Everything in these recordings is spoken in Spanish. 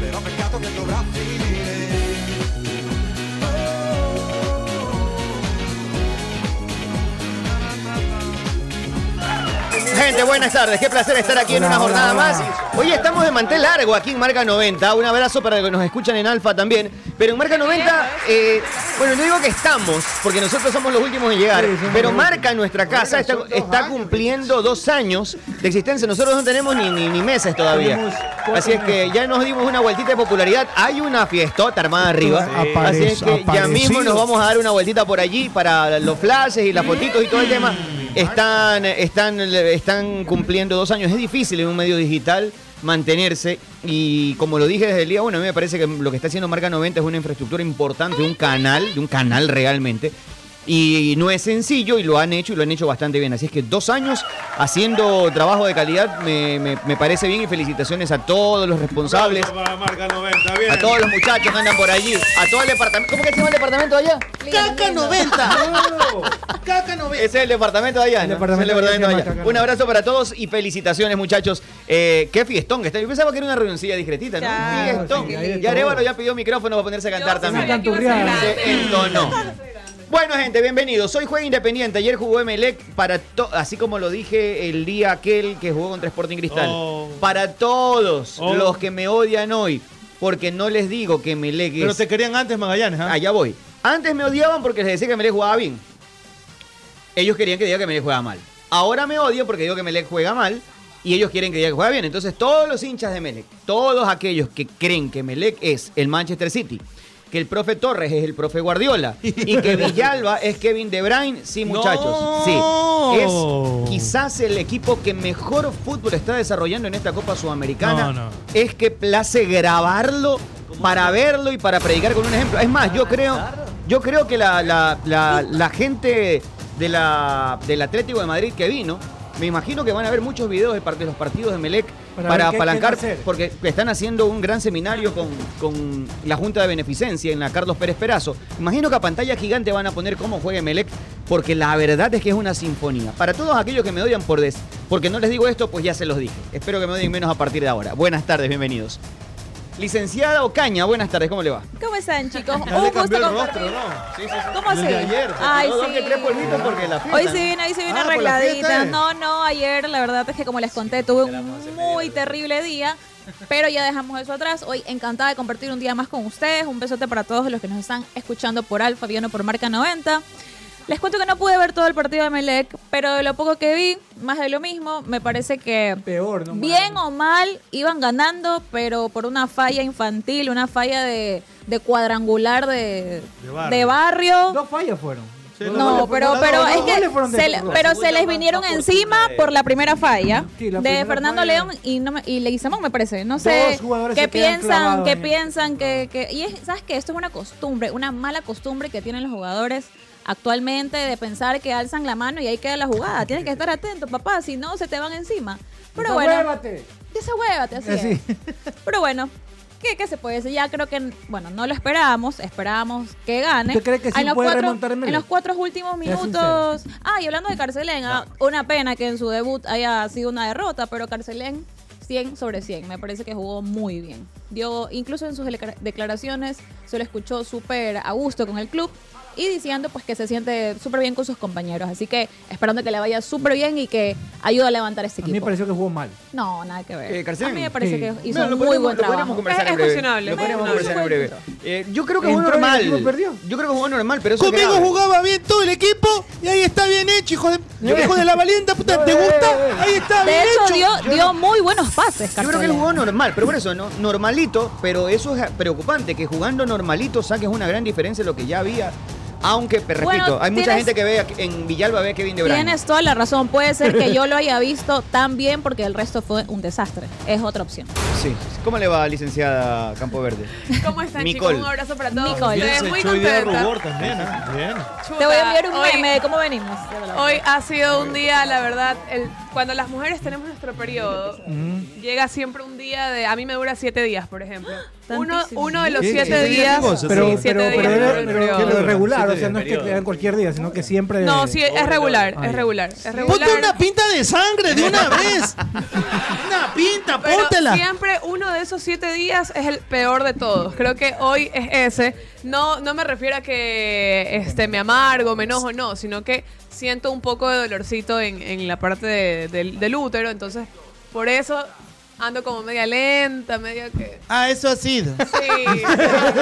però peccato che dovrà finire. Gente, buenas tardes. Qué placer estar aquí en una jornada más. Hoy estamos de mantel largo aquí en Marca 90. Un abrazo para los que nos escuchan en Alfa también. Pero en Marca 90, eh, bueno, no digo que estamos, porque nosotros somos los últimos en llegar. Pero Marca, nuestra casa, está, está cumpliendo dos años de existencia. Nosotros no tenemos ni, ni, ni meses todavía. Así es que ya nos dimos una vueltita de popularidad. Hay una fiestota armada arriba. Así es que ya mismo nos vamos a dar una vueltita por allí para los flashes y las fotitos y todo el tema. Están, están, están cumpliendo dos años. Es difícil en un medio digital mantenerse y como lo dije desde el día bueno a mí me parece que lo que está haciendo Marca 90 es una infraestructura importante, un canal, de un canal realmente. Y no es sencillo y lo han hecho y lo han hecho bastante bien. Así es que dos años haciendo trabajo de calidad me, me- me parece bien y felicitaciones a todos los responsables, Para marca 90, bien. a todos los muchachos que andan por allí, a todo el departamento. ¿Cómo que se llama el departamento de allá? Caca 90. Ese es el departamento de allá. ¿no? departamento Ese es el de allá departamento se llama de allá. Un abrazo para todos y felicitaciones, muchachos. Eh, qué fiestón que está. Yo pensaba que era una reunioncilla discretita, ¿no? Ya. Fiestón. Sí, hay de y Arevalo todo. ya pidió micrófono para ponerse a cantar también. sabía que iba a ser grande. Se entonó. Bueno, gente, bienvenidos. Soy Juega Independiente. Ayer jugó Emelec para to- así como lo dije el día aquel que jugó contra Sporting Cristal. Oh. Para todos Oh. los que me odian hoy, porque no les digo que Emelec es... Pero te querían antes Magallanes, ¿ah? Allá voy. Antes me odiaban porque les decía que Melec jugaba bien. Ellos querían que diga que Melec jugaba mal. Ahora me odio porque digo que Melec juega mal y ellos quieren que diga que juega bien. Entonces todos los hinchas de Melec, todos aquellos que creen que Melec es el Manchester City, que el profe Torres es el profe Guardiola y que Villalba es Kevin De Bruyne, sí muchachos, No. sí. Es quizás el equipo que mejor fútbol está desarrollando en esta Copa Sudamericana No, no. es que place grabarlo para verlo y para predicar con un ejemplo. Es más, yo creo, yo creo que la, la- la- la gente de la, del Atlético de Madrid que vino, me imagino que van a ver muchos videos de, parte de los partidos de Melec Para para, ver qué hay que apalancar, hacer. porque están haciendo un gran seminario con, con la Junta de Beneficencia en la Carlos Pérez Perazo. Imagino que a pantalla gigante van a poner cómo juega Melec, porque la verdad es que es una sinfonía. Para todos aquellos que me odian por des, porque no les digo esto, pues ya se los dije. Espero que me odien menos a partir de ahora. Buenas tardes, bienvenidos. Licenciada Ocaña, buenas tardes, ¿cómo le va? ¿Cómo están, chicos? Ya Un le gusto cambió el compartir. rostro, ¿no? ¿Cómo Desde se ayer, se Ay, quedó dos que tres polvitos porque la fiesta. pues Hoy se viene, hoy se viene Ah, por la arregladita. fiesta, eh. No, no, ayer la verdad es que como les conté, tuve un muy terrible día, pero ya dejamos eso atrás. Hoy encantada de compartir un día más con ustedes. Un besote para todos los que nos están escuchando por Alfa, Viano por Marca 90. Les cuento que no pude ver todo el partido de Melec, pero de lo poco que vi, más de lo mismo, me parece que Peor, ¿no? bien o mal iban ganando, pero por una falla infantil, una falla de, de cuadrangular de, De barrio. de barrio. Dos fallas fueron. Sí, Dos no, goles No, le pero, fueron- pero dos es que goles fueron de se, le- Perú. pero se les vinieron encima por la primera falla Sí, la de primera Fernando falla. León y, no me- y Leguizamón, me parece. No sé Dos jugadores qué se quedan piensan, clavados qué en- piensan, que, que- Y es, sabes que esto es una costumbre, una mala costumbre que tienen los jugadores actualmente de pensar que alzan la mano y ahí queda la jugada. Tienes que estar atento, papá, si no se te van encima. Pues Pero bueno, Desahuévate. desahuévate, así, Así. es. Pero bueno. ¿Qué, qué se puede decir? Ya creo que, bueno, no lo esperábamos, esperábamos que gane. ¿Usted cree que sí En los puede cuatro- remontar Melec? En los cuatro últimos Sea minutos. Ah, y hablando de Carcelén, ah, una pena que en su debut haya sido una derrota, pero Carcelén 100 sobre 100. Me parece que jugó muy bien. dio, incluso en sus deleca- declaraciones, se lo escuchó súper a gusto con el club y diciendo pues que se siente súper bien con sus compañeros. Así que esperando que le vaya súper bien y que ayude a levantar este A mí me equipo. pareció que jugó mal. No, nada que ver. Eh, Carcel. a mí me parece Sí. que hizo Mira, un lo muy podríamos- buen lo podríamos trabajo. conversar Es- en es breve. cuestionable, Lo es podríamos conversar en cuestionable. breve. Eh, yo creo que jugó Entró y el normal. equipo perdió. Yo creo que jugó normal, pero eso es lo que Conmigo abre. jugaba bien todo el equipo y ahí está bien hecho, hijo de, Eh. Yo- hijo de la valiente puta. ¿Te gusta? Ahí está De bien hecho, hecho. dio, dio Ah, muy buenos pases, Yo creo que él Cartagena. jugó normal, pero por eso, ¿no? Normalito, pero eso es preocupante, que jugando normalito saques una gran diferencia de lo que ya había. Aunque, pe- repito, Bueno, hay mucha tienes- gente que ve a- en Villalba ve a Kevin De Bruyne. Tienes toda la razón. Puede ser que yo lo haya visto tan bien porque el resto fue un desastre. Es otra opción. Sí. ¿Cómo le va, licenciada Campo Verde? ¿Cómo están, Nicole. chicos? Un abrazo para todos. Nicole. Ustedes, Bien, se muy echó hoy día de contenta. rubor también, ¿eh? ¿ah? Bien. Chuta, Te voy a enviar un hoy- meme de cómo venimos. Hoy ha sido un día, la verdad, el- cuando las mujeres tenemos nuestro periodo, Mm. llega siempre un día de... A mí me dura siete días, por ejemplo. Uno, Tantísimo. uno de los ¿Qué? siete ¿Siete días... días vos? sí, Pero- Pero, siete pero, días pero, dura era- el pero periodo. que lo es regular, o Siete sea, no es que días. te dan cualquier día, sino que siempre. No, sí, es regular, es regular, es regular. Ponte una pinta de sangre de una vez. una pinta, Pero póntela. siempre uno de esos siete días es el peor de todos. Creo que hoy es ese. No, no me refiero a que este, me amargo, me enojo, no, sino que siento un poco de dolorcito en, en la parte de- del, del útero. Entonces, por eso ando como media lenta, medio que... Ah, eso ha sido. Sí.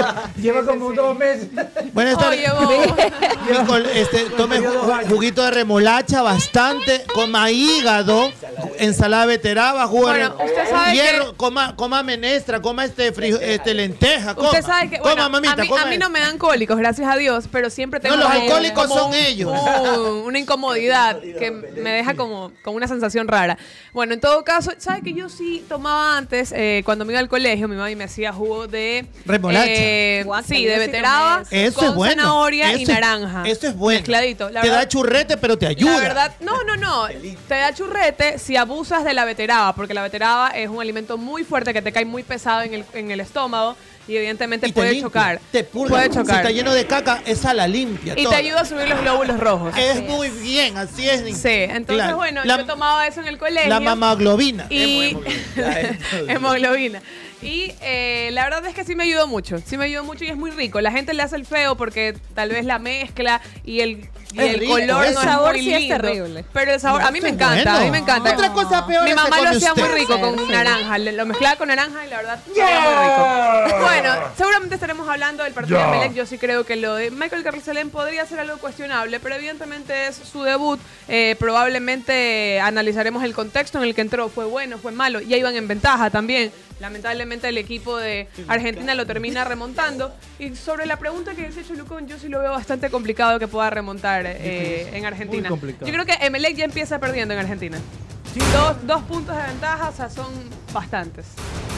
Lleva como dos meses. Buenas Oye, tardes. vos. Nicole, este, tome ju- juguito de remolacha bastante, coma hígado, ju- ensalada veteraba, jugo de Bueno, usted sabe hierro, que- coma, coma menestra, coma este, frijo- este lenteja, coma. Usted sabe que coma, bueno, mamita, a, mí, coma a mí esto. no me dan cólicos, gracias a Dios, pero siempre tengo los como- alcohólicos como son un- ellos. un- una incomodidad que me deja como con una sensación rara. Bueno, en todo caso, sabe que yo sí tomaba antes eh, cuando me iba al colegio, mi mamá me hacía jugo de Remolacha. eh, Guácala, sí, yo de sí veteraba comí eso. Eso con es bueno. zanahoria y Eso es- naranja. Eso es bueno. Mezcladito. La te verdad- da churrete, pero te ayuda. la verdad, no, no, no. Te da churrete si abusas de la veteraba, porque la veteraba es un alimento muy fuerte que te cae muy pesado en el, en el estómago y evidentemente Y te puede limpia, chocar. Te purga. Puede Si chocar. está lleno de caca, esa la limpia. y te toda. ayuda a subir los glóbulos rojos. Es muy bien, así es. Nicole. Sí, entonces Claro. bueno, la, yo tomaba eso en el colegio. la mamaglobina. y eh. hemoglobina. Y eh, la verdad es que sí me ayudó mucho, sí me ayudó mucho y es muy rico. La gente le hace el feo porque tal vez la mezcla y el, y Es el rico, color el no sabor es muy sí es lindo, terrible. Pero el sabor, a mí me encanta, a mí me encanta. Otra cosa peor Mi es mamá que lo con hacía muy usted. rico con naranja, le- lo mezclaba con naranja y la verdad sabía muy rico. Bueno, seguramente estaremos hablando del partido de Melec. Yo sí creo que lo de Michael Carcelén podría ser algo cuestionable, pero evidentemente es su debut. Eh, probablemente analizaremos el contexto en el que entró. Fue bueno, fue malo. Ya iban en ventaja también. Lamentablemente el equipo de Argentina lo termina remontando. Y sobre la pregunta que decía Cholucón, yo sí lo veo bastante complicado que pueda remontar eh, en Argentina. complicado. Yo creo que Emelec ya empieza perdiendo en Argentina. Dos, dos puntos de ventaja, o sea, son bastantes.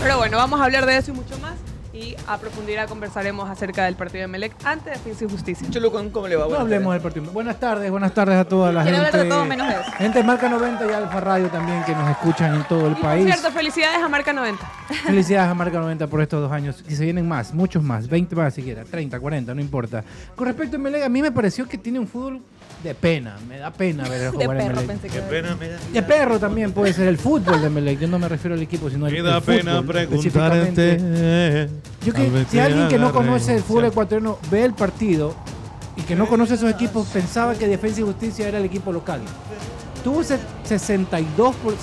Pero bueno, vamos a hablar de eso y mucho más. Y a profundidad conversaremos acerca del partido de Melec ante Defensa y Justicia. Cholucón, ¿cómo le va? No Buenas hablemos del partido. Buenas tardes, buenas tardes a todas las Quiero gente. hablar de todo menos de eso. Gente de Marca 90 y Alfa Radio también que nos escuchan en todo el Y por país. cierto, felicidades a Marca 90. Felicidades a Marca 90 por estos dos años. Que se vienen más, muchos más, 20 más siquiera, 30, 40, no importa. Con respecto a Melec, a mí me pareció que tiene un fútbol de pena. Me da pena ver De jugar a perro, Melec. pensé que. De perro también puede ser el fútbol de Melec. Yo no me refiero al equipo, sino al Me el da fútbol, pena específicamente. preguntarte. Yo que- a ver si qué alguien que no agarre. conoce el fútbol Sí. ecuatoriano ve el partido y que no conoce esos equipos, pensaba que Defensa y Justicia era el equipo local. Tuvo se- 62 por-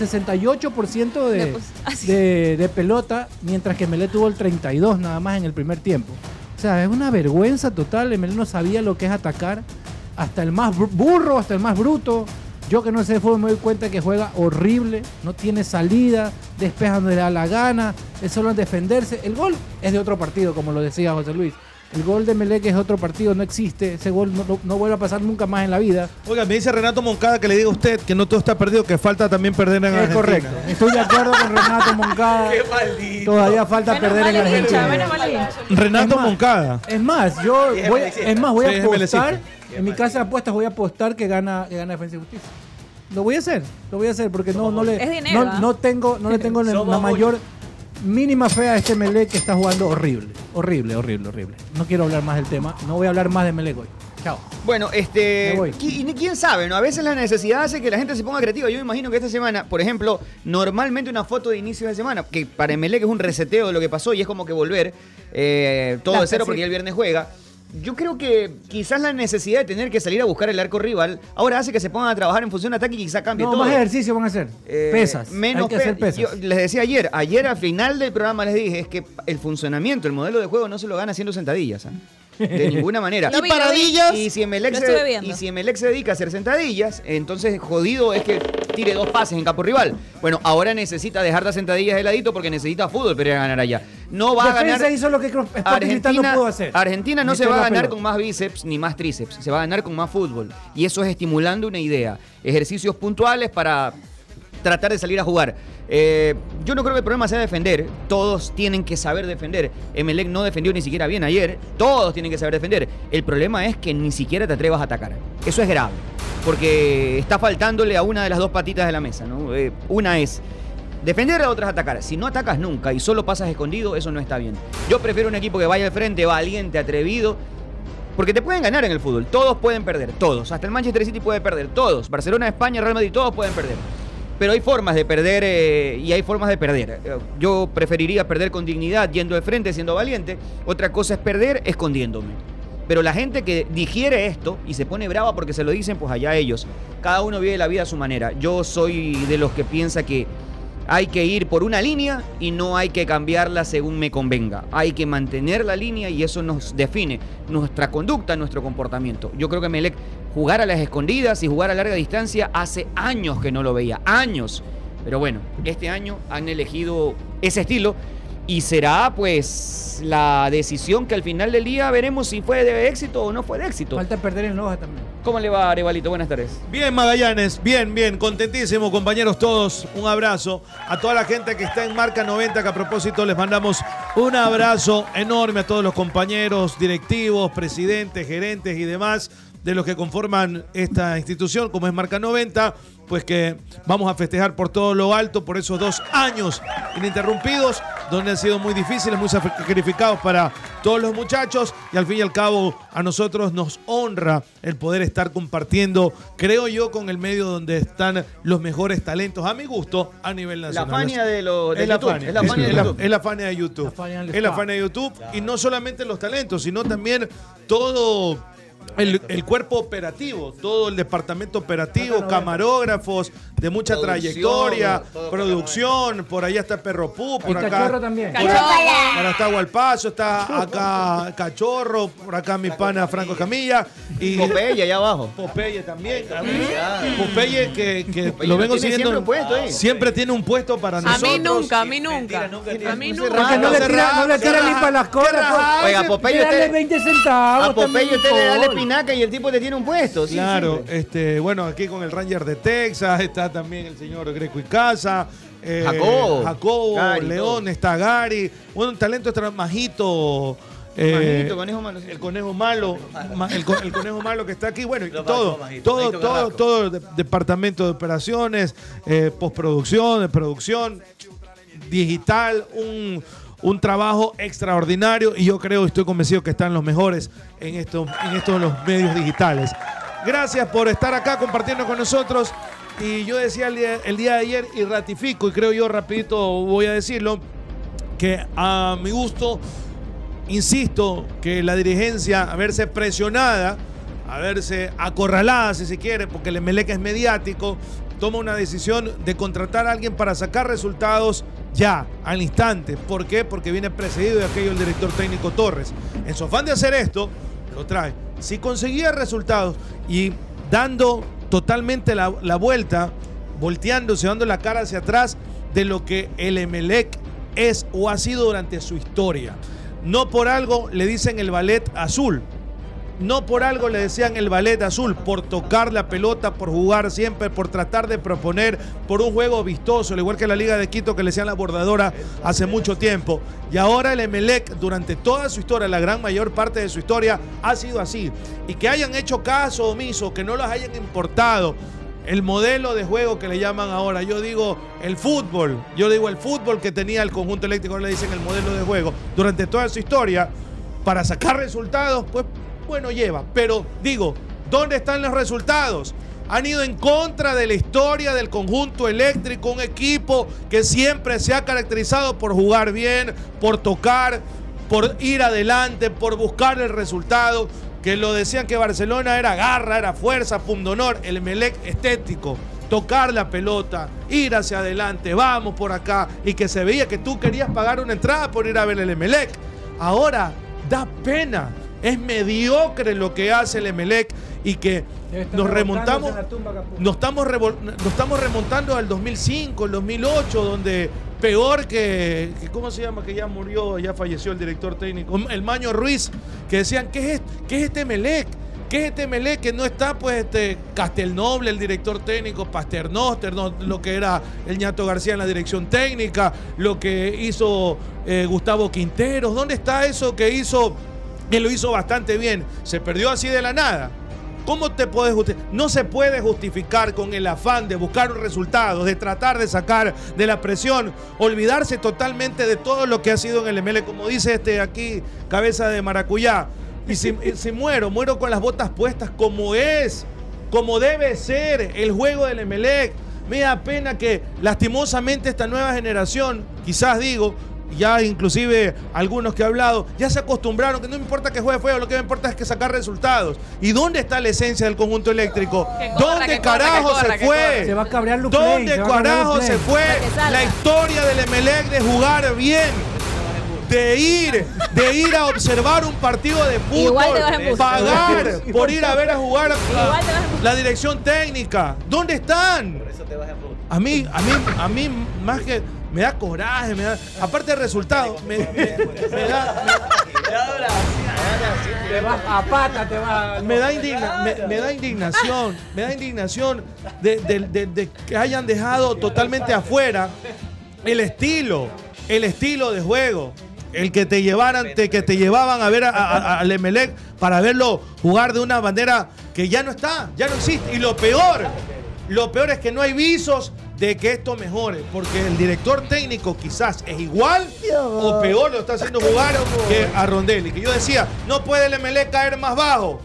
68% De de, pos- ah, sí. de- de pelota, mientras que Melé tuvo el 32 nada más en el primer tiempo. O sea, es una vergüenza total. Melé no sabía lo que es atacar. Hasta el más br- burro, hasta el más bruto. Yo que no sé de fútbol me doy cuenta que juega horrible, no tiene salida, despeja donde le da la gana, es solo en defenderse. El gol es de otro partido, como lo decía José Luis. El gol de Melé que es otro partido, no existe. Ese gol no- no- no vuelve a pasar nunca más en la vida. Oiga, me dice Renato Moncada que le diga a usted que no todo está perdido, que falta también perder en Es correcto. Estoy de acuerdo con Renato Moncada. Todavía falta Menos perder mal en el hincha, Argentina. menos mal el hincha. Renato Es más, Moncada. Es más, yo voy, es más, voy Sí, a es apostar. melecista. En mi casa de apuestas voy a apostar que gana, que gana Defensa y Justicia. Lo voy a hacer, lo voy a hacer porque no, no le Es dinero, no, ¿ah? no tengo, no le tengo la, la mayor mínima fe a este Melé que está jugando horrible. Horrible, horrible, horrible. No quiero hablar más del tema, no voy a hablar más de Melé hoy. Chao. Bueno, este. Me voy. qui- y ¿Quién sabe? ¿no? A veces la necesidad hace que la gente se ponga creativa. Yo me imagino que esta semana, por ejemplo, normalmente una foto de inicio de semana, que para Emelec es un reseteo de lo que pasó y es como que volver eh, todo Claro, de cero sí. porque ya el viernes juega. Yo creo que quizás la necesidad de tener que salir a buscar el arco rival ahora hace que se pongan a trabajar en función de ataque y quizá cambie No, todo. más ejercicio van a hacer. Eh, pesas. Menos Hay que hacer pe- pesas. yo les decía ayer, ayer al final del programa les dije, es que el funcionamiento, el modelo de juego no se lo gana haciendo sentadillas. ¿ah? De ninguna manera. Lo vi, lo vi. paradillas? Y si, Emelec Lo estuve se, viendo. y si Emelec se dedica a hacer sentadillas, entonces jodido es que tire dos pases en campo rival. Bueno, ahora necesita dejar las sentadillas de ladito porque necesita fútbol para ir a ganar allá. No va a Defensa ganar. hizo lo que Cruz- Sporting Cristal Argentina, no pudo hacer. Argentina no se Meter va a la ganar pelota. con más bíceps ni más tríceps, se va a ganar con más fútbol. Y eso es estimulando una idea. Ejercicios puntuales para tratar de salir a jugar. Eh, yo no creo que el problema sea defender. Todos tienen que saber defender. Emelec no defendió ni siquiera bien ayer. Todos tienen que saber defender. El problema es que ni siquiera te atrevas a atacar. Eso es grave. Porque está faltándole a una de las dos patitas de la mesa. ¿no? Eh, una es defender, la otra es atacar. Si no atacas nunca y solo pasas escondido, eso no está bien. Yo prefiero un equipo que vaya al frente, valiente, atrevido, porque te pueden ganar en el fútbol. Todos pueden perder. Todos. Hasta el Manchester City puede perder. Todos. Barcelona, España, Real Madrid, todos pueden perder. Pero hay formas de perder eh, y hay formas de perder. Eh, Yo preferiría perder con dignidad, yendo de frente, siendo valiente. Otra cosa es perder escondiéndome. Pero la gente que digiere esto y se pone brava porque se lo dicen, pues allá ellos. Cada uno vive la vida a su manera. Yo soy de los que piensa que hay que ir por una línea y no hay que cambiarla según me convenga. Hay que mantener la línea y eso nos define nuestra conducta, nuestro comportamiento. Yo creo que Melec jugar a las escondidas y jugar a larga distancia hace años que no lo veía, años. Pero bueno, este año han elegido ese estilo y será pues la decisión que al final del día veremos si fue de éxito o no fue de éxito. Falta perder en Loja también. ¿Cómo le va, Arevalito? Buenas tardes. Bien, Magallanes, bien, bien, contentísimo, compañeros todos. Un abrazo a toda la gente que está en Marca 90, que a propósito les mandamos un abrazo enorme a todos los compañeros, directivos, presidentes, gerentes y demás de los que conforman esta institución, como es Marca 90, pues que vamos a festejar por todo lo alto, por esos dos años ininterrumpidos, donde han sido muy difíciles, muy sacrificados para todos los muchachos y al fin y al cabo a nosotros nos honra el poder estar compartiendo, creo yo, con el medio donde están los mejores talentos, a mi gusto, a nivel nacional. Fania de lo- de es la YouTube, Fania, es la Fania de es la- YouTube. es la Fania de YouTube. Es la fan de YouTube. Y no solamente los talentos, sino también todo el, el cuerpo operativo, todo el departamento operativo, camarógrafos de mucha Producción, trayectoria, todo producción. Por allá está Perro Pú, por acá. Cachorro también. Por acá, ahora está Gualpazo, está acá Cachorro, por acá mi pana Franco Camilla. Y Popeye allá abajo. Popeye también. Popeye que, que Popeye lo lo vengo tiene siguiendo. siempre un puesto ahí. Siempre tiene un puesto para A nosotros. mí nunca, a mí nunca. A mí Porque nunca. no le tira, no le tira Cerrado, ni cerrado. para las cosas. Cerrado. Oiga, Popeye, Dale usted- 20 centavos. A Popeye también, usted le da la por favor. espinaca y el tipo te tiene un puesto. sí, Claro, siempre. este, bueno, aquí con el Ranger de Texas, está también el señor Greco y Casa, eh, Jacobo. Jacobo, Gary, León, está Gary, bueno, un talento eh, extra majito. Eh, Majito, conejo malo, El conejo malo, ma- el, co- el conejo malo que está aquí, bueno, y Lo todo, vasco, majito, todo, majito que todo, vasco. todo, el de- departamento de operaciones, eh, postproducción, de producción, digital, un, un trabajo extraordinario y yo creo, estoy convencido que están los mejores en estos en estos los medios digitales. Gracias por estar acá compartiendo con nosotros y yo decía el día, el día de ayer y ratifico y creo yo rapidito voy a decirlo que a mi gusto insisto que la dirigencia a verse presionada, a verse acorralada si se quiere, porque el Emelec es mediático, toma una decisión de contratar a alguien para sacar resultados ya, al instante. ¿Por qué? Porque viene precedido de aquello el director técnico Torres. En su afán de hacer esto, lo trae. Si conseguía resultados y dando totalmente la, la vuelta, volteándose, dando la cara hacia atrás de lo que el Emelec es o ha sido durante su historia. No por algo le dicen el ballet azul. No por algo le decían el ballet azul, por tocar la pelota, por jugar siempre, por tratar de proponer, por un juego vistoso, al igual que la Liga de Quito que le decían la bordadora hace mucho tiempo. Y ahora el Emelec, durante toda su historia, la gran mayor parte de su historia, ha sido así. Y que hayan hecho caso omiso, que no los hayan importado, el modelo de juego que le llaman ahora. Yo digo el fútbol. Yo digo el fútbol que tenía el conjunto eléctrico, ahora le dicen el modelo de juego. Durante toda su historia, para sacar resultados, pues bueno lleva. Pero digo, ¿dónde están los resultados? Han ido en contra de la historia del conjunto eléctrico, un equipo que siempre se ha caracterizado por jugar bien, por tocar, por ir adelante, por buscar el resultado. Que lo decían que Barcelona era garra, era fuerza, pundonor, el Melec estético. Tocar la pelota, ir hacia adelante, vamos por acá. Y que se veía que tú querías pagar una entrada por ir a ver el Emelec. Ahora da pena. Es mediocre lo que hace el Emelec y que nos remontamos. Nos estamos, revol- nos estamos remontando al 2005, el 2008, donde peor que, que- ¿Cómo se llama? Que ya murió, ya falleció el director técnico, el Maño Ruiz, que decían, ¿qué es, est- qué es este Melec? ¿Qué es este Melec que no está, pues, este Castelnoble, el director técnico, Pasternoster, no, lo que era el ñato García en la dirección técnica, lo que hizo eh, Gustavo Quinteros? ¿Dónde está eso que hizo, que lo hizo bastante bien? Se perdió así de la nada. ¿Cómo te puedes justificar? No se puede justificar con el afán de buscar un resultado, de tratar de sacar de la presión, olvidarse totalmente de todo lo que ha sido en el ML, como dice este aquí, cabeza de maracuyá. Y si, y si muero, muero con las botas puestas como es, como debe ser el juego del Emelec. Me da pena que lastimosamente esta nueva generación, quizás digo, ya inclusive algunos que he hablado, ya se acostumbraron que no me importa que juegue feo, lo que me importa es que sacar resultados. ¿Y dónde está la esencia del conjunto eléctrico? ¿Dónde que corra, carajo que corra, se que fue? corra. Se va a cabrear Lupley, ¿Dónde se va a cabrear carajo se Lupley. fue la historia del Emelec de jugar bien? de ir, de ir a observar un partido de fútbol, Igual te vas en bus. pagar por ir a ver a jugar a- Igual te vas en la dirección técnica. ¿Dónde están? Por eso te vas a mí, a mí, a mí más que me da coraje, me da, aparte del resultado, me, me- me da, Te vas a pata, te vas me da, indigna- me- me da indignación, me da indignación de, de- de- de que hayan dejado totalmente afuera el estilo, el estilo de juego. El que te llevaran, te- que te llevaban a ver a- a- a- al Emelec para verlo jugar de una manera que ya no está, ya no existe. Y lo peor, lo peor es que no hay visos de que esto mejore, porque el director técnico quizás es igual o peor lo está haciendo jugar que a Rondelli. Que yo decía, no puede el Emelec caer más bajo.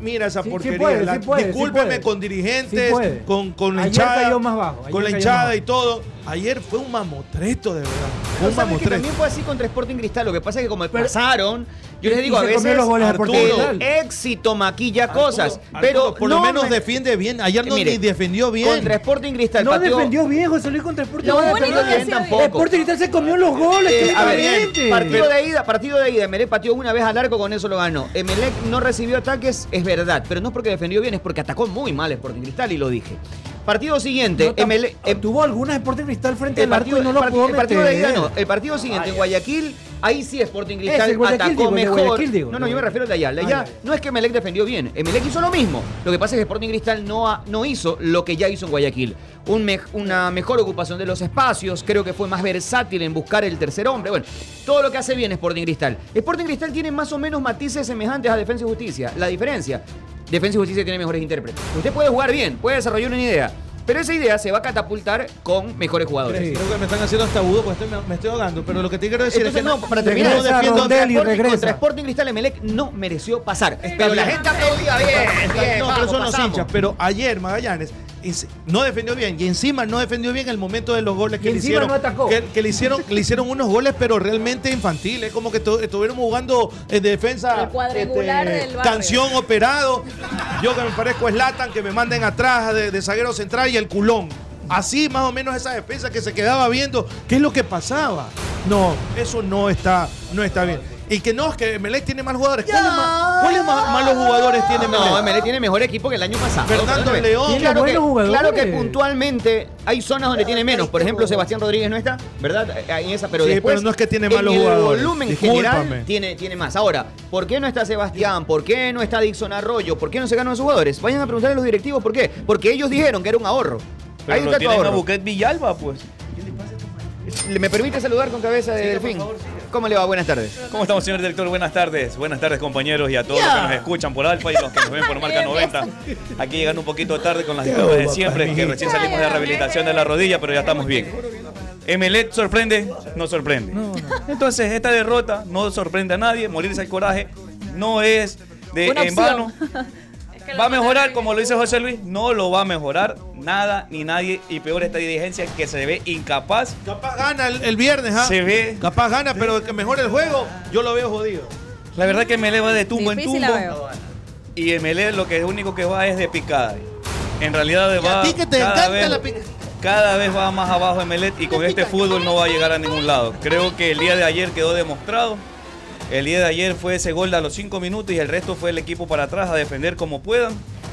Mira esa porquería. puede, la- sí puede, sí discúlpeme puede. con dirigentes, Sí puede. con, con la Ayer hinchada. cayó más bajo, ayer Con la cayó más hinchada bajo. y todo. Ayer fue un mamotreto, de verdad. Fue No, ¿saben un que mamotreto. también fue así contra Sporting Cristal. Lo que pasa es que como pasaron, yo y les digo, a se comió veces los goles a Sporting el Cristal. éxito maquilla cosas. Arturo, pero por lo menos defiende bien. Ayer no ni defendió bien. Contra Sporting Cristal No pateó- defendió bien, José Luis contra el Sporting. Lo No único defendió que bien hacía bien. Sporting Cristal se comió los goles. Eh, qué a ver, diferente. partido de ida, partido de ida, Emelec pateó una vez al arco, con eso lo ganó. Emelec no recibió ataques, es verdad, pero no es porque defendió bien, es porque atacó muy mal Sporting Cristal y lo dije. Partido siguiente, Emelec em, tuvo algunas Sporting Cristal frente el al arco partido, y no lo el pudo partido- el partido de meter. ¿eh? ida no, el partido siguiente en Guayaquil, ahí sí Sporting Ese, Cristal el Guayaquil, atacó digo, el de mejor. Guayaquil, digo, no, el no, de yo me Guayaquil. refiero al de allá, al de Ah, allá ya, ya. no es que Melec defendió bien, Emelec hizo lo mismo. Lo que pasa es que Sporting Cristal no, ha- no hizo lo que ya hizo en Guayaquil. Un mej- una mejor ocupación de los espacios, creo que fue más versátil en buscar el tercer hombre. Bueno, todo lo que hace bien Sporting Cristal. Sporting Cristal tiene más o menos matices semejantes a Defensa y Justicia. La diferencia, Defensa y Justicia tiene mejores intérpretes. Usted puede jugar bien, puede desarrollar una idea, pero esa idea se va a catapultar con mejores jugadores. Sí, Creo que me están haciendo hasta agudo porque estoy- me, me estoy ahogando. Pero lo que te quiero decir Entonces, es que no, para terminar, no defiendo a contra, Sporting, Sporting, contra Sporting Cristal Emelec no mereció pasar. Pero Está la bien. gente aplaudía bien, bien, no, pero vamos, son los pasamos. hinchas. Pero ayer Magallanes ens- no defendió bien y encima no defendió bien el momento de los goles que le encima hicieron. no atacó. Que, que le hicieron, que le hicieron unos goles, pero realmente infantiles, como que tu- estuvieron jugando en defensa este, El cuadrangular del barrio. canción operado. Yo que me parezco es Latan, que me manden atrás de, de zaguero central y el culón. Así más o menos esa defensa que se quedaba viendo qué es lo que pasaba. No, eso no está, no está bien. Y que no, es que Melec tiene más jugadores. ¿Cuáles ma- cuáles ma- malos jugadores tiene Melec? No, Emelec tiene mejor equipo que el año pasado. Fernando Perdóname. León. Tiene Claro que, buenos jugadores. claro que puntualmente hay zonas donde tiene menos. Por ejemplo, Sebastián Rodríguez no está, ¿verdad? Eh, En esa, pero Sí, después, pero no es que tiene en malos jugadores. el volumen Discúlpame. general tiene, tiene más. Ahora, ¿por qué no está Sebastián? ¿Por qué no está Dixon Arroyo? ¿Por qué no se ganan los jugadores? Vayan a preguntarle a los directivos por qué. Porque ellos dijeron que era un ahorro. Pero Ahí lo está tu tienen a ahorro. Buquet Villalba, pues. Le- ¿Me permite saludar con cabeza de Delfín? ¿Cómo le va? Buenas tardes. ¿Cómo estamos, señor director? Buenas tardes. Buenas tardes, compañeros, y a todos Ya. los que nos escuchan por Alfa y los que nos ven por Marca 90. Aquí llegando un poquito tarde con las disculpas de siempre, que recién salimos de la rehabilitación de la rodilla, pero ya estamos bien. Emelec sorprende, no sorprende. Entonces, esta derrota no sorprende a nadie, morirse al coraje no es Eh, de Una en vano. opción. ¿Va a mejorar como lo dice José Luis? No lo va a mejorar nada ni nadie. Y peor esta dirigencia que se ve incapaz. Capaz gana el, el viernes, ¿ah? Se ve. Capaz gana, pero el que mejore el juego, yo lo veo jodido. La verdad que Melé va de tumbo en Difícil la tumbo. Y Melé lo que único que va es de picada. En realidad va. ti que te cada encanta vez- la pica- Cada vez va más abajo Emelec y con este fútbol no va a llegar a ningún lado. Creo que el día de ayer quedó demostrado. El día de ayer fue ese gol a los 5 minutos y el resto fue el equipo para atrás a defender como puedan.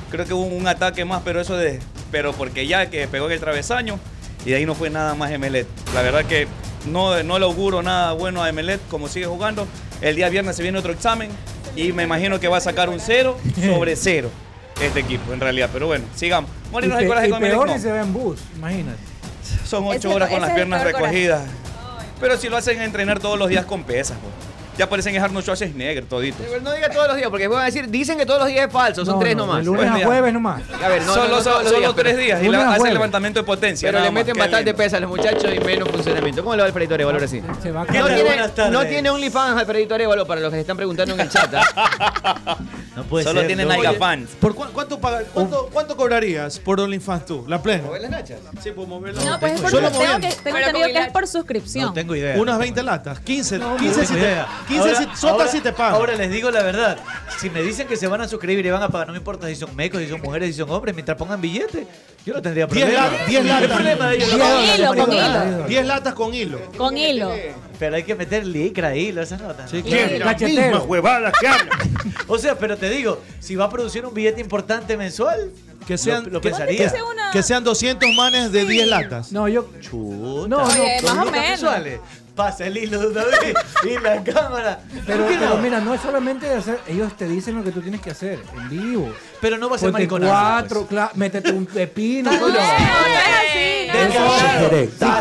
Creo que hubo un ataque más, pero eso de pero porque ya que pegó en el travesaño y de ahí no fue nada más Emelec. La verdad que no, no le auguro nada bueno a Emelec como sigue jugando. El día viernes se viene otro examen y me imagino que va a sacar un 0 sobre 0 este equipo en realidad, pero bueno, sigamos. Morirnos Y pe- el coraje y con Emelec. peor no. si se ve en bus, imagínate. Son ocho horas con las piernas recogidas. Pero si lo hacen entrenar todos los días con pesas, po. ya parecen Arnold Schwarzenegger toditos. Pero No diga todos los días, porque después van a decir, dicen que todos los días es falso, son No, tres no, nomás. Pues de lunes Buen a día. jueves nomás. A ver, no, solo no, no solo- todos los solo días, pero- tres días y la- hacen levantamiento de potencia. Pero nada le más. meten Qué bastante lindo. peso a los muchachos y menos funcionamiento. ¿Cómo le va el Freddy Valor así? ¿Qué no, tal? tiene, Buenas tardes. no tiene OnlyFans al Freddy Torevalo para los que se están preguntando en el chat. ¿ah? No puede solo ser, tienen no. Nike Oye, Fans. ¿Por cu- cuánto, paga- cuánto, cuánto cobrarías por OnlyFans tú? La plena. Sí, pues mover No, pues es por Solo tengo que, moviendo. tengo entendido que es por suscripción. Tengo idea. Unas 20 latas, 15, No, 15 no si tengo te, idea. 15 si, Ahora- sotas ahora- si te pagan. Ahora les digo la verdad. Si me dicen que se van a suscribir y van a pagar, no me importa si son mecos, si son mujeres, si son hombres, mientras pongan billete, yo no tendría Diez problema. la- diez El latas. problema de ellos Diez no es latas, la con marihuana. hilo. Diez latas con hilo. Con hilo. Pero hay que meter licra, hilo, esas notas. Sí, claro. Es la Cachetero. misma huevada que o sea, pero te digo, si va a producir un billete importante mensual, Que sean, lo, lo que, pensaría. que- que sean 200 manes de 10 latas. No, yo. Chuta. No, Oye, no, más Los o menos. sexuales. Pasa el hilo de una vez y la cámara. Pero, ¿Por qué no? pero mira, no es solamente de hacer, ellos te dicen lo que tú tienes que hacer en vivo. Pero no va a ser Ponte mariconazo, cuatro, cla- métete un pepino. coño. Si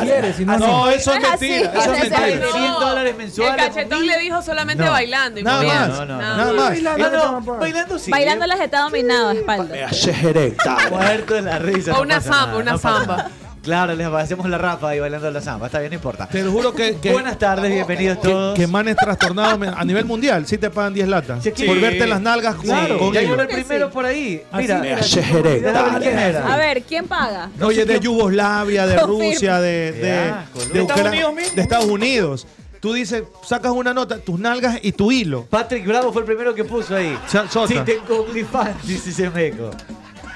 quieres, si no, No, eso es mentira. Eso es mentira. dólares El cachetón le dijo solamente No. bailando. y Nada moviendo. más. No. Nada más. Bailando, no, bailando sí. Bailando las jeta dominada de espalda. Muerto de la risa. O no una pasa samba, nada, una no pasa samba. nada. Claro, les hacemos la rafa y bailando la samba. Está bien, no importa. Te lo juro que. que- Buenas tardes, bienvenidos todos. Que manes trastornados me- a nivel mundial, sí te pagan 10 latas. Sí. Por verte las nalgas con, Claro, con ya hilo. llegó el primero por ahí. Así Mira, me hace heredar. ¿quién A era? ver, ¿quién paga? No, Oye, de Yugoslavia, de Confirmo. Rusia, de, Ya, de, de ¿De Estados Ucrania- Unidos mismo? de Estados Unidos. Tú dices, sacas una nota, tus nalgas y tu hilo. Patrick Bravo fue el primero que puso ahí. Sa- Sota. Si tengo OnlyFans, dice ese meco.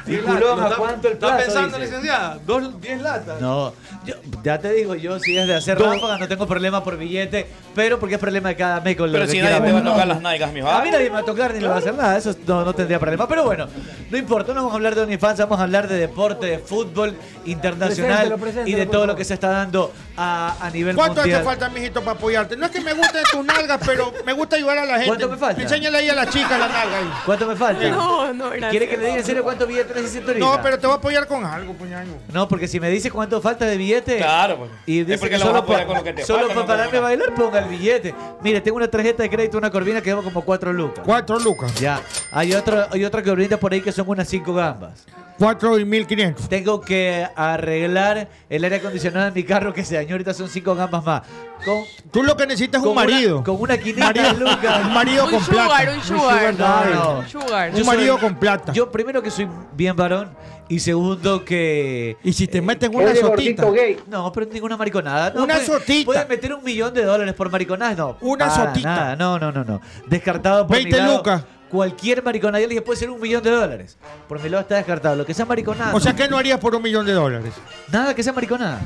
Y Diez latas, culón, lo ¿a está- cuánto el está plato? pensando, dice? licenciada? Dos, diez latas. No, yo- ya te digo, yo si es de hacer Dos. ráfagas no tengo problema por billete, pero porque es problema de cada meco. lo Pero que si quiera nadie te va a ver. tocar las nalgas, mijo. A mí nadie me va a tocar ni le va a hacer nada, eso no, no tendría problema. Pero bueno, no importa, no vamos a hablar de OnlyFans, vamos a hablar de deporte, de fútbol internacional Preséntelo, preséntelo, y de por todo favor. lo que se está dando a, a nivel ¿Cuánto mundial. hace falta, mijito, para apoyarte? No es que me guste tus nalgas, pero me gusta ayudar a la gente. ¿Cuánto me falta? Enséñale ahí a la chica la nalga. ahí. ¿Cuánto me falta? No, no, gracias. ¿Quiere que le diga en serio cuánto billete necesito ahorita? No, pero te voy a apoyar con algo, puñaño. No, porque si me dice cuánto falta de billete. Claro, pues. Y Es dice porque que lo vas a solo, apoyar pa- con lo que te solo falta, para no pararme a con bailar, ponga el billete. Mire, tengo una tarjeta de crédito, una corvina que lleva como cuatro lucas. Cuatro lucas. Ya. Hay, otro, hay otra corvina por ahí que son unas cinco gambas. Cuatro y mil quinientos. Tengo que arreglar el aire acondicionado de mi carro que se dañó. Ahorita son cinco gambas más. Con, Tú lo que necesitas es con un una- marido. con una quinita Marido- lucas. un marido Un con sugar, plata. un sugar. daddy. No, no. Un sugar. Un Yo marido soy- con plata. Yo primero que soy bien varón y segundo que... eh, Y si te meten una sotita. No, pero ninguna mariconada. No, Una puede- sotita. Puedes meter un millón de dólares por mariconadas, no. Una para sotita. nada. No, no, no, no. Descartado por 20 mi lado. lucas. Cualquier mariconada yo le dije, puede ser un millón de dólares. Por mi lado está descartado. Lo que sea mariconada. O sea, ¿qué no harías por un millón de dólares? Nada que sea mariconada.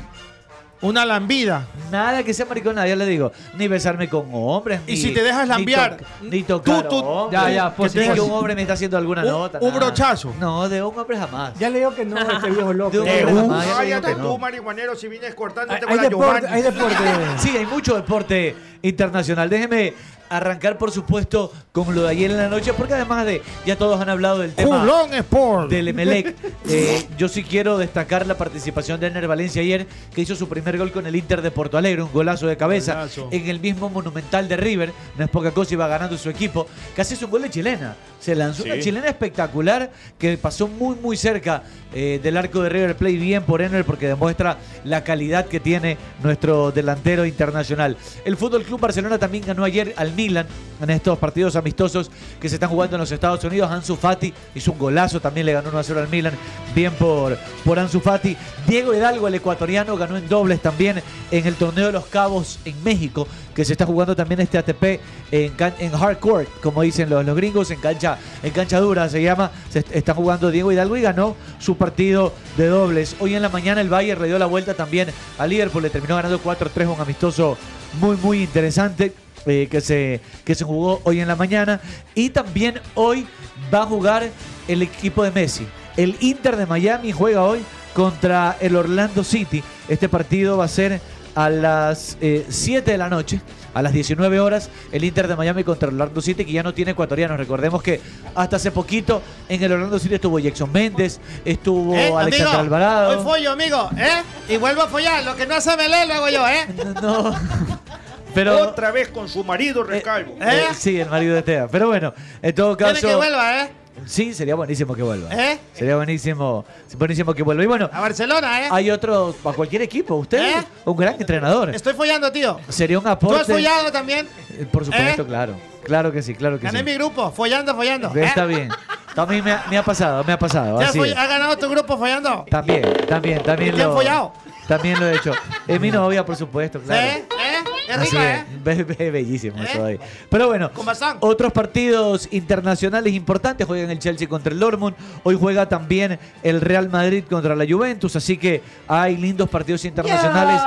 Una lambida. Nada que sea mariconada, ya le digo. Ni besarme con hombres. Y ni- si te dejas ni lambear, toc- Ni, tocar tú- hombres, Ya, ya, pues, que tenga sí. que un hombre me está haciendo alguna Un- nota. un nada. brochazo. No, de un hombre jamás. Ya le digo que no, este viejo loco. De un hombre jamás, ya le digo Eh, Cállate que tú, no. marihuanero, si vienes cortándote Hay con la deporte, Giovanni. hay deporte. Sí, hay mucho deporte internacional. Déjeme arrancar, por supuesto, con lo de ayer en la noche, porque además de ya todos han hablado del tema Culón Sport. del Emelec, eh, yo sí quiero destacar la participación de Ener Valencia ayer, que hizo su primer gol con el Inter de Porto Alegre, un golazo de cabeza Golazo. en el mismo Monumental de River. No es poca cosa, iba ganando su equipo. Casi es un gol de chilena. Se lanzó una Sí. chilena espectacular que pasó muy, muy cerca eh, del arco de River Play. Bien por Ener porque demuestra la calidad que tiene nuestro delantero internacional. El fútbol Club Barcelona también ganó ayer al Milan en estos partidos amistosos que se están jugando en los Estados Unidos. Ansu Fati hizo un golazo, también le ganó 1 a 0 al Milan. Bien por, por Ansu Fati. Diego Hidalgo, el ecuatoriano, ganó en dobles también en el torneo de los Cabos en México, que se está jugando también este ATP en, can- en hardcore, como dicen los, los gringos, en cancha, en cancha dura se llama. Se est- está jugando Diego Hidalgo y ganó su partido de dobles. Hoy en la mañana el Bayern le dio la vuelta también al Liverpool, le terminó ganando 4-3, un amistoso muy, muy interesante. eh, que, se, que se jugó hoy en la mañana. Y también hoy va a jugar el equipo de Messi. El Inter de Miami juega hoy contra el Orlando City. Este partido va a ser a las eh, 7 de la noche, a las 19 horas, el Inter de Miami contra el Orlando City, que ya no tiene ecuatorianos. Recordemos que hasta hace poquito en el Orlando City estuvo Jackson Méndez, estuvo ¿Eh, Alexander amigo? Alvarado. Hoy follo, amigo, ¿eh? Y vuelvo a follar. Lo que no hace Melé lo hago yo, ¿eh? No. Pero, Otra vez con su marido Recalvo. eh, sí, el marido de Tea. Pero bueno, en todo caso. que vuelva, ¿eh? Sí, sería buenísimo que vuelva. ¿Eh? Sería buenísimo, buenísimo que vuelva. Y bueno, A Barcelona, ¿eh? hay otro, para cualquier equipo, usted es un gran entrenador. Estoy follando, tío. Sería un ¿Tú aporte. has follado también? Eh, Por supuesto, ¿Eh? claro. Claro que sí, claro que Gané sí. mi grupo, follando, follando. ¿eh? Está bien. A mí me ha, me ha pasado, me ha pasado. ¿Ya así foll- es. ¿Has ganado tu grupo follando? También, también, también ¿Y te han lo. follado? También lo he hecho. Es mi novia, por supuesto, claro. ¿Eh? ¿Eh? Es Así rico, ¿eh? es. Be- be- bellísimo eso ahí. Pero bueno, Con Bazán. otros partidos internacionales importantes juegan el Chelsea contra el Dortmund. Hoy juega también el Real Madrid contra la Juventus. Así que hay lindos partidos internacionales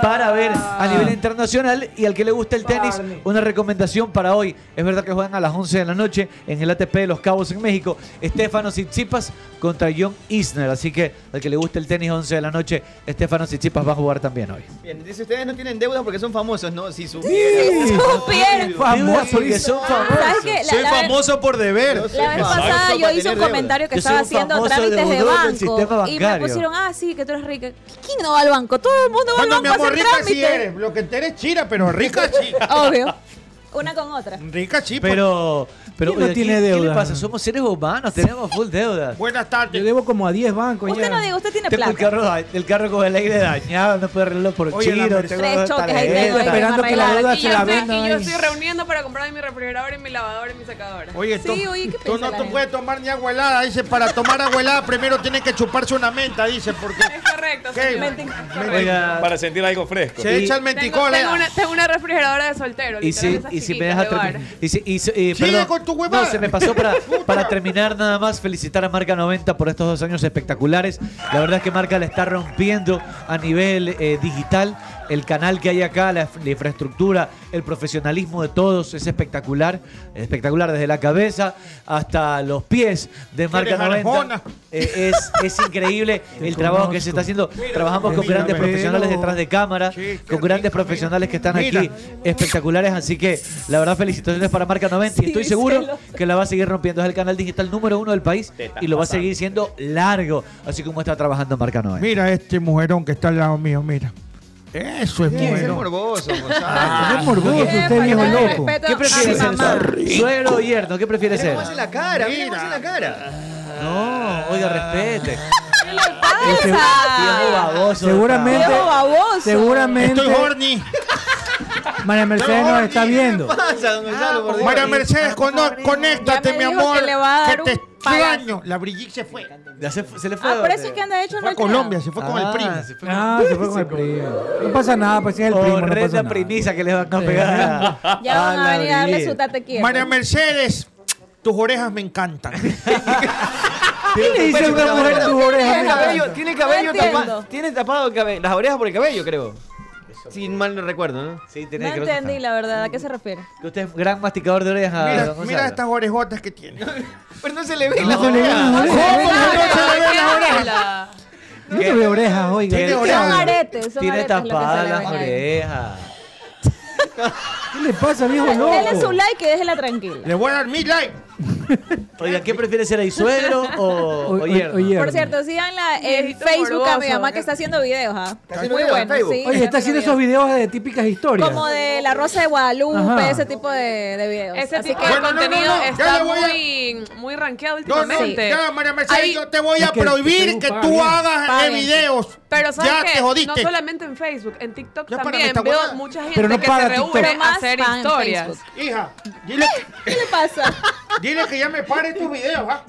para ver a nivel internacional. Y al que le gusta el tenis, una recomendación para hoy. Es verdad que juegan a las 11 de la noche en el ATP de Los Cabos en México. Estefano Tsitsipas contra John Isner. Así que al que le gusta el tenis 11 de la noche, Estefano Tsitsipas va a jugar también hoy. Bien, dice ustedes no tienen deudas porque son famosos, ¿no? Si supieran. Sí, supieran. Famosos, porque son ¿Sabes famosos. qué? La- Soy la vez- famoso por deber. La vez pasada yo hice un comentario que Yo soy estaba un haciendo famoso trámites de deudor del sistema banco y me bancario. pusieron, ah, sí, que tú eres rica. ¿Quién no va al banco? Todo el mundo va Bueno, al mi banco a amor, hacer rica sí trámites. eres. Lo que te eres chira, pero rica sí. Obvio. Una con otra. Rica sí. pues. Pero, pero ¿Quién no oiga, tiene ¿qué- ¿Qué le deuda? pasa? Somos seres humanos, tenemos full deudas. Buenas tardes. Yo debo como a 10 bancos Usted no diga, usted tiene Tengo el plata. carro, el carro con el aire dañado, no puedo arreglarlo por Oye, la chino. Mercedes. tengo Tres choques ahí tengo ahí tarjeta. Esperando que la Claro, deuda y se yo la estoy- vendan Y yo ahí. estoy reuniendo para comprar mi refrigerador y mi lavadora y mi secadora. Oye, sí, tú, oye, ¿qué tú piensa no la te gente? puedes tomar ni agua helada. Dice, para tomar agua helada primero tienen que chuparse una menta, dice, porque Correcto, ¿Qué? señor. Menti- Correcto. Oiga, Para sentir algo fresco. se echa el Tengo, menticol. tengo eh. una, tengo una refrigeradora de soltero. Y si, literal, esas y si me chiquitas deja de bar. terminar. Y si, y si- eh, Sigue perdón. con tu huevada. no, se me pasó para, para terminar nada más. Felicitar a Marca 90 por estos dos años espectaculares. La verdad es que Marca la está rompiendo a nivel eh, digital. El canal que hay acá, la, la infraestructura, el profesionalismo de todos es espectacular. Espectacular desde la cabeza hasta los pies de Marca eres 90. arjona. Eh, es, es increíble el trabajo que se está haciendo. Trabajamos con mírame, grandes pero- profesionales detrás de cámara, con grandes profesionales que están Mira. aquí espectaculares. Así que la verdad, felicitaciones para Marca 90. Y estoy seguro que la va a seguir rompiendo. Es el canal digital número uno del país y lo va a seguir siendo largo, así como está trabajando Marca 90. Mira este mujerón que está al lado mío, mira. Eso es Ese es mujerón. morboso, Ah, Gonzalo. es morboso, usted viejo loco. ¿Qué prefieres a mi ser? ¿Suegro o yerno? ¿Qué prefieres Mira ser? cómo hace la cara, mira cómo hace la cara. No, oiga, respete. Ese- Viejo baboso. Seguramente. Viejo baboso. Seguramente. Estoy horny. María Mercedes nos está viendo. pasa, don Gonzalo? por Dios? María Mercedes, cono- conéctate, Ah, Ya me mi dijo amor. que le va a Que, dar te un palazo. extraño. La Brigitte se fue. Ya se, se le fue. Ah, por ¿dónde? eso es que anda hecho Fue a no Colombia, se fue con el Ah, primo. se fue con- Ah, se fue con el primo. No pasa nada, pues si es el primo. No pasa Horrenda nada. primicia que le van a pegar. a- Ya van a la venir a darle Brigitte. su pues. tate quieto. María Mercedes, tus orejas me encantan. ¿Qué le dice una mujer a tus Tiene orejas? cabello, tiene cabello No tapado. entiendo. Tiene tapado el cabello, las orejas por el cabello, creo. Si mal no recuerdo, ¿no? Sí, No tenés que entendí, la verdad. ¿A qué se refiere? Que Usted es gran masticador de orejas. Mira, don Gonzalo. mira estas orejotas que tiene. Pues Pero no se le ve No la se le ven oreja. las orejas. ¿Cómo que no se le ven las orejas? Hola. No te veo orejas, oiga. Tiene ¿Qué Son orejas. habla? aretes, son Tiene aretes lo que se tapadas le las ven ahí. orejas. ¿Qué le pasa, viejo Denle su loco? like y déjela tranquila. Le voy a dar mi like. Oigan, ¿qué prefiere ser ahí, suegro o, o yerno? Por cierto, sigan la, en Viejito Facebook a mi morboso. mamá que está haciendo videos. ah. haciendo Muy videos en bueno, Facebook? sí. Oye, está haciendo esos videos de típicas historias. Como de la Rosa de Guadalupe, Ajá. ese tipo de, de videos. Ese Así tipo que- de contenido está voy a- muy, muy rankeado No, no, últimamente. ya, María Mercedes, Ahí- yo te voy a Es que prohibir estoy que ocupado, tú bien. hagas eh, Paguen. videos. Pero ¿sabes ya qué? te No jodiste. solamente en Facebook, en TikTok Ya para también esta veo huevada. mucha gente Pero no que para se reúne TikTok. a Más hacer fan historias. Facebook. Hija, dile, ¿Qué le pasa? dile que ya me pare tus videos. ¿ah?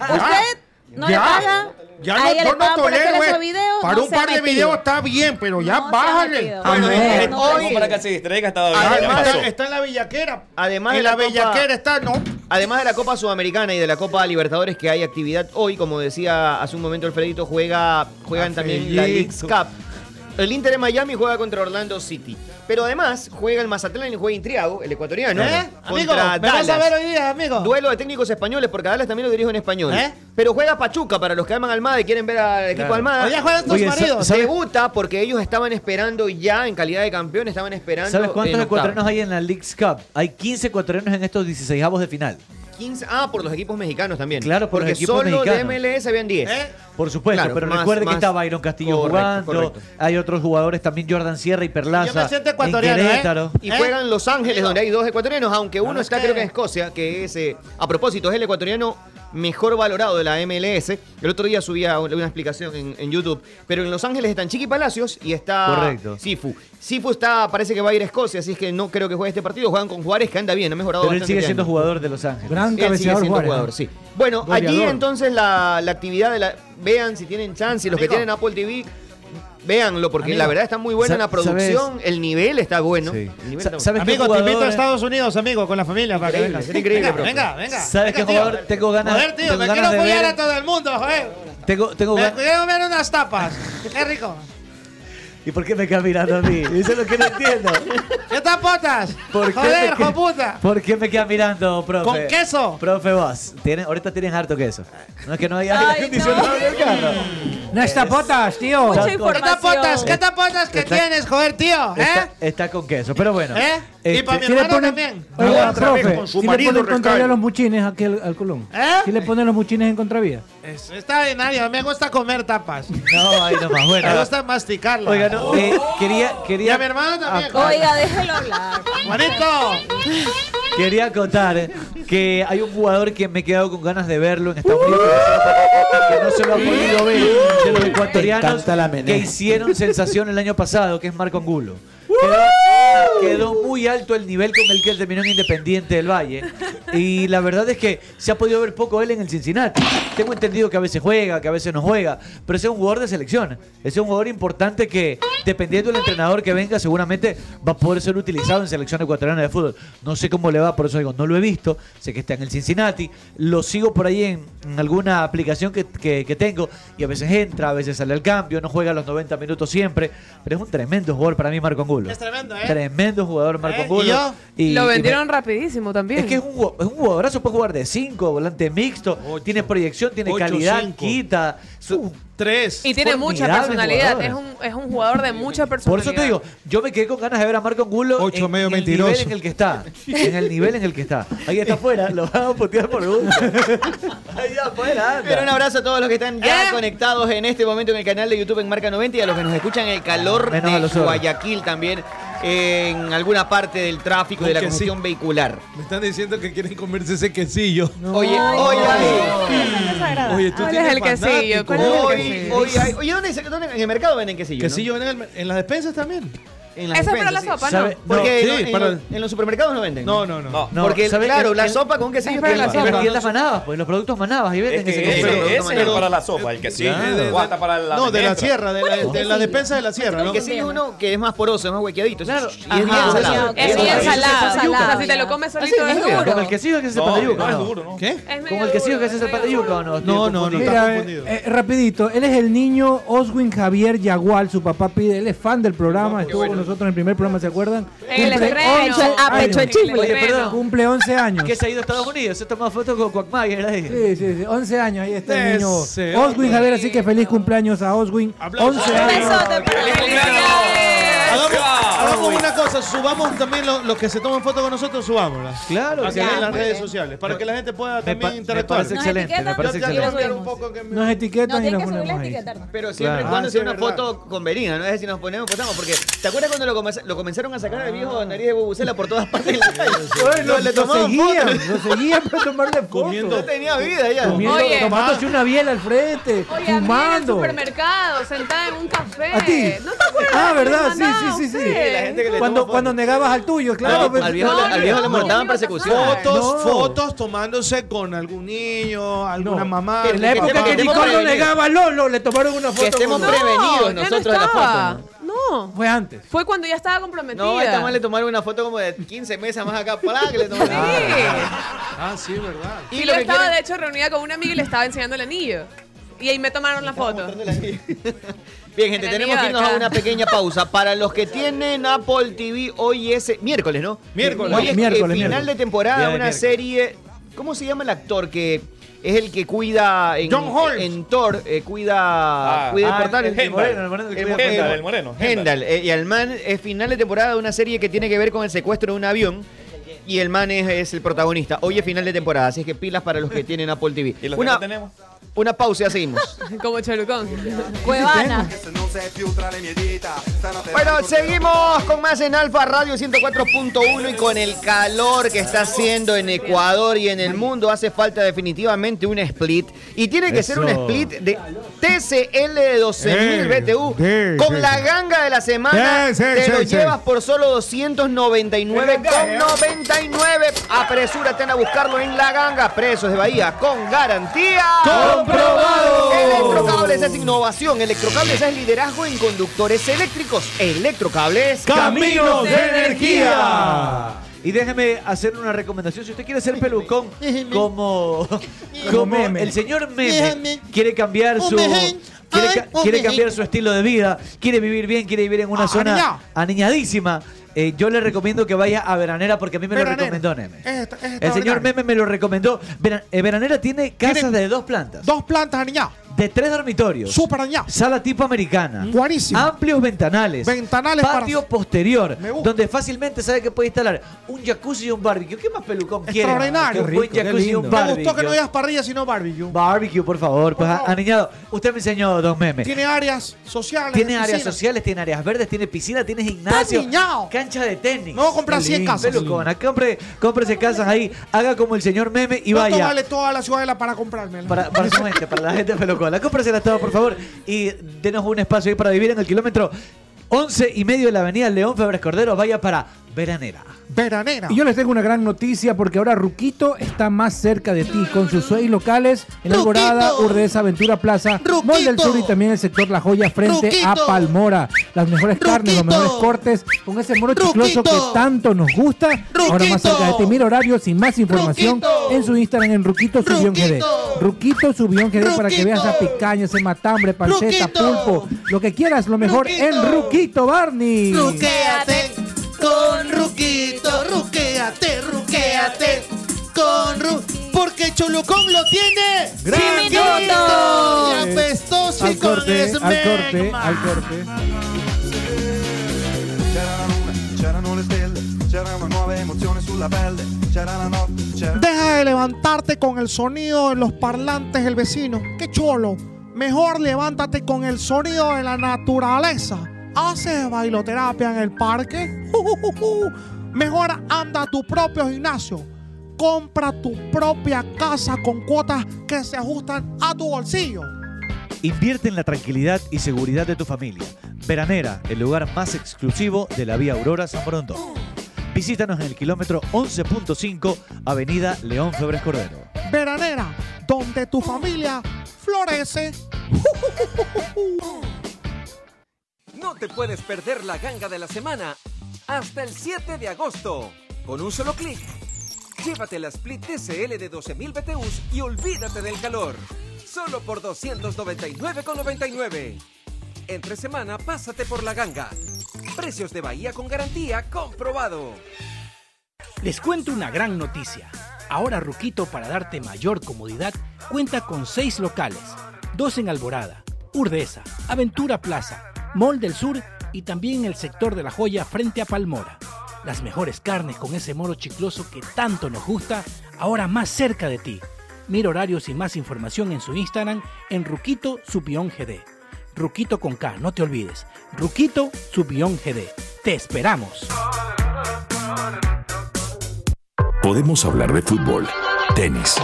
¿Usted no le paga? Ya ¿A no, ella le yo no pagan por hacer tolero, esos eh. videos? Para No un se par ha de metido. videos está bien, pero ya No se ha bájale. Ah, metido. Bueno, Eh, eh, Como para que se distraiga, estaba bien, ya Además, pasó. eh, está, está en la bellaquera. Además En de la la, bellaquera está, ¿no? Además de la Copa Sudamericana y de la Copa Libertadores, que hay actividad hoy, como decía hace un momento Alfredito, juega, Ah, juegan también la League Alfredito. Cup. El Inter de Miami juega contra Orlando City. Pero además juega el Mazatlán y juega Intriago, el ecuatoriano. ¿Eh? Amigo, Contra me vas a Dallas. ver hoy día, amigo. Duelo de técnicos españoles, porque a Dallas también lo dirijo en español. ¿Eh? Pero juega Pachuca, para los que aman Almada y quieren ver al equipo Claro. Almada. Oye, juegan tus Oye, sa- maridos. ¿sabes- Debuta porque ellos estaban esperando ya, en calidad de campeón, estaban esperando. ¿Sabes en cuántos octavos. ecuatorianos hay en la League's Cup? Hay 15 ecuatorianos en estos 16 avos de final. 15, ah, por los equipos mexicanos también. Claro, por los Porque equipos solo mexicanos. ¿Eh? de MLS habían 10. Por supuesto, Claro, pero más- recuerden más- que está Byron Castillo correcto, jugando, correcto. hay otros jugadores también, Jordan Sierra y Perlaza. Yo me siento en ecuatoriano, ¿eh? Querétaro. Y juegan Los Ángeles, donde hay dos ecuatorianos, aunque uno es está que- creo que en Escocia, que es, eh, a propósito, es el ecuatoriano mejor valorado de la MLS. El otro día subía una una explicación en, en YouTube. Pero en Los Ángeles están Chiqui Palacios y está Correcto. Sifu. Sifu está, parece que va a ir a Escocia, así es que no creo que juegue este partido. Juegan con Juárez, que anda bien, ha mejorado Pero él bastante sigue este siendo año. jugador de Los Ángeles. Gran Él sigue cabeceador siendo Juárez. jugador, sí. Bueno, allí Goleador. entonces la, la actividad de la. Vean si tienen chance y los que Amigo. tienen Apple TV, véanlo, porque Amigo, la verdad está muy buena sa- la producción, el nivel está bueno. Sí. el nivel Sa- está bueno. ¿Sabes qué Amigo, te invito a jugador- Estados Unidos, amigo, con la familia. para que Increíble, vengas. es increíble, Venga, profe. venga, venga. ¿Sabes qué Venga, tío. jugador? Tengo ganas, Joder, tío, tengo me quiero ganas de apoyar a ver. todo el mundo, joder. Tengo, tengo Me ganas. quiero comer unas tapas. Qué rico. ¿Y por qué me queda mirando a mí? Eso es lo que no entiendo. ¿Qué tapotas? ¿Por qué Joder, me que- joputa. ¿Por qué me queda mirando, profe? Con queso. Profe, vos, tienen- ahorita tienen harto queso. No es que no haya Ay, aire acondicionado en el carro. Eh, No está potas, tío. Mucha Está- ¿Qué ¿Qué tapotas? ¿Qué tapotas que Está- tienes, joder, tío? ¿Eh? Está, está con queso, pero bueno. ¿Eh? Y Este, para mi si le hermano ponen- también. Oiga, Otra vez profe, con su si le marido ponen contravía recalco. a los muchines aquí al, al Colón. ¿Eh? Si le ponen los muchines en contravía. Es extraordinario, me gusta comer tapas. No, ahí nomás, bueno. Me gusta masticarlas. Oiga, no, eh, quería, Y quería, a mi hermano también. joder. Oiga, déjelo hablar. Juanito. quería contar eh, que hay un jugador que me he quedado con ganas de verlo en Estados Unidos que no se lo ha podido ver de los ecuatorianos encanta la menea. que hicieron sensación el año pasado, que es Marco Angulo. Quedó, quedó muy alto el nivel con el que él terminó en Independiente del Valle. Y la verdad es que se ha podido ver poco él en el Cincinnati. Tengo entendido que a veces juega, que a veces no juega, pero ese es un jugador de selección. Ese es un jugador importante que, dependiendo del entrenador que venga, seguramente va a poder ser utilizado en selección ecuatoriana de fútbol. No sé cómo le va, por eso digo, no lo he visto. Sé que está en el Cincinnati. Lo sigo por ahí en, en alguna aplicación que, que- que tengo y a veces entra, a veces sale al cambio, no juega los 90 minutos siempre. Pero es un tremendo jugador para mí, Marco Angulo. Es tremendo, ¿eh? Tremendo jugador, ¿Eh? Marco ¿Y Angulo. yo? Y- y Lo me- vendieron rapidísimo también. es que es un, ju- es un jugadorazo, puede jugar de 5, volante mixto, tiene proyección, tiene Ocho, calidad, cinco. quita. su- Tres. y tiene mucha formidable personalidad. jugador. Es un, es un jugador de mucha por personalidad. eso te digo, yo me quedé con ganas de ver a Marco Angulo Ocho, en, medio en el mentiroso. nivel en el que está. En el nivel en el que está. Ahí está afuera, lo van a putear por uno. Ahí afuera, anda. Pero un abrazo a todos los que están ya conectados en este momento en el canal de YouTube en Marca 90 y a los que nos escuchan en el calor Ah, Menos a de los otros. Guayaquil también, en alguna parte del tráfico y de la Aunque sí. congestión vehicular. Me están diciendo que quieren comerse ese quesillo. Oye, hoy hay. Oye, tú ¿Cuál tienes es el quesillo? fanático. ¿Cuál es el Hoy, quesillo? hoy hay. Oye, ¿dónde, se- dónde- en el mercado venden quesillo? no? Quesillo en, el- en las despensas también. En las Esa es para la despensas, sí. sopa, ¿no? ¿Sabe? No, Porque sí, en- en, para- los- en los supermercados no venden. No, no, no. No. No, Porque, ¿sabe? claro, En- la en- sopa con quesillo Es para la es En sopa. las tiendas manabas, pues los productos manabas, y Es eh, venden ese que quesillo. pero- ese, ese es pero- para la sopa, el que sí. Eh, de- O hasta para la no, de la menestra. sierra, de la, de la despensa de la sierra, ¿no? El quesillo es uno que es más poroso, es más huequeadito. Claro. Y es Ajá. bien salado. Es bien Esa salado. yuca. O sea, si te lo comes solito es es duro. Con el quesillo que se No, sepa de yuca, no, es ¿no? duro, ¿no? ¿Qué? Es medio Con el quesillo duro, que se sepa medio de yuca, ¿o duro. no? Estoy No, no, no. confundido. Está Mira, confundido. eh, eh, rapidito, él es el niño Oswin Javier Yagual, su papá pide, él es fan del programa, estuvo con nosotros en el primer programa, ¿se acuerdan? En el Cumple estreno. 11 Pecho- ah, pecho años. chifle. Oye, perdón. Cumple 11 años. que se ha ido a Estados Unidos, se ha tomado fotos con Quagmire ahí. Sí, sí, sí, 11 años, ahí está el este niño Ese Oswin Javier, así que feliz cumpleaños a Oswin, Aplausos. 11 años. Besote para la ¡Feliz felicidades. Hagamos, hagamos una cosa, subamos también lo- los que se toman fotos con nosotros, subámoslas. Claro, Hacia ya, las muy redes bien. sociales, para que la gente pueda pa- también me interactuar. parece Nos excelente, me etiquetan parece y las excelente. subimos. Nos etiquetan y nos subirla ponemos ahí. Pero siempre Claro. y cuando Ah, sea sí, una verdad. foto con Verina, ¿no? Es decir, nos ponemos, posamos, porque ¿te acuerdas cuando lo, comenz- lo comenzaron a sacar el viejo nariz de bubucela por todas partes? Oye, lo, lo tomaban seguían, fotos. lo seguían para tomarle fotos. Comiendo- No tenía vida ya. Comiendo, Oye. tomándose una biela al frente, Oye, a mí en el fumando. supermercado, sentada en un café. ¿A ti? ¿No te acuerdas? Ah, ¿verdad? Me Sí, mandaba sí, sí, sí. usted. Cuando, cuando negabas al tuyo, claro. No, pues- al viejo le- al viejo le mandaban persecución. No. Fotos, fotos tomándose con algún niño, alguna mamá. En la época que Nicolo negaba a Lolo, le tomaron una foto. Que estemos con Lolo. prevenidos No, ya nosotros no de la foto, estaba. No. Fue antes. Fue cuando ya estaba comprometida. No, esta más le tomaron una foto como de 15 meses más acá. ¡Para! Que le tomaron. Ah, sí, verdad. Y, Y yo lo que estaba, quieren- de hecho, reunida con una amiga y le estaba enseñando el anillo. Y ahí me tomaron la foto. Bien, gente, Era tenemos que irnos acá. a una pequeña pausa. Para los que tienen Apple TV, hoy es miércoles, ¿no? Miércoles. Hoy es eh, Miércoles, final miércoles. de Día temporada, de una miércoles. serie. ¿Cómo se llama el actor que es el que cuida en, John Holmes. en Thor? eh, cuida, Ah, cuida el ah, portal. el moreno, el moreno que cuida el portal. Hendal, el moreno, Hendal. Hendal, eh, y el man es final de temporada de una serie que tiene que ver con el secuestro de un avión. Y el man es, es el protagonista. Hoy es final de temporada, así es que pilas para los que tienen Apple TV. los que una, no tenemos? una pausa y ya seguimos. Como Cholucón. Cuevana. Bueno, seguimos con más en Alfa Radio 104.1 y con el calor que está haciendo en Ecuador y en el mundo hace falta definitivamente un split. Y tiene que ser un Eso. split de TCL de 12.000 Eh, BTU eh, con eh. la ganga de la semana. Eh, sí, te sí, lo sí. llevas por solo 299,99. Apresúrate a buscarlo en la ganga. Presos de Bahía con garantía. ¡Comprobado! Electrocables es innovación. Electrocables es liderazgo en conductores eléctricos. Electrocables. Caminos de Energía. Y déjeme hacer una recomendación. Si usted quiere ser pelucón como, como meme. el señor Meme Déjame. quiere cambiar su Umejen. quiere, Ay, ca- quiere umejen. cambiar su estilo de vida, quiere vivir bien, quiere vivir en una zona aniñado. aniñadísima, eh, yo le recomiendo que vaya a Veranera porque a mí me lo recomendó Neme. El señor Meme me lo recomendó. Vera- eh, Veranera tiene casas de dos plantas. Dos plantas aniñadas. De tres dormitorios. Súper aniñado. Sala tipo americana. Buenísimo. Amplios ventanales. Ventanales para- Patio posterior. Me gusta. Donde fácilmente sabe que puede instalar un jacuzzi y un barbecue. ¿Qué más pelucón quiere? Extraordinario. Que un buen jacuzzi y un Me barbecue. gustó que no digas parrilla, sino barbecue. Barbecue, por favor. Pues, aniñado. Usted me enseñó dos memes. Tiene áreas sociales. Tiene de áreas piscina. sociales, tiene áreas verdes, tiene piscina, tiene gimnasio, aniñado. cancha de tenis. No, comprar Qué 100 lindo, casas. pelucona. Compre, cómprese casas ahí, haga como el señor meme y ¿Cuánto vaya. vale toda la ciudadela para comprármela? Para, para su gente, para la gente de pelucona. Cómprasela toda, por favor. Y denos un espacio ahí para vivir en el kilómetro 11 y medio de la avenida León Febres Cordero. Vaya para Veranera. Veranera. Y yo les tengo una gran noticia porque ahora Ruquito está más cerca de ti con sus seis locales en Alborada, Urdesa, Ventura Plaza, Mall del Sur y también el sector La Joya frente Ruquito. a Palmora. Las mejores carnes, los mejores cortes, con ese moro chicloso que tanto nos gusta. Ahora más cerca de ti. Mira horarios y más información en su Instagram en Ruquito Subión GD. Ruquito Subión GD para que veas la picaña, ese matambre, panceta, pulpo, lo que quieras, lo mejor en Ruquito Barney. Ruquéate con Ruquito, ruquéate, ruquéate con Ru... Porque Cholucón lo tiene. ¡Gran Chiquito Y apestoso y Al con corte, esmegma. al corte, al corte. C'erano le stelle, c'erano nuove emozioni sulla pelle, c'era la notte, c'era... Deja de levantarte con el sonido de los parlantes del vecino. ¡Qué cholo! Mejor levántate con el sonido de la naturaleza. ¿Haces bailoterapia en el parque? ¡Jujujuju! Mejor anda a tu propio gimnasio. Compra tu propia casa con cuotas que se ajustan a tu bolsillo. Invierte en la tranquilidad y seguridad de tu familia. Veranera, el lugar más exclusivo de la vía Aurora San Borondón. Visítanos en el kilómetro 11.5, Avenida León Febres Cordero. Veranera, donde tu familia florece. No te puedes perder la ganga de la semana hasta el 7 de agosto. Con un solo clic, llévate la Split TCL de 12.000 BTUs y olvídate del calor. Solo por 299,99. Entre semana, pásate por la ganga. Precios de Bahía con garantía comprobado. Les cuento una gran noticia. Ahora Ruquito, para darte mayor comodidad, cuenta con seis locales: dos en Alborada, Urdesa, Aventura Plaza, Mall del Sur y también en el sector de la joya frente a Palmora. Las mejores carnes con ese moro chicloso que tanto nos gusta, ahora más cerca de ti. Mira horarios y más información en su Instagram en Ruquito Supión GD. Ruquito con K, no te olvides. Ruquito Supión GD. Te esperamos. Podemos hablar de fútbol, tenis,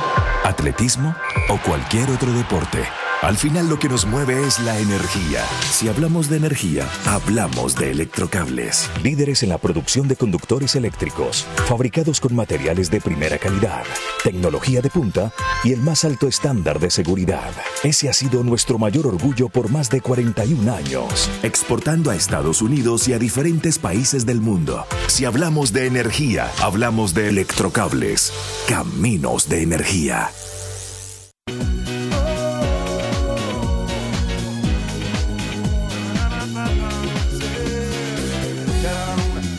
atletismo o cualquier otro deporte. Al final lo que nos mueve es la energía. Si hablamos de energía, hablamos de electrocables. Líderes en la producción de conductores eléctricos, fabricados con materiales de primera calidad, tecnología de punta y el más alto estándar de seguridad. Ese ha sido nuestro mayor orgullo por más de 41 años, exportando a Estados Unidos y a diferentes países del mundo. Si hablamos de energía, hablamos de electrocables, caminos de energía.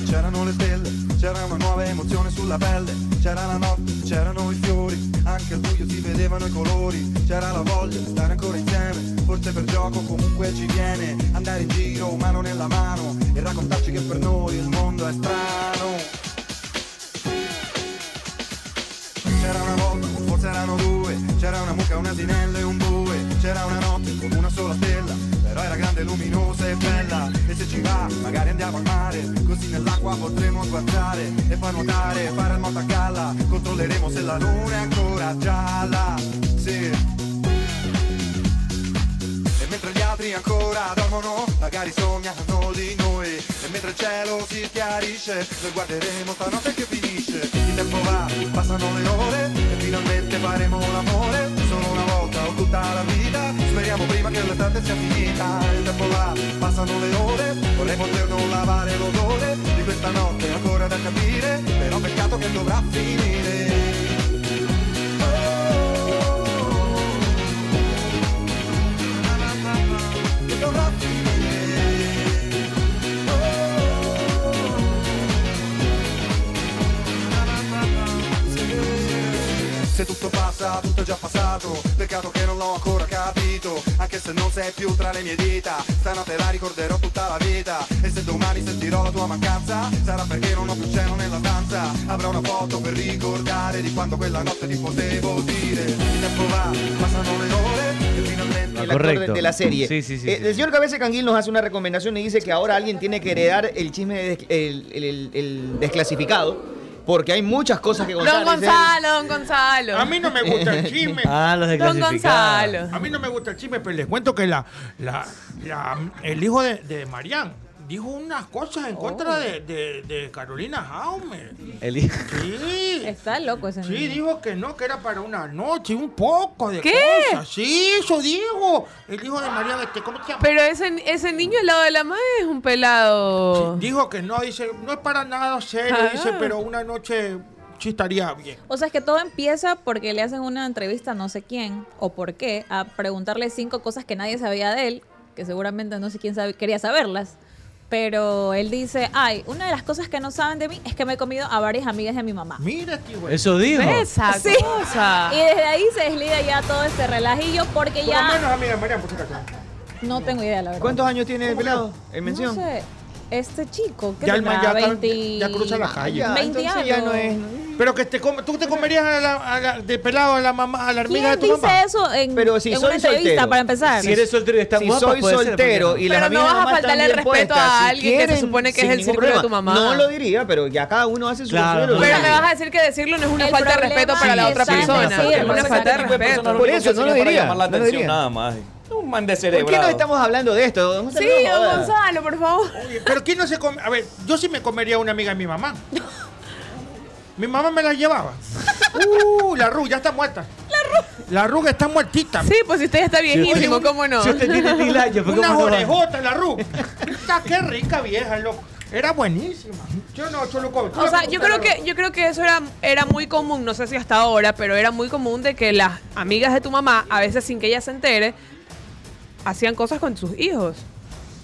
C'erano le stelle, c'era una nuova emozione sulla pelle, c'era la notte, c'erano i fiori, anche al buio si vedevano i colori, c'era la voglia di stare ancora insieme, forse per gioco comunque ci viene, andare in giro mano nella mano e raccontarci che per noi il mondo è strano. C'era una volta, forse erano due, c'era una mucca, un asinello e un bue, c'era una notte con una sola stella, però era grande, luminosa e bella, e se ci va magari andiamo al mare, così nell'acqua potremo guardare e far nuotare, fare il nuoto a galla, controlleremo se la luna è ancora gialla, sì. E mentre gli altri ancora dormono, magari sognano di noi, e mentre il cielo si chiarisce, noi guarderemo stanotte che finisce, il tempo va, passano le ore, e finalmente faremo l'amore, solo una volta o tutta la vita, speriamo prima che l'estate sia finita, il tempo va, passano le ore, vorrei poter non lavare l'odore, di questa notte ancora da capire, però peccato che dovrà finire. Oh. Che dovrà finire. Se tutto passa, tutto è già passato, peccato che non l'ho ancora capito, anche se non sei più tra le mie dita, stanotte la ricorderò tutta la vita, e se domani sentirò la tua mancanza, sarà perché non ho più cielo nella stanza, avrò una foto per ricordare di quando quella notte ti potevo dire, il tempo va, passano le ore, e finalmente... el actor de, de la serie. Eh, El señor Cabeza Canguil nos hace una recomendación y dice que ahora alguien tiene que heredar el chisme, de- el, el- el- el desclasificado, porque hay muchas cosas que contar. Don dice él. Gonzalo, don Gonzalo. A mí no me gusta el chisme. Ah, los Don desclasificados. Gonzalo. A mí no me gusta el chisme, pero les cuento que la, la- la- el hijo de, de Marián dijo unas cosas en contra Oh. de, de- de Carolina Jaume. El hijo. Sí. Está loco ese Sí, niño. dijo que no, que era para una noche, un poco de ¿Qué? cosas. Sí, eso dijo. El hijo de Marián, este, ¿cómo se llama? Pero ese, ese niño al lado de la madre es un pelado. Dijo que no, dice, no es para nada serio, Ah. dice, pero una noche sí estaría bien. O sea, es que todo empieza porque le hacen una entrevista a no sé quién o por qué, a preguntarle cinco cosas que nadie sabía de él, que seguramente no sé quién sabe- quería saberlas. Pero él dice, ay, una de las cosas que no saben de mí es que me he comido a varias amigas de mi mamá. Mira, tío. Eso dijo. Esa Sí. cosa. Ah. Y desde ahí se deslida ya todo este relajillo porque Por lo menos, ya amiga Marián, por si acaso. no tengo idea, la verdad. ¿Cuántos años tiene el pelado? En No mención. sé. Este chico, ¿qué Ya el man tendrá? ya, ca- 20... ya cruza la calle. Ah, ya, 20 entonces años. ya no es- Pero que te come- tú te comerías a la, a la- de pelado a la mamá, a la hormiga de ¿Quién tu dice mamá. eso en, Pero si en soy una entrevista soltero, para empezar? si eres soltero y estás Si guapa, soy puede ser, soltero ¿por qué no? y las Pero no amigas vas a nomás están faltarle el bien respeto puestas, a si alguien que se quieren, supone que es sin el ningún círculo de problema. tu mamá. No lo diría, pero ya cada uno hace su Claro, su- su- Pero me vas a decir que decirlo no es una El falta de problema respeto para la es otra esa persona. energía, Es una Este porque falta de ese tipo de respeto. Por eso, no lo diría, Para llamar la no lo atención, diría. nada más. Un man de ¿Por qué no estamos hablando de esto? Don Sí, Gonzalo? No don jodas. Gonzalo, por favor. Oye, Pero ¿quién no se come? A ver, yo sí me comería una amiga de mi mamá. Mi mamá me la llevaba. Uh, la ruga ya está muerta. La ruga está muertita. Sí, pues si usted ya está Oye, viejísimo, un- ¿cómo no? Si usted tiene mil años, pues, Unas ¿cómo no va? orejotas, la ruga. Puta, qué rica vieja, loco. Era buenísima. Yo no, yo lo como. O sea, yo creo que yo creo que eso era era muy común, no sé si hasta ahora, pero era muy común de que las amigas de tu mamá, a veces sin que ella se entere, hacían cosas con sus hijos.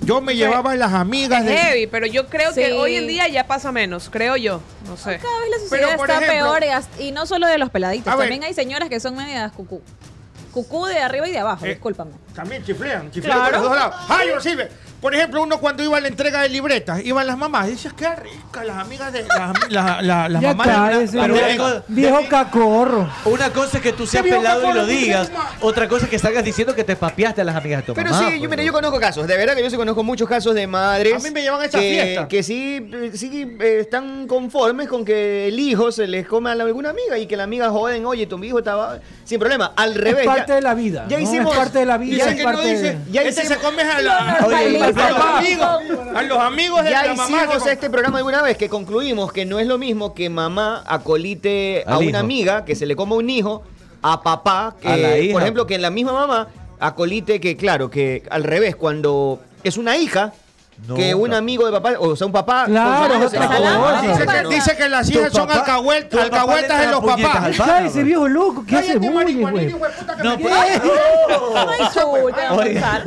Yo me llevaba a las amigas Es de. heavy, pero yo creo Sí. que hoy en día ya pasa menos, creo yo. No sé. Cada vez la sociedad Pero, por está ejemplo- peor y as- y no solo de los peladitos, A ver. también hay señoras que son medias cucú. Cucú de arriba y de abajo, Eh. discúlpame. También chiflean, chiflean Claro. por los dos lados. ¡Ay, Ah, yo sirve! Por ejemplo, uno cuando iba a la entrega de libretas, iban las mamás, y decías, qué rica, las amigas de las, la, la- las Ya mamás. cállese, la- la- viejo- viejo cacorro. Una cosa es que tú seas viejo pelado y cacorro, lo digas. muchísima- Otra cosa es que salgas diciendo que te papeaste a las amigas de tu Pero mamá. sí, yo, pues. mira, yo conozco casos, de verdad que yo sí conozco muchos casos de madres. A mí me llevan a esas que, fiestas. Que sí, sí eh, están conformes con que el hijo se les coma a la- alguna amiga y que la amiga joden, oye, tu hijo estaba. Sin problema, al revés. es ya- parte de la vida. Ya ¿no? hicimos. Es parte de la vida. Dicen es que no parte de- dicen- ya Este hicimos- se come a la- Lo Oye, normaliza, a los papá. amigos- A los amigos de ya la mamá hicimos que- este programa alguna vez que concluimos que no es lo mismo que mamá acolite a Al una hijo. amiga que se le coma un hijo a papá que A la hija. por ejemplo que en la misma mamá acolite que claro que al revés cuando es una hija que un amigo de papá, o sea, un papá. Claro, con su otra mamá, cosa. dice que- No. dice que las Tu hijas son papá- alcahuetas, alcahuetas de los papás. Ay, ese viejo loco, ¿qué hace bullying, güey? No, pues. ¿Qué? Oiga,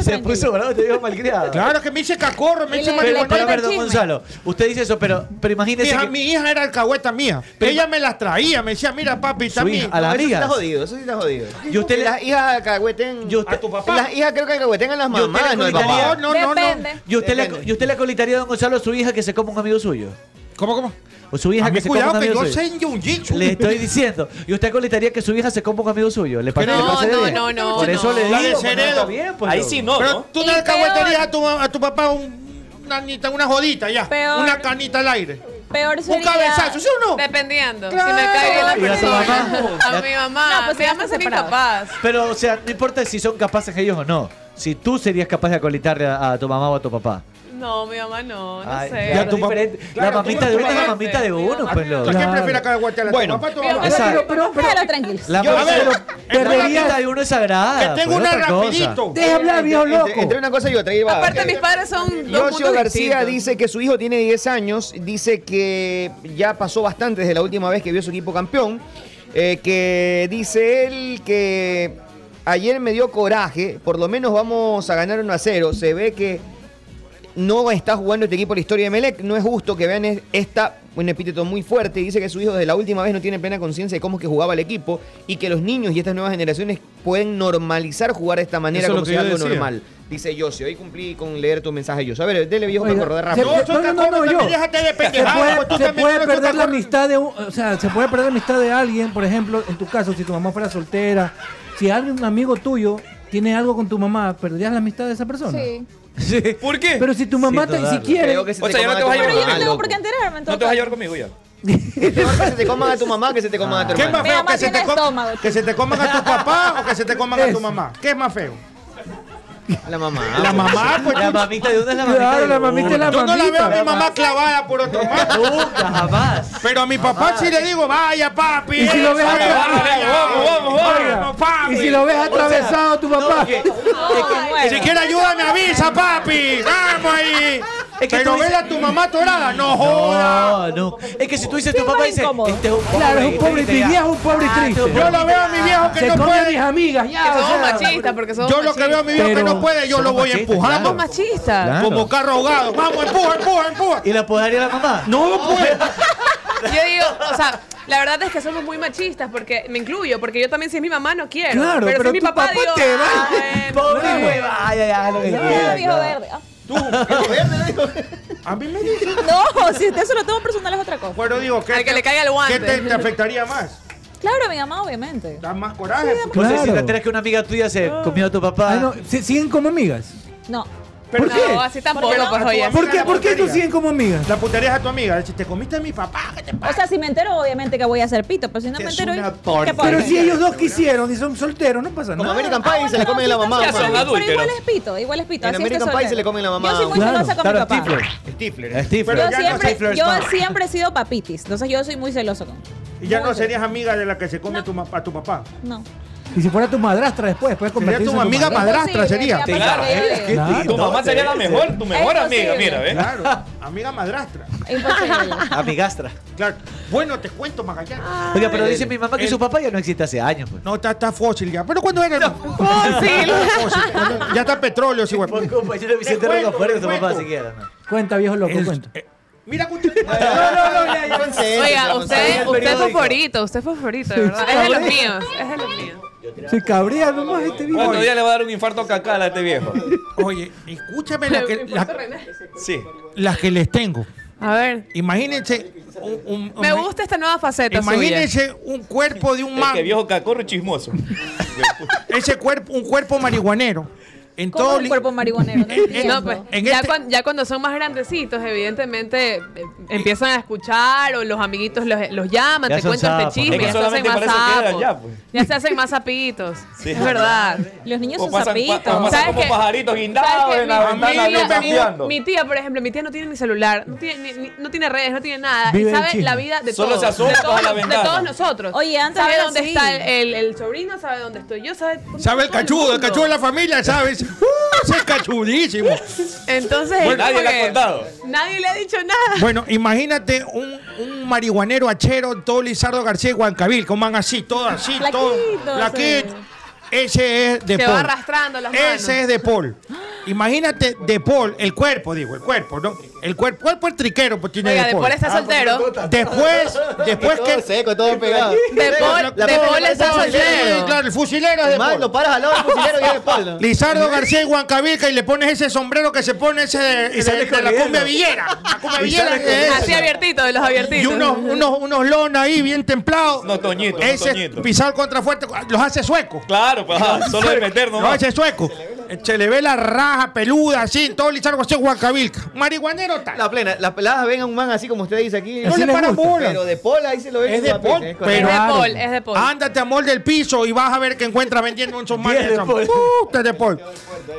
se puso bravo, te digo malcriado. Claro que me dice cacorro, me dice Pero, pero, perdón, marihuana. Gonzalo, usted dice eso, pero, pero Mi imagínese hija, que mi hija era alcahueta mía. ella me las traía, me decía, mira papi, Su está mi- hija, a la No, eso sí amiga. está jodido. jodido, eso sí está jodido. Y usted le- Las hijas alcahueten. a tu papá. Las hijas creo que alcahueten a las Yo mamás, tengo no al una papá. idea. No, no, no. ¿Y usted, le, ¿Y usted le acolitaría a don Gonzalo a su hija que se coma un amigo suyo? ¿Cómo, cómo? O su hija A mí que se coma un cuidado que amigo yo suyo. sé un jitsu. Le estoy diciendo. ¿Y usted acolitaría que su hija se coma un amigo suyo? ¿Le parece, No, le parece no, bien? no, no, Por no. eso le digo. La de pues, Ceredo. está bien, pues, Ahí loco. sí no, Pero ¿no? tú no Y alcahueterías a tu, ma- a tu papá un- una, anita- una jodita ya. Una canita al aire. Peor Un cabezazo, ¿sí o no? Dependiendo. Claro. Si me cae la Y a tu persona. mamá. A mi mamá. No, pues mi ya mamá están sería separados. incapaz. Pero, o sea, no importa si son capaces ellos o no. Si tú serías capaz de acolitarle a, a tu mamá o a tu papá. No, mi mamá no. No Ay, sé. ya tu papá- Claro, la tú mamita de uno es la diferente. mamita de uno, pues loco. ¿A quién prefieres cacahuetear? ¿A tu Bueno. papá o a tu Pero- mamá? pero- Esa- Pero, pero tranquilos. La Yo- mamita a de ver, lo- en la realidad- mamita de uno es sagrada. Que tengo pues, una otra cosa. rapidito. Deja hablar, viejo Entre- loco. Entre, una cosa y otra, ahí va. Aparte, Eh, mis padres son dos Yoshio mundos García distintos. dice que su hijo tiene 10 años, dice que ya pasó bastante desde la última vez que vio su equipo campeón, eh, que dice él que ayer me dio coraje, por lo menos vamos a ganar 1 a 0, se ve que no está jugando este equipo la historia de Melec, no es justo que vean es- esta, un epíteto muy fuerte, dice que su hijo desde la última vez no tiene plena conciencia de cómo es que jugaba el equipo y que los niños y estas nuevas generaciones pueden normalizar jugar de esta manera Eso como es lo si que fuera yo algo decía. normal. Dice Yossi, hoy cumplí con leer tu mensaje, Yossi. A ver, dele viejo Oiga, cacorro de se- rápido. no, no, no, no, yo. déjate de Se puede, pendejadas, pues tú se también puede eres perder la cacorro. amistad de un- o sea, se puede perder la amistad de alguien, por ejemplo, en tu caso, si tu mamá fuera soltera, si alguien, un amigo tuyo, tiene algo con tu mamá, ¿perderías la amistad de esa persona? Sí. ¿Por qué? Pero si tu mamá te, si quiere, Creo que se O sea, ya no te coma vas a tu llevar mamá, con nadie. loco. ¿Por qué enterarme entonces? No te vas a llevar conmigo ya. Mejor que se te coman a tu mamá que se te coman a tu ¿Qué es hermano. más Mi feo? mamá Que se, tiene te com- estómago, ¿Que se te coman a tu papá o que se te coman a tu Eso. mamá? ¿Qué es más feo? La mamá. La mamá, pues La tú- mamita de uno es la mamita claro, de la mamita es la Yo no la veo a mi mamita. mamá clavada por otro man. Nunca, jamás. Pero a mi papá sí le digo, vaya papi. Y si lo ves eso, atravesado, vaya, vamos, vamos, vamos, papi. y si lo ves atravesado tu papá, Si quiere ayuda, me avisa, papi. Vamos ahí. Es que Pero tú vela dices- a tu mamá torada. No No, joda. no. Es que si tú dices Sí, tu más papá dice, incómodo. este es un pobre. claro, es un y pobre, te mi ya- viejo es un pobre Ah, y este es un triste. Yo lo veo a mi viejo que Se no come a puede. mis amigas, Que ya, o somos sea, machistas, porque somos Yo lo que veo a mi viejo que Pero- no puede, yo lo somos voy machistas, empujando. Somos machistas. Claro. Como carro ahogado. Vamos, empuja, empuja, empuja. ¿Y la podría la mamá? No, pues. Yo digo, o sea, la verdad es que somos muy machistas, porque me incluyo, porque yo también si es mi mamá no quiero. Claro, pero, si pero es mi tu papá, papá digo, te va- "Ah, bueno". Pobre hueva. Ay, ay, ay, lo que Ah, quiera, viejo claro. verde. Ah. A mí me dice. No, si usted se lo toma personal es otra cosa. Bueno, digo, ¿qué, Al que te- le caiga el guante. ¿qué te, te afectaría más? Claro, mi mamá, obviamente. Da más coraje. Pues si Claro. te enteras que una amiga tuya se comió a tu papá. Ah, no, ¿se- ¿Siguen como amigas? No. Pero ¿Por qué? No, así tampoco, Porque no, pues tu oye. mamá- ¿Por qué, ¿por qué no siguen como amigas? La puterías a tu amiga. Si te comiste a mi papá, ¿qué te O sea, si me entero, obviamente que voy a hacer pito, pero si no me Es entero. una ¿qué porquería. puedo Pero hacer? si ellos dos quisieron y son solteros, no pasa Como nada. American Ah, Pie bueno, se le come no, la sí, mamá. está son bien, mamá. Pero igual adúlteros. es pito, igual es pito. En así estoy American Pie se soltera. le come la mamá. Yo soy muy Claro, celosa con mi Claro, papá. Stifler. Stifler. ¿eh? Stifler. Pero Yo ya siempre, no, yo siempre he sido papitis, entonces yo soy muy celoso con. se- ya no serías amiga de la que se come tu ma- a tu papá. No. Y si fuera tu madrastra después, puedes convertirse tu en amiga madrastra. Imposible, Madrastra sería. ya pasó Claro, que es yo que digo. Claro. tu mamá sería la mejor, tu mejor Es amiga, posible. mira, ¿ves? Claro, amiga madrastra. Imposible. Amigastra. Claro. Bueno, te cuento, Magallanes. Oiga, pero dice mi mamá que su papá ya no existe hace años, pues. No, está, está fósil ya. ¿Pero cuándo era? el- Fósil. Oh, Cuando- Ya está petróleo, sí, güey. Por compañero Vicente cuento, Roca fuera de te tu papá cuento. siquiera, ¿no? Cuenta, viejo loco, Es- cuenta. eh, Mira, con- no, no, no, ya, ya. Oiga, usted, el usted es periódico. favorito, usted es favorito, de verdad. Es de los míos, es de los míos. Yo Se cabrea nomás este viejo. Bueno, ya le va a dar un infarto cacal a este viejo. Oye, escúchame la que, la- Sí. las que les tengo. A ver. Imagínense un, un- Me gusta esta nueva faceta. Imagínense un cuerpo de un man. que viejo cacorro chismoso. ese cuerpo, un cuerpo marihuanero. En ¿Cómo todo un li- cuerpo marihuanero? No entiendo. No, pues, este ya, cuan- ya cuando son más grandecitos, evidentemente eh, empiezan a escuchar o los amiguitos los, los llaman, Ya te son cuentan sapos, este chisme, ¿no? ya se hacen Solamente más para eso quedan sapos. ya, pues. Ya se hacen más sapitos. Sí. Es verdad. Los niños O son pasan- sapitos. o pasan ¿Sabes como qué? pajaritos guindados ¿Sabes qué? en la Mi- ventana, mi tía- ahí campeando. Mi tía, por ejemplo, mi tía no tiene ni celular, no tiene, ni- ni- no tiene redes, no tiene nada. Vive y el sabe chisme. la vida de Solo todos. se asoma de, bajo todos la de ventana. todos nosotros. Oye, antes Sabe era dónde así. está el, el- el sobrino, sabe dónde estoy yo, sabe. ¿Sabe el todo cachudo? El mundo. cachudo de la familia, ¿sabes? ¡Uh! ese es cachudísimo. Entonces. Bueno, es nadie como le ha que contado. Nadie le ha dicho nada. Bueno, imagínate un, un marihuanero achero, todo Lizardo García y Guancabil, con man así, todo así, todo. Flaquito, Flaquito. sí. Ese es de eh. Se Paul. va arrastrando las manos. Ese es de Paul. Imagínate de Paul, el cuerpo, digo, el cuerpo, ¿no? El cuerpo, cuerpo el triquero, pues tiene Oiga, de de Paul. Paul está Ah, soltero. porque- Después, después Todo que. seco, todo pegado. De Paul- de Paul está soltero. Claro, el fusilero es de Mal, Paul. lo paras al lado del fusilero y es de espalda. Lizardo García y Huancavilca y le pones ese sombrero que se pone ese de, de- de la cumbia villera. La cumbia Y villera sale que es. Así abiertito, de los abiertitos. Y unos, unos, unos lon ahí bien templados. No, Toñito, no, Ese Toñito. pisado contrafuerte los hace suecos. Claro, pues, ajá, solo de meter nomás. Los hace suecos. Se le ve la raja peluda así, todo Lizardo García y Huancavilca. Marihuanero tal. La plena, las peladas ven a un man así como usted dice aquí. No le paran bola. Pero de pola ahí se lo ven. Es de guapete, Paul, es correcto. pero Es de Paul, es de Paul. ándate amor del piso y vas a ver que encuentras vendiendo un sombrero. Diez de Paul. Puta, de Paul.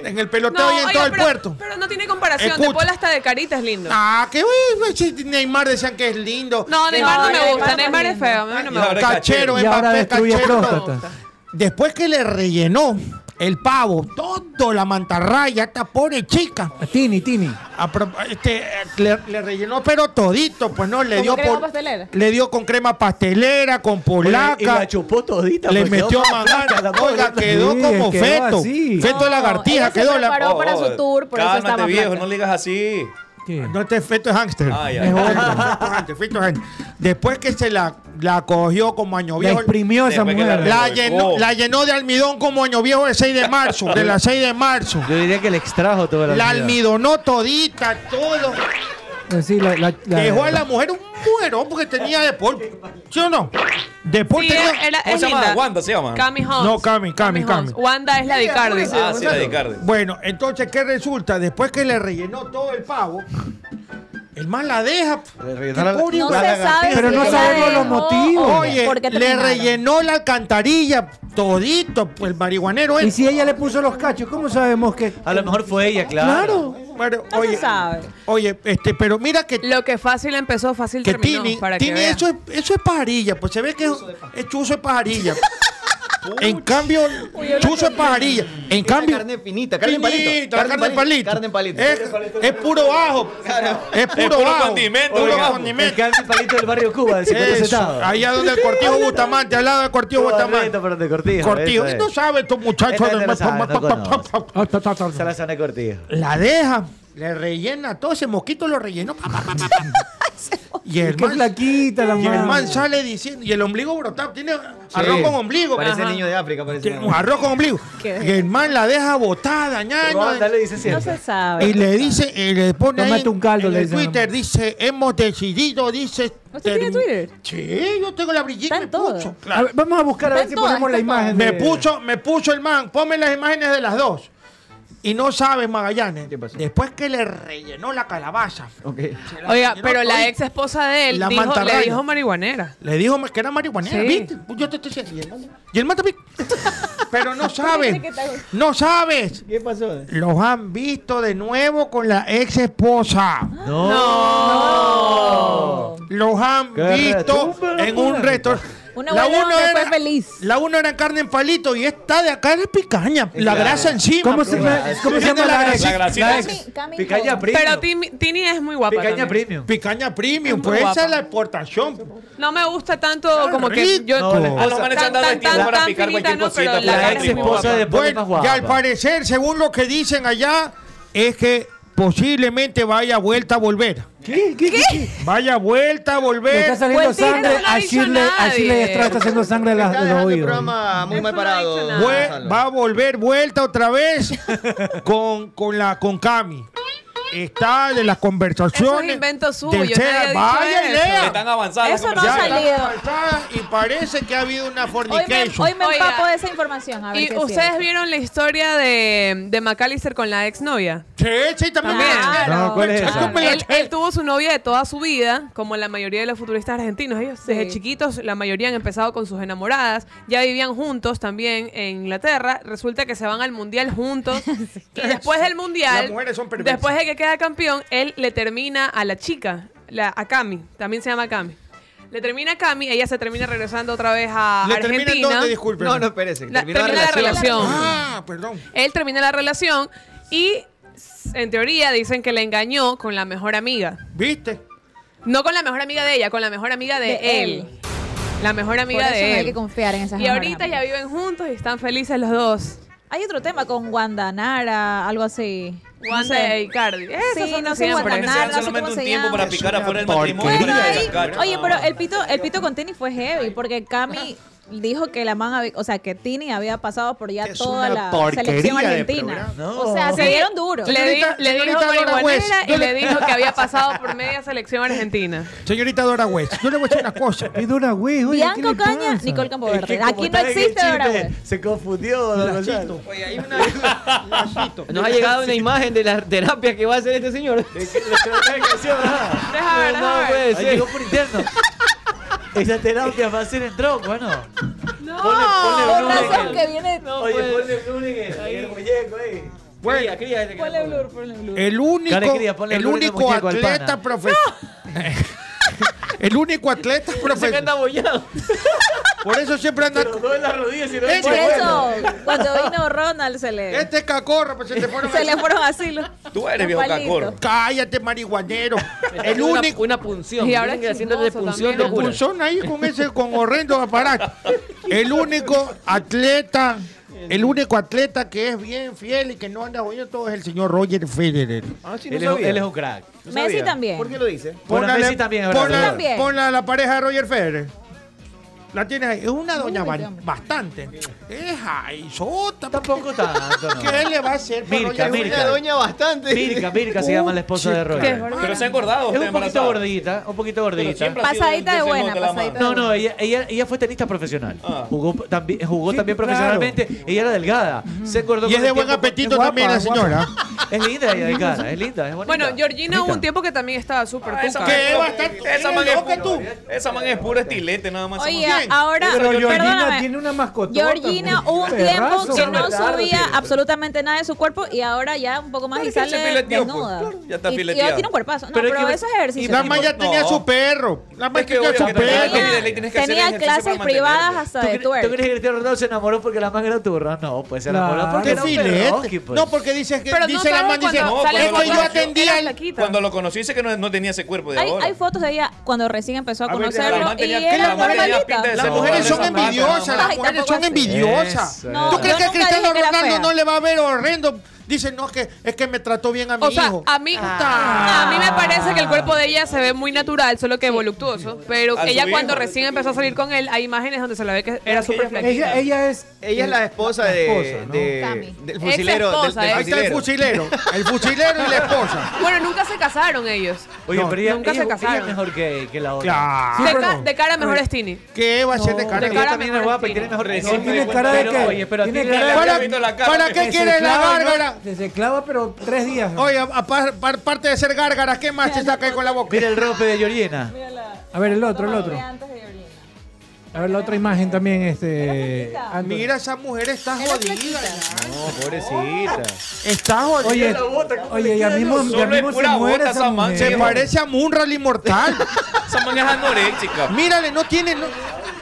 En el peloteo y en oiga, todo el pero, puerto. Pero no tiene comparación. Escucha. De Paul hasta de carita es lindo. Ah, que uy, si Neymar decían que es lindo. No, Neymar no, No, me gusta. Neymar no Neymar es es feo. A mí no me gusta. Cachero, Y ahora Mbappé, destruye cachero. próstata. Después que le rellenó el pavo, todo la mantarraya, esta pobre chica. Tini, Tini. a pro- este, eh, le, le rellenó pero todito, pues no, le ¿Con dio crema pol- pastelera? le dio con crema pastelera, con polaca. Y la chupó todita. Le porque metió quedó flaca la mangana. pobre. Oiga, quedó Sí, como quedó feto. así. Feto de lagartija ella se quedó. la- preparó para su tour, por eso cálmate, estaba viejo, flaca. no le digas así. No, este feto es hámster. Ah, ya. Es otro, feto es hámster, feto es hámster. Después que se la, la cogió como año La viejo. exprimió esa Después que la mujer. La Ay, llenó, oh. la llenó de almidón como año viejo de 6 de marzo, de la 6 de marzo. Yo diría que le extrajo toda la La vida. almidonó todita, todo. Sí, la- la- la- Dejó a la mujer un mujerón porque tenía deporte. ¿Sí o no? Deporte Sí, tenía- era- ¿Cómo es se llama? linda. Wanda se llama. Cami Holmes. No, Cami, Cami, Holmes. Cami. Wanda es la de Icardi. Ah, sí, la de Carden. Bueno, entonces, ¿qué resulta? Después que le rellenó todo el pavo, el man la deja. Le Qué rellenaron la- pobre No se lagartija. sabe Pero si no ella sabemos dejó los motivos. o Oye, por qué le terminaron. rellenó la alcantarilla todito, pues el marihuanero Y es. si ella le puso los cachos, ¿cómo sabemos que? A lo mejor fue ella, claro. Claro. Bueno, No oye, se sabe. oye, este, pero mira que, Lo que fácil empezó, fácil que terminó. Tini, para Tini, que vea. eso, es, eso es pajarilla, pues se ve que es, es chuzo de pajarilla. en cambio, chuzo de pajarilla. En cambio, carne finita, carne en palito, finita, carne en carne en palito, palito. carne en palito. Es, es puro ajo. Es Es puro puro ajo. condimento, Puro oiga. El condimento. cambio palito del barrio Cuba, del 50 Eso, centavos. allá donde el cortijo Bustamante, al lado del cortijo Cuba Bustamante. Reto, pero de Cortijo. Cortijo. eso No es. sabe estos muchachos. Este de- no sabe, no pa- pa- pa- pa- pa- Se la sana Cortijo. La deja, le rellena todo ese mosquito, lo rellenó. pa, pa, pa, pa, pa. y el Qué man, flaquita la y el man mano. sale diciendo, y el ombligo brotado, tiene arroz con ombligo. pues, Parece Ajá. niño de África, parece. Tiene un arroz con ombligo. Y Qué el man la deja botada, ñaño. Wanda le dice No siempre. se sabe. Y le dice, y le pone ahí Tómate un caldo, en le el dice, Twitter, mamá. dice, hemos decidido, dice... ¿Usted tiene term- Twitter? Sí, yo tengo la Está brillita y me en todo. puso. A claro. ver, vamos a buscar a ver Ven si todas, ponemos la ven todas. imagen. Me de- puso, me puso el man, ponme las imágenes de las dos. Y no sabes, Magallanes, después que le rellenó la calabaza, se la Oiga, rellenó pero la todita. ex esposa de él La dijo, mantarraya. le dijo marihuanera. Le dijo que era marihuanera, Sí. ¿viste? Pues Yo te estoy diciendo. Y el man- Y el man también. Pero no sabes. tiene que estar- No sabes. ¿Qué pasó? Los han visto de nuevo con la ex esposa. No. Los han Qué visto retumba, en un puta. restaurante. Una abuela donde fue feliz. La uno era carne en palito y esta de acá era picaña. La Claro. grasa encima. ¿Cómo se, bro. llama- ¿cómo se Tiene llama la la grasa- La gracita. Cami- Cami Picaña Holmes. premium. Pero Timi- Tini es muy guapa. Picaña también. premium. Picaña premium, Muy pues esa guapa. es la exportación. No me gusta tanto como que yo. No, la o A los sea, manes se tan, han dado el tan, tiempo tan, para tan picar finita, cualquier no, pero cosita. la pero La es cara ex es muy guapa. esposa de Paul es más Bueno, guapa. y al parecer, según lo que dicen allá, es que posiblemente vaya vuelta a volver. ¿Qué? ¿Qué? ¿Qué? ¿Qué? Vaya vuelta a volver. Le está saliendo Vueltita sangre no lo a ha dicho Shirley, a nadie. Shirley Estrada está haciendo sangre de, las- de los dejando el oídos. programa muy mal parado. Vue- Gonzalo. va a volver vuelta otra vez con, con la con Cami. Está de las Eso es conversaciones. invento suyo. del nadie ha Cera. dicho Vaya eso. idea. Eso no ha salido. Y parece que ha habido una Hoy me, fornication. Ah, hoy me Oiga. empapo de esa información. A ver ¿Y si es ustedes cierto. vieron la historia de, de McAllister con la exnovia? Sí, sí, también. Claro. No, ¿cuál es esa? Él- Él, eh. tuvo su novia de toda su vida, como la mayoría de los futbolistas argentinos. Ellos desde chiquitos, la mayoría han empezado con sus enamoradas. Ya vivían juntos también en Inglaterra. Resulta que se van al mundial juntos. Y después del mundial, Las mujeres son perversas. después de que queda campeón, él le termina a la chica, la, a Cami. También se llama Cami. Le termina a Cami, ella se termina regresando otra vez Ah, a ¿Le termina en Argentina. dónde? Disculpe. No, no, espérese, La- termina Termina, la la relación. relación. Ah, perdón. Él termina la relación y s- en teoría dicen que le engañó con la mejor amiga. ¿Viste? No con la mejor amiga de ella, con la mejor amiga de, De él. La mejor amiga Por eso de no él. hay que confiar en esas y ahorita ya viven juntos y están felices los dos. Hay otro tema con Wanda Nara, algo así. Wanda e Icardi. Esos sí, son no de sé siempre. Wanda Nara, Ponerse no sé cómo solamente se un tiempo llama. para picar afuera del porquería. matrimonio. Bueno, para ahí- sacar- Oye, pero eh, el pito, el pito con tenis fue heavy porque Cami dijo que la man, había- o sea, que Tini había pasado por ya toda una la porquería selección de argentina. programa. O sea, se Sí. dieron duro. Le, di- Señorita- le dijo señorita Dora marihuanera West, y yo le le- dijo que había pasado por media selección argentina. Señorita Dora West, yo le voy a decir una cosa. Es Dora West, oye, ¿qué Bianco le pasa? Caña, Nicole Es Campoverde. que como Aquí no está en el existe chisme, ahora, güey. Se confundió, don Gonzalo. Nos ha llegado una imagen de la terapia que va a hacer este señor. Deja ver, No, deja ver. Ahí llegó por interno. Esa terapia va a ser en tronco, bueno. No, Ponle- ponle Por volumen. razón que viene. Oye, ponle blue en el muñeco ahí. Bueno, Ponle blur, ponle blur. el único, Cara, quería ponerle el olor de único muñeco al atleta pana. profesional. el único atleta profesional. bollado. Por eso siempre anda. No en las rodillas, sino en el Por muñeco. eso, cuando vino Ronald se le, Este cacorro, pues se te fueron. se le fueron así los. Tú eres los viejo palitos. cacorro. Cállate, marihuanero. El una, único. Una punción. Y ahora Miren, es haciéndole chismoso punción también. locura. Punzón ahí con ese con horrendo aparato. El único atleta, el único atleta que es bien fiel y que no anda oyendo todo es el señor Roger Federer. Ah, sí, no Él es, sabía. él es un crack. No Messi sabía. también. ¿Por qué lo dice? Bueno, Póngale- Messi también es ponla- brasileño. También. ponla a la pareja de Roger Federer. La tiene ahí. Es una doña ba- bastante. Es ahí, sota. Tampoco tanto, no. ¿Qué le va a hacer? por Mirka, Roger Mirka. Una doña bastante. Mirka, Mirka se llama la esposa de Qué Roger. barbaridad. Pero se ha engordado. Es usted un poquito embarazada. gordita, un poquito Pero gordita. siempre ha sido Pasadita de dulce, buena, no te la pasadita. mando. No, no, ella, ella, ella fue tenista profesional. Ah. Jugó también, jugó Sí, también claro. profesionalmente. Ella era delgada. Se engordó Y con es de el buen tiempo. apetito guapa, también la guapa. señora. Es linda ella delgada, es linda, es bonita. Bueno, Georgina hubo un tiempo que también estaba súper Ah, esa cuca. man ¿Qué es va a loca, estar- esa man es loca pu- tú? Esa man es puro estilete, nada más. Oye, Esa man- ahora, Pero Georgina perdóname. tiene una mascota. Georgina hubo un tiempo que no Claro, subía tío. absolutamente nada de su cuerpo y ahora ya un poco más Claro y que se sale fileteó, pues. desnuda. Claro, ya está Y- y, ahora fileteada. tiene un cuerpazo. No, Pero pero, es que- eso es y- ejercicio. La man ya No. tenía su perro. La man Es que tenía obvio su que perro. también hay Tenía- comida, le tienes que hacer tenía ejercicio para clases mantenerte. privadas ¿Tú hasta de crees, ¿Tú crees twerk. que Cristiano Ronaldo se enamoró porque la man era turra? No, pues se enamoró Claro. porque Qué era un perroqui, filete. pues. No, porque dice que Pero no dice la sabes man dice, cuando No, pues, sale es que cuando yo era atendía al- flaquita. Cuando lo conocí, dice que no, no tenía ese cuerpo de Hay, ahora. hay fotos de ella cuando recién empezó a, A ver, conocerlo la man y tenía- que era la man tenía normalita. pinta de Las No, mujeres son esa mata, envidiosas, no, mata. las mujeres Tampoco son así. envidiosas. Eso. ¿Tú No, yo crees que a nunca dije Cristiano que era Ronaldo fea. no le va a ver horrendo? Dice, no, es que, es que me trató bien a mi O sea, hijo. a mí, Ah. a mí me parece que el cuerpo de ella se ve muy natural, solo que voluptuoso. Pero A su ella hijo. cuando recién empezó a salir con él, hay imágenes donde se la ve que era súper Ella, flaquita. ella es. Ella es la esposa la de, Eh, esposa, ¿no? de- Cami. del fusilero. Ex-esposa, del- del ¿eh? Ahí está el fusilero. El fusilero y la esposa. Bueno, nunca se casaron ellos. Oye, No, pero ella, nunca ella- se ella casaron. es mejor que, que la otra. Claro. de, pero ca- no. de cara mejor es Tini. ¿Qué va a ser de Pero cara? de ella cara también es mejor guapa y tiene. tiene mejor No, recién, tiene pero- cara de pero- que- Oye, pero tiene tiene cara de- cara ¿Para, viendo la cara para que qué se quieres la clava, ¿no? gárgara? Se- Se clava, pero tres días. ¿no? Oye, aparte de ser gárgara, ¿qué más te saca ahí con la boca? Mira el rope de Georgina. A ver, el otro, el otro. A ver, la otra imagen también, este. Anthony. Mira, esa mujer está jodida. No, pobrecita. Está jodida. Oye, oye, ya mismo, ya Solo es mismo se pura muere bota esa esa man. mujer. se parece a Munra el inmortal. Esa man es anoréxica. Mírale, no tiene. no-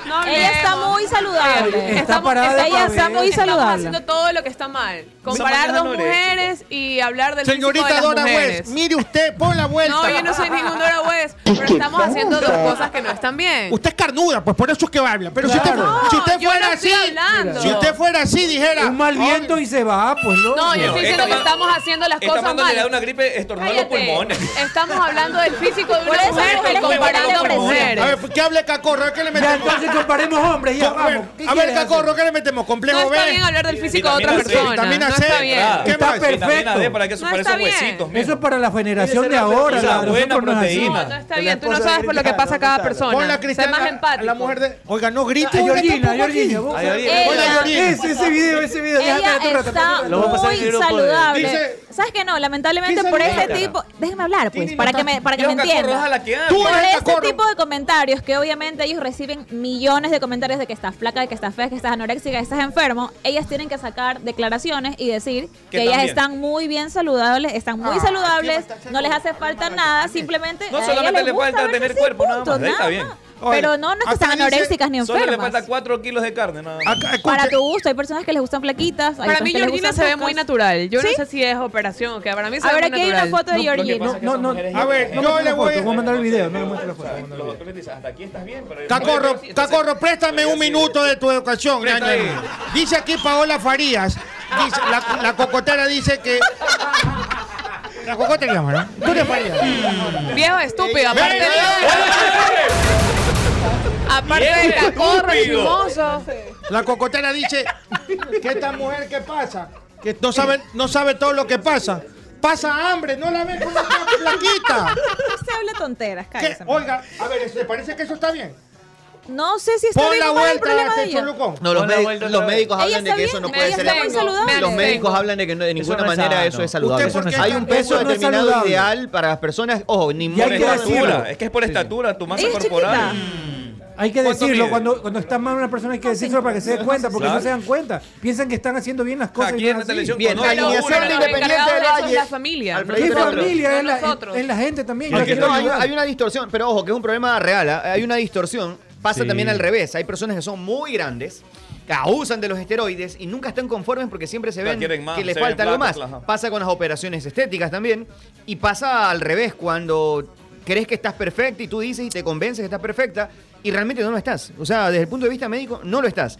No Ella está hablemos. muy saludable. Estamos- Está parada de ella está pabellón. muy Estamos saludable. haciendo haciendo todo lo que está mal. Comparar Somos dos anorexicos. mujeres y hablar del físico de Señorita las Dora mujeres. West, mire usted, pon la vuelta. No, yo no soy ningún Dora West, pero estamos haciendo dos cosas que no están bien. Usted es carnuda, pues por eso es que habla. Pero si usted, No, si usted yo fuera no así, estoy hablando. si usted fuera así, dijera. Un mal viento y se va, pues no. No, yo estoy Pero diciendo esta que manda- estamos haciendo las Esta cosas manda le da mal. una gripe, estornó los Cállate. pulmones. Estamos hablando del físico de Por una eso mujer mujeres y comparando mujeres. A ver, ¿qué hable Cacorro? ¿A qué le metemos? entonces comparemos hombres, ya, Co- vamos. bueno, ¿Qué A ver, quieres Cacorro, ¿qué le metemos? ¿Complejo No B? está bien hablar del físico de otra persona. Vitamina No C. está bien. ¿Qué Está más? perfecto. D para que eso No parezca está bien. huesitos, Eso es para la generación Esa de era la ahora. proteína, la- nosotros buena no es así. proteína. No está bien, tú no sabes por lo que pasa a cada persona. Pon la Sé más cristiana, empático. la mujer de... Oiga, no grite. A Georgina, Ponla a Georgina. vos. tampoco aquí. Ella- Ponla, Georgina. Ese, ese video, ese video. Ella déjame tu rato, está espérate, espérate. muy saludable. Dice- ¿Sabes qué? No, lamentablemente por dice este Liliana? tipo. Déjenme hablar, pues, Tini, para no que está- me, para que Yo, me Cacorro, entiendan. ojalá que ande. Tú Por eres este Cacorro. tipo de comentarios, que obviamente ellos reciben millones de comentarios de que estás flaca, de que estás fea, de que estás anoréxica, de que estás enfermo, ellas tienen que sacar declaraciones y decir Que que, ellas también. están muy bien saludables, están muy Ah, saludables, ¿quién va a estar no les hace falta nada, simplemente. No a solamente ellas les le gusta falta verse tener así, cuerpo, nada punto, más. Ahí está nada. bien. Pero no, no es que Acá están dice- anoréxicas ni Solo le enfermas. falta 4 kilos de carne, nada más. Acá, escuche. Para tu gusto, hay personas que les gustan flaquitas. hay Para otras mí que les Georgina gustan se ve pocas. muy natural. Yo no ¿Sí? sé si es operación o qué. Para mí se A ve ver, aquí muy hay una natural. foto de Georgina. pasa es que No, son no, mujeres a ver, gigantes. yo le voy a... Voy a mandar el video, no le muestro la foto. voy a mandar Los el video. doctores dicen, hasta aquí estás bien, pero... Cacorro, Entonces, Cacorro, préstame un minuto de tu educación. Presta ñaño. ahí. Dice aquí Paola Farías. dice- la, la cocotera dice que. La cocotera llama, ¿no? Tú te Farías. Mm. Viejo estúpido, Ven, aparte ven, de... Aparte de Viejo cacorro, estúpido. chismoso. La cocotera dice que esta mujer que pasa, que no sabe, no sabe todo lo que pasa. Pasa hambre, no la ven con una plaquita. Se habla tonteras, cállese. Oiga, a ver, ¿te parece que eso está bien? No sé si está Pon bien la o mal el vuelta problema a de este ella. cholucón. No, los, Hola, médi- vuelta los otra vez. médicos Ella hablan de está que eso bien, no ella puede está ser. muy saludable. Los médicos Tengo. hablan de que no- de ninguna no es manera sano. eso es saludable. ¿Usted por qué Hay está- un peso eso no es determinado saludable. ideal para las personas. Ojo, ni Y hay Por que muerta de decirlo. burro. estatura, es que es por estatura, tu masa Ella es chiquita. corporal. Hay que ¿Cuánto decirlo, mide? cuando, cuando está mal una persona hay que decirlo para que se dé cuenta, porque Claro. no se dan cuenta. Piensan que están haciendo bien las cosas. y Aquí no en es la así. televisión Bien, conozco Pero Alineación una- los Independiente encargados del de eso es Valle. la familia. Alfredo Es Pero- familia, es la, nosotros. es la gente también. Porque Yo quiero No, hay, ayudar. hay una distorsión, pero ojo, que es un problema real. ¿ah? Hay una distorsión. Pasa Sí. también al revés. Hay personas que son muy grandes, que abusan de los esteroides y nunca están conformes porque siempre se La ven quieren más, que les se ven falta algo más. flacos, ajá. Pasa con las operaciones estéticas también. Y pasa al revés, cuando crees que estás perfecta y tú dices y te convences que estás perfecta y realmente no lo estás. O sea, desde el punto de vista médico, no lo estás.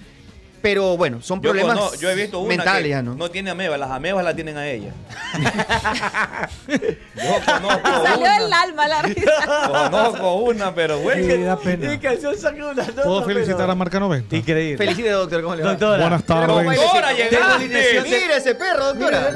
Pero bueno, son Yo, problemas conozco- yo he visto una mentales que ya, ¿no? tiene ameba, las amebas la tienen a ella. yo conozco Salió una, del alma la risa. conozco una, pero Sí, bueno. da pena. ¿Puedo felicitar a Marca 90? Increíble. Felicite, doctor, ¿cómo le va? Doctora. Buenas tardes. ¿Cómo baila, Doctora, chico? llegaste. Tengo alineación de- Mira ese perro, doctora.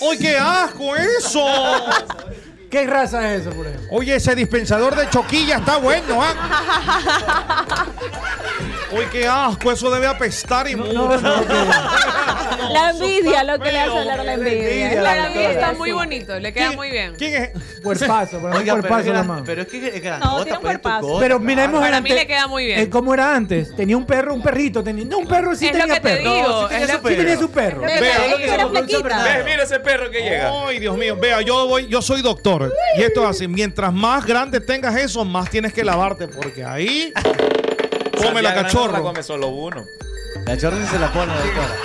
¡Oye, qué asco ¿eh? eso! ¿Qué raza es eso, por ejemplo? Oye, ese dispensador de choquilla está bueno, ¿ah? Uy, qué asco, eso debe apestar y mucho. No, no, no. La envidia, lo que le hace hablar a la envidia. Para mí está muy Sí. bonito, le queda muy bien. ¿Quién es? Cuerpazo, para mí Oiga, pero, es cuerpazo la gran- mano. pero es que es No, tiene grandota, un pues, es tu cuerpazo. cosa. Pero miremos Para el mí ante- le queda muy bien. eh, ¿Cómo era antes? Tenía un perro, un perrito. Tenía, no, un perro sí Es lo tenía que te perro. digo, No, sí es tenía, lo su, que- sí tenía su perro. Pero Vea, es que era con un sombrero. flaquita. Ve, mira ese perro que llega. Ay, Dios mío. Vea, yo voy, yo soy doctor. Y esto es así. Mientras más grande tengas eso, más tienes que lavarte. Porque ahí come la Santiago no cachorro. la Come solo uno. La chorra se la pone, doctora.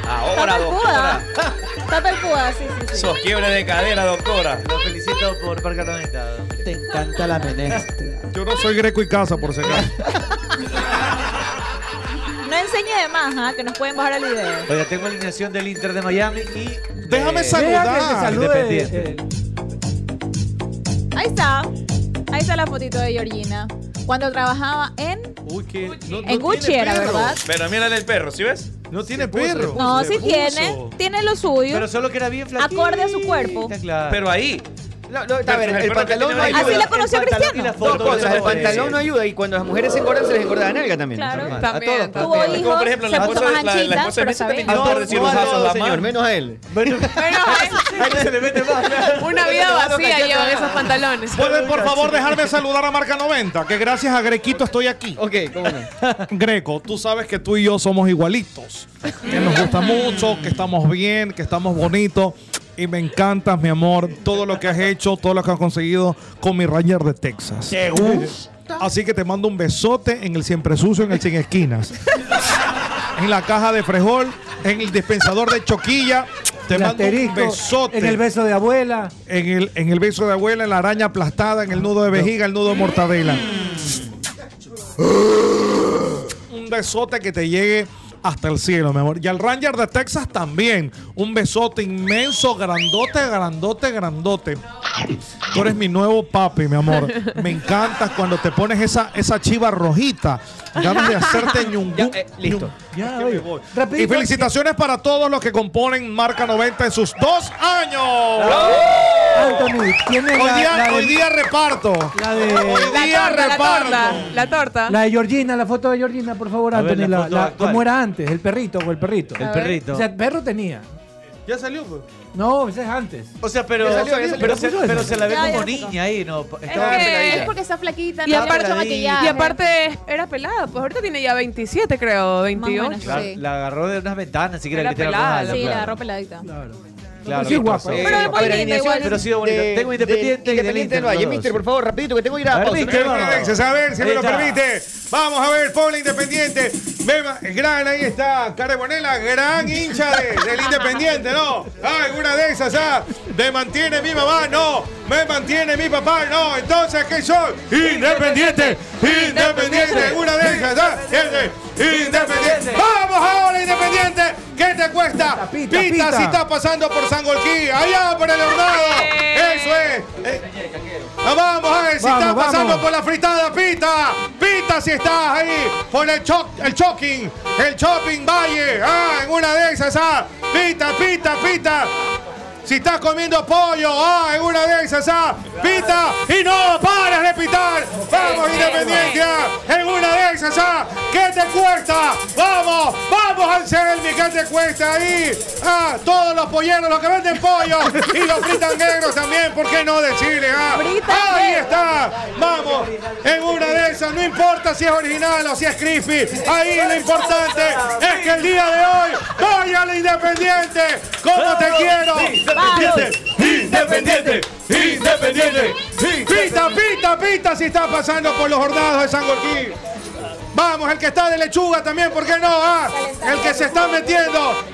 Está Ahora, percuda. doctora. Está percuda, Ah, sí, sí, sí. Sos quiebre de cadera, doctora. Lo felicito por Parque Armenta. Te encanta la menestra. Yo no soy greco y casa, por si acaso. No enseñe de más, ¿ah? que nos pueden bajar el video. Oiga, tengo alineación del Inter de Miami y. de- Déjame salir. Vea que se Saludar. salude. eh, Independiente. Ahí está. Ahí está la fotito de Georgina. Cuando trabajaba en, Uy, que. No, en Gucci, tiene era, perro. ¿verdad? Pero mírale el perro, ¿sí ves? No tiene perro. No, sí Se puso. tiene. Tiene lo suyo. Pero solo que era bien flaquita. Acorde a su cuerpo. Claro. Pero ahí. No, no, a ver, Pero el espero que pantalón no tiene ayuda. una Así la conoció El pantalón Cristiano. y la Dos foto de cosas, la el pantalón no mujer. ayuda y cuando las mujeres se engordan se les engorda la nalga también. Claro. A También, todos, Tuvo también. hijos, por ejemplo, se la esposa, puso más de- la, la anchita, esposa de pero Messi está bien. también tiene un No, par de cirujazos en no, la señor, mano. menos a él. Bueno, Pero ahí se le mete más. una vida vacía llevan esos pantalones. ¿Pueden, por favor, dejarme saludar a Marca 90? Que gracias a Grequito estoy aquí. Ok, cómo no. Greco, tú sabes que tú y yo somos igualitos. Que nos gusta mucho, que estamos bien, que estamos bonitos. Y me encantas, mi amor, todo lo que has hecho, todo lo que has conseguido con mi Ranger de Texas. Ahorita. Así que te mando un besote en el siempre sucio, en el sin esquinas. en la caja de frijol, en el dispensador de choquilla. Te El mando asterisco, un besote. en el beso de abuela. En el, en el beso de abuela, en la araña aplastada, en el nudo de vejiga, el nudo de mortadela. un besote que te llegue hasta el cielo, mi amor. Y al Ranger de Texas también. Un besote inmenso, grandote, grandote, grandote. Tú eres mi nuevo papi, mi amor. Me encantas cuando te pones esa, esa chiva rojita. Ganas de hacerte ñungú. eh, listo. y felicitaciones para todos los que componen Marca 90 en sus dos años. Anthony, ¿tienes hoy, la- día, la de- hoy día reparto. La de- hoy día la reparto. torta, la torta. La de Georgina, la foto de Georgina, por favor, A ver, Anthony. la la- foto la- actual. ¿Cómo era antes? ¿El perrito o el perrito? El A ver. perrito. O sea, perro tenía. Ya salió, pues. No, ese es antes. O sea, pero, Ya salió, ya salió. pero, se, ¿Puso eso? pero se la ve Ya, como ya. niña ahí, ¿no? Estaba Es peladilla. porque está flaquita, no Y tiene aparte, mucho maquillaje. y aparte era pelada, pues ahorita tiene ya 27 creo, 28. La, la agarró de unas ventanas, siquiera Era le tiraron pelada, los Sí, la alas, agarró peladita. Claro, Sí, qué guapa. cosa. Eh, Pero a es muy ver, linda alineación, igual. pero ha sido bonito. Tengo Independiente y del Independiente del Inter, Valle. los Mister, dos. por favor, rapidito, que tengo que ir a A ver, pausa. Mister, Primero, vamos. Alexis, A ver si me Ahí lo está. permite. Vamos a ver, Puebla Independiente. Bema- Gran, ahí está. Carbonela, gran hincha de- del Independiente, ¿no? Alguna de esas, ¿ah? Me mantiene mi mamá, no. Me mantiene mi papá, no. Entonces, ¿qué soy? Independiente. Independiente. Alguna de esas, ¿ah? Independiente. Vamos ahora, Independiente. ¿Qué te cuesta? Pita, pita. si estás pasando por San Golquí. Allá por el hornado. Eso es. Eh, Ah, Vamos a ver si Vamos, está vamos. pasando por la fritada, pita. Pita si estás ahí por el cho el choking, el shopping valle. Ah, en una de esas, ah. Pita, pita, pita. Si estás comiendo pollo, ah, en una de esas, ah. Pita y no paras de pitar. Vamos, Independiente, ah. En una de esas, ah. ¿Qué te cuesta? Vamos, vamos, Anselmi, ¿qué te cuesta ahí? Ah, todos los polleros, los que venden pollo y los fritan negros también, ¿por qué no decirle, ah? Ahí está, vamos, en una de esas, no importa si es original o si es crispy, ahí lo importante es que el día de hoy vaya al Independiente, como te quiero, Independiente, Independiente, pita, pita, pita, si está pasando por los jornados de San Gorquín. Vamos, el que está de lechuga también, ¿por qué no? Ah, el que se está metiendo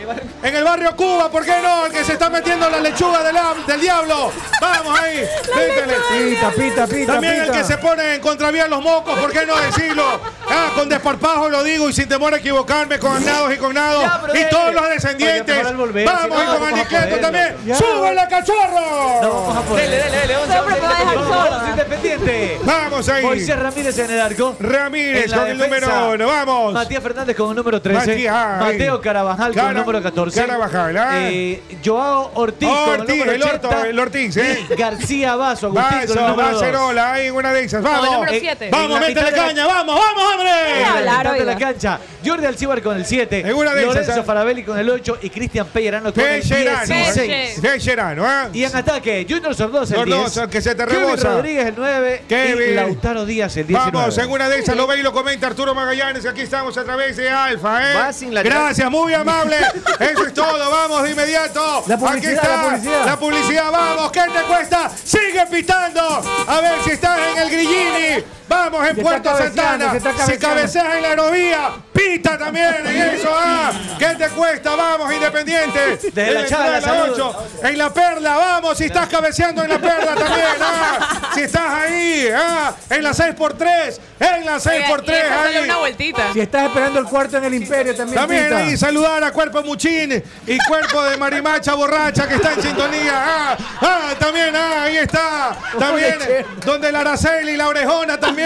en el barrio Cuba, ¿por qué no? El que se está metiendo en la lechuga del, ab- del diablo. Vamos ahí, métele. Pita, pita, pita. También el pita. que se pone en contravía de los mocos, ¿por qué no decirlo? Ah, con desparpajo lo digo y sin temor a equivocarme, con nados y con nados. Ya, pero Y dele. todos los descendientes. Oye, por favor, al volver, si no, Vamos, y no con vamos a Anicleto poderlo. también. Ya. ¡Súbele, cachorro! Dele, dele, dele, once, Siempre once, me va a dejar Independiente. sorda. Vamos, Independiente. Vamos ahí. Moisés Ramírez en el arco. Ramírez En la con el defensa. número uno, vamos. Matías Fernández con el número 13. Matías, ay. Mateo Carabajal con Cara- el número 14. Carabajal, ah. Eh, Joao Ortiz, con el Ortiz, número el orto, 80. el Ortiz, eh. Y García Vaso, Agustín con el Vaso, número 2. Vacerola, ahí en una de esas. No, el Vamos, número siete. vamos, En la métele mitad de la- caña, vamos, vamos, hombre. En la mitad de la cancha. Jordi Alcibar con el 7. una de esas, ah. Lorenzo ¿sabes? Farabelli con el 8 y Cristian Pellerano con Pellerano, el ¿eh? 16. Pellerano, ¿eh? Y en ataque, Junior Sordosa el Sordosa, 10. que se te Kevin rebosa. Rodríguez el 9. Kevin. Y Lautaro Díaz el 19. Vamos, en una de esas lo ve y lo comenta Arturo Magallanes. Aquí estamos a través de Alfa, ¿eh? Va sin la- Gracias, muy amable. Eso es todo, vamos de inmediato. La publicidad, Aquí está la publicidad. la publicidad, vamos. ¿Qué te cuesta? Sigue pitando. A ver si estás en el Grillini. Vamos en Se está Puerto cabeceando, Santana. se está Si cabeceando. cabeceas en la aerovía, pita también en eso. Ah, ¿Qué te cuesta? Vamos, Independiente. Desde la En charla, entrada salud. ocho. En la perla, vamos, si estás cabeceando en la perla también, ah, si estás ahí, ah, en la 6x3, en la Y 6x3, esa sale ahí. una vueltita. Si estás esperando el cuarto en el Imperio también. También pita. ahí saludar a Cuerpo Muchín y Cuerpo de Marimacha Borracha que está en sintonía. Ah, ah, también, ah, ahí está. También donde la Araceli y la Orejona también.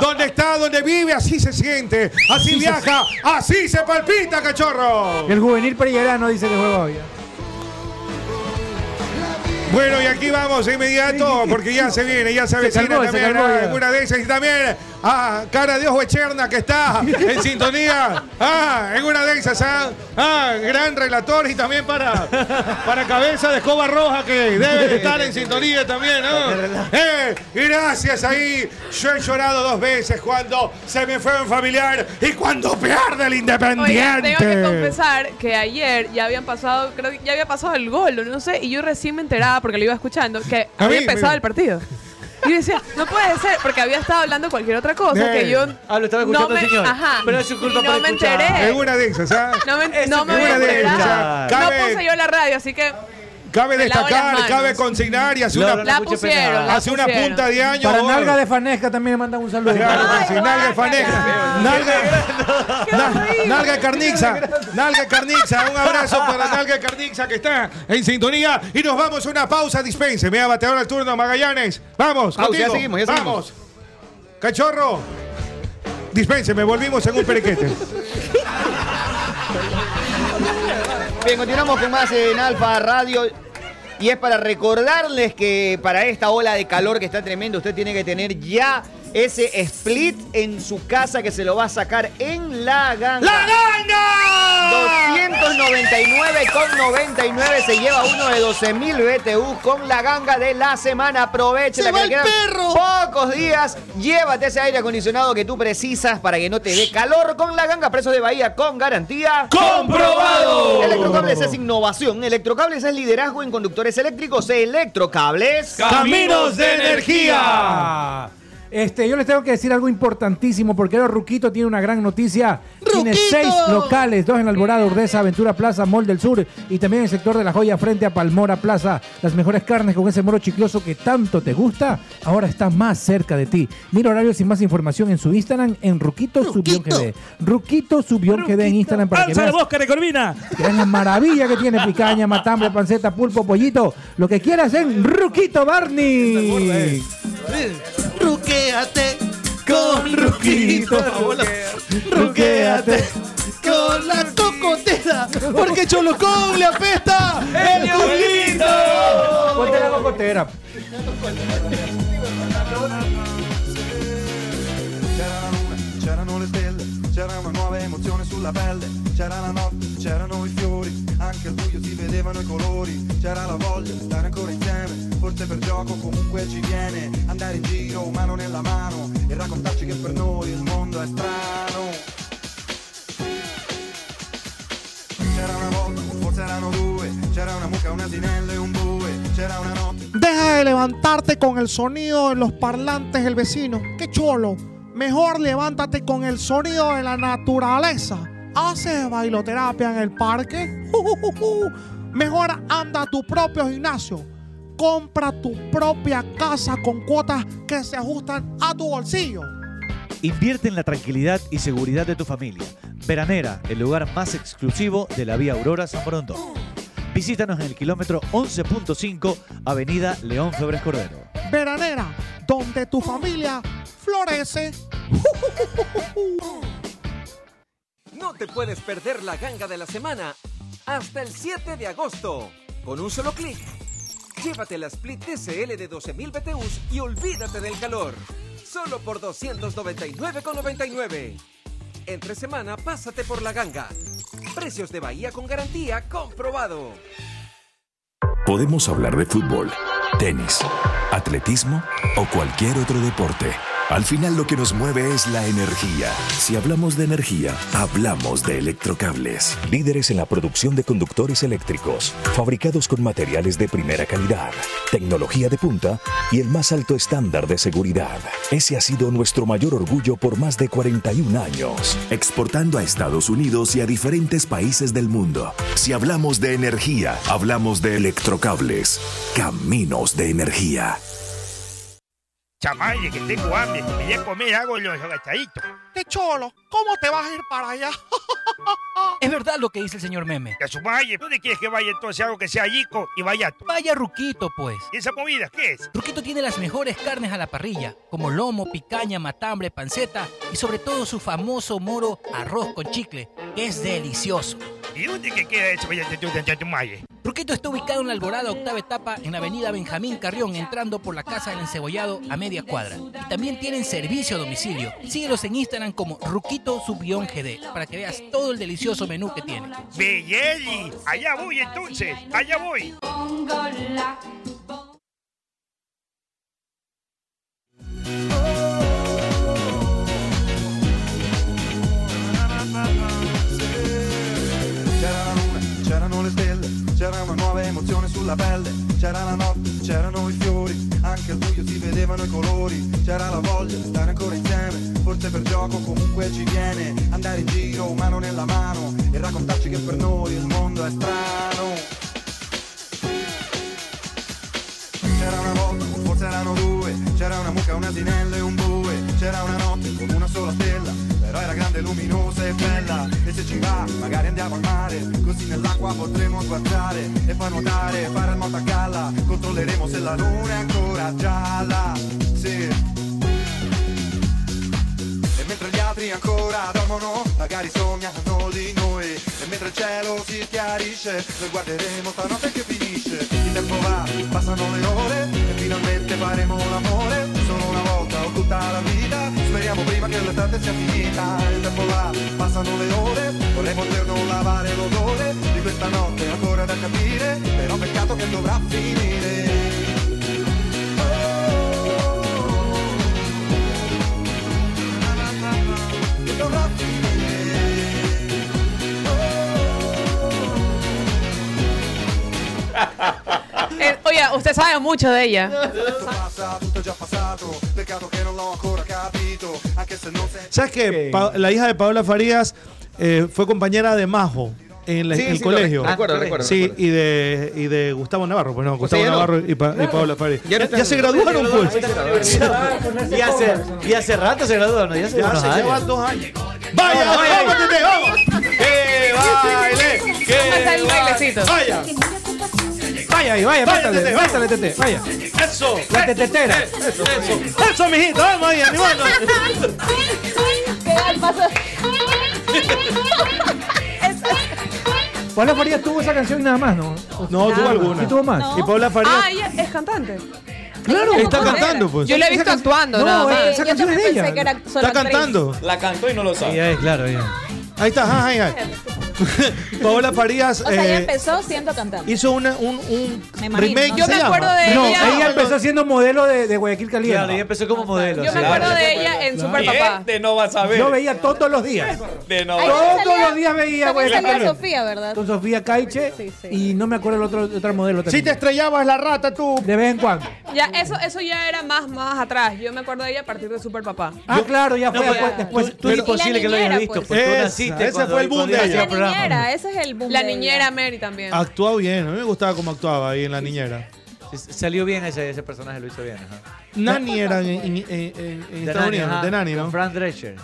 Donde está, donde vive, así se siente, así viaja, así se palpita, cachorro. El juvenil Pellerano dice que juega hoy. Bueno, y aquí vamos de inmediato, porque ya se viene, ya se Se avecina calmó, se también calmó ah, ya. alguna de esas. Y también a Cara de Ojo Echerna, que está en sintonía. Ah, en una de esas, ah, ah, gran relator. Y también para, para Cabeza de Escoba Roja, que debe de estar en sintonía también, ¿no? Eh, gracias ahí. Yo he llorado dos veces cuando se me fue un familiar y cuando pierde el Oigan, Independiente. tengo que confesar que ayer ya habían pasado, creo que ya había pasado el gol, no sé, y yo recién me enteraba porque lo iba escuchando que A había mí, empezado mira. el partido. Y yo decía, no puede ser, porque había estado hablando cualquier otra cosa que yo. Ah, lo estaba escuchando no me, el señor. Ajá. Pero es su culpa Y por no me escuchar. enteré. Es una de esas, ¿ah? No me, Es no me una había de enterado. esas. Cabe- No puse yo la radio, así que. Cabe Me lavo las destacar, manos. cabe consignar y hace No, una, no la escuché pusieron, penal. la hace una pusieron. punta de año. Para gol. Nalga de Fanesca también le mandan un saludo. Claro, sí, nalga de Faneca, nalga, na- nalga de Carnixa, nalga de Carnixa, un abrazo para Nalga de Carnixa que está en sintonía y nos vamos a una pausa, dispense, me ha bateado el turno Magallanes, vamos, Pausa, ya contigo. seguimos, ya seguimos. vamos, cachorro, dispense, me volvimos en un perequete. Bien, continuamos con más en Alfa Radio. Y es para recordarles que para esta ola de calor que está tremendo, usted tiene que tener ya ese split en su casa que se lo va a sacar en la ganga. ¡La ganga! 299,99 se lleva uno de 12.000 BTU con la ganga de la semana. Aproveche la ¡Se va el perro! Pocos días. Llévate ese aire acondicionado que tú precisas para que no te dé calor con la ganga. Precios de Bahía con garantía. ¡Comprobado! Electrocables es innovación. Electrocables es liderazgo en conductores eléctricos. Electrocables. Caminos de Este, yo les tengo que decir algo importantísimo porque ahora Ruquito tiene una gran noticia. Tiene seis locales, dos en Alborada, Urdesa, Aventura Plaza, Mall del Sur y también en el sector de La Joya frente a Palmora Plaza. Las mejores carnes con ese moro chicloso que tanto te gusta, ahora está más cerca de ti. Mira horarios y más información en su Instagram en Ruquito Subión GD. Ruquito Subión GD en Instagram para que Alza la veas voz, Carecorvina. gran maravilla que tiene picaña, matambre, panceta, pulpo, pollito, lo que quieras en Ruquito Barney. Ruquéate con Ruquito. Ruquéate con la cocotera. Porque Cholocón le apesta Ponte el la culito. cocotera. C'era la luna, c'erano le stelle, c'era una nuova emozione sulla pelle, c'era la notte, c'erano i fiori, anche al buio si vedevano i colori, c'era la voglia di stare ancora insieme, forse per gioco comunque ci viene, andare in giro mano nella mano e raccontarci che per noi il mondo è strano. C'era una volta, forse erano due, c'era una mucca, un asinello e un bue, c'era una notte. Deja de levantarte con el sonido de los parlantes del vecino. ¡Qué cholo! Mejor levántate con el sonido de la naturaleza. ¿Haces bailoterapia en el parque? ¡Jujujuju! Mejor anda a tu propio gimnasio. Compra tu propia casa con cuotas que se ajustan a tu bolsillo. Invierte en la tranquilidad y seguridad de tu familia. Veranera, el lugar más exclusivo de la vía Aurora San Borondón. Visítanos en el kilómetro 11.5, Avenida León Febres Cordero. Veranera, donde tu familia florece. No te puedes perder la ganga de la semana hasta el 7 de agosto. Con un solo clic, llévate la Split TCL de 12.000 BTUs y olvídate del calor. Solo por 299,99. Entre semana, pásate por la ganga. Precios de Bahía con garantía comprobado. Podemos hablar de fútbol, tenis, atletismo o cualquier otro deporte. Al final lo que nos mueve es la energía. Si hablamos de energía, hablamos de electrocables. Líderes en la producción de conductores eléctricos, fabricados con materiales de primera calidad, tecnología de punta y el más alto estándar de seguridad. Ese ha sido nuestro mayor orgullo por más de 41 años. exportando a Estados Unidos y a diferentes países del mundo. Si hablamos de energía, hablamos de electrocables, caminos de energía. Chamaye, que tengo hambre. Si me voy a comer, hago los agachaditos. ¡Qué cholo! ¿Cómo te vas a ir para allá? Es verdad lo que dice el señor Meme. A su valle. ¿Dónde quieres que vaya entonces? Algo que sea yico y vallato. Vaya Ruquito, pues. ¿Y esa comida qué es? Ruquito tiene las mejores carnes a la parrilla, como lomo, picaña, matambre, panceta y sobre todo su famoso moro arroz con chicle, que es delicioso. ¿Y dónde que queda eso vaya tu malle? Ruquito está ubicado en la Alborada Octava Etapa en la avenida Benjamín Carrión, entrando por la Casa del Encebollado a media cuadra. Y también tienen servicio a domicilio. Síguelos en Instagram como Ruquito Subión GD para que veas todo el delicioso menú que tiene. Belleli, allá voy entonces, allá voy. C'era la luna, c'erano le stelle, c'era una nuova emozione sulla pelle C'era la notte, c'erano i fiori Anche al buio si vedevano i colori C'era la voglia di stare ancora insieme Forse per gioco comunque ci viene Andare in giro, mano nella mano E raccontarci che per noi il mondo è strano C'era una volta, forse erano due C'era una mucca, un asinello e un bue C'era una notte con una sola stella Però era grande, luminosa e bella E se ci va, magari andiamo al mare Così nell'acqua potremo guardare E poi nuotare, fare il nuoto a galla Controlleremo se la luna è ancora gialla Sì E mentre gli altri ancora dormono Magari sognano di noi E mentre il cielo si chiarisce Noi guarderemo stanotte che finisce Il tempo va, passano le ore E finalmente faremo l'amore Solo una volta o tutta la vita Speriamo prima che l'estate sia finita Il tempo va, passano le ore Vorrei poter non lavare l'odore Di questa notte ancora da capire Però peccato che dovrà finire Oh! Eh, oye, usted sabe mucho de ella. Tutto passa, tutto è già passato Peccato che non l'ho ancora capito Anche se non sei ¿Sabes qué? Pa- la hija de Paola Farías eh, fue compañera de Majo en, la- Sí, en el sí, lo colegio. re- recuerdo, recuerdo, Sí, recuerdo. Y, de, y de Gustavo Navarro. Pues no, Gustavo ya no. Navarro y, Pa- y Claro. Paola Farías. Ya no Ya, están- ya se graduaron, ya se pues. graduaron, ya se graduaron. Y hace, y hace rato se graduaron, ¿no? ya se Ya graduaron se unos años. llevan dos años. ¡Vaya, vamos, Tete, vamos! ¡Que baile! Vamos a hacer un bailecito. ¡Vaya! Vaya, ahí, vaya, Vaya, métale, Tete, métale, tete, vaya. ¡Eso! La tetetera. ¡Eso, eso mijito! ¡Vamos ahí, animando! Queda el paso. Paola Farías tuvo esa canción y nada más, ¿no? No, tuvo Nada. alguna. ¿Y tuvo más? Y Paola Farías. Ah, ella es cantante. Claro. Está cantando, pues. Yo la he visto actuando, No, nada más. esa canción es de ella. Está cantando. La cantó y no lo sabe. Ya es, Eh, claro, ya. Ahí está, ajá, ahí, ahí. Paola Farías. O sea, ella eh, empezó siendo cantante. Hizo una, un, un Me imagino, remake. no Yo sé. me acuerdo de No, ella- ella empezó siendo modelo de, de Guayaquil Caliente. Claro, ella empezó como modelo. Yo me acuerdo de ella en Claro. Super Papá. Este no va a saber. Yo veía todos los días. De no. Ahí Todos salía- los días veía también Guayaquil salía Caliente. Sofía, ¿verdad? Con Sofía Caiche y no me acuerdo el otro, otro modelo. Si te también. estrellabas la rata, tú. De vez en cuando. Ya, eso, eso ya era más, más atrás. Yo me acuerdo de ella a partir de Super Papá. Ah, claro, ya No, fue pues, después. tú, tú es Y la imposible que lo hayas niñera, visto, pues. porque tú Esa, naciste ese cuando- fue el boom cuando de ella ella. La hacía programas. niñera, ese es el boom. La de ella. niñera Mary también. Actuó bien. A mí me gustaba cómo actuaba ahí en La Niñera. S- Salió bien ese, ese personaje, lo hizo bien. Ajá. Nani era en, en, en- en- en De Estados Nani, Unidos. ajá, De Nani, con ¿no? Fran Drescher.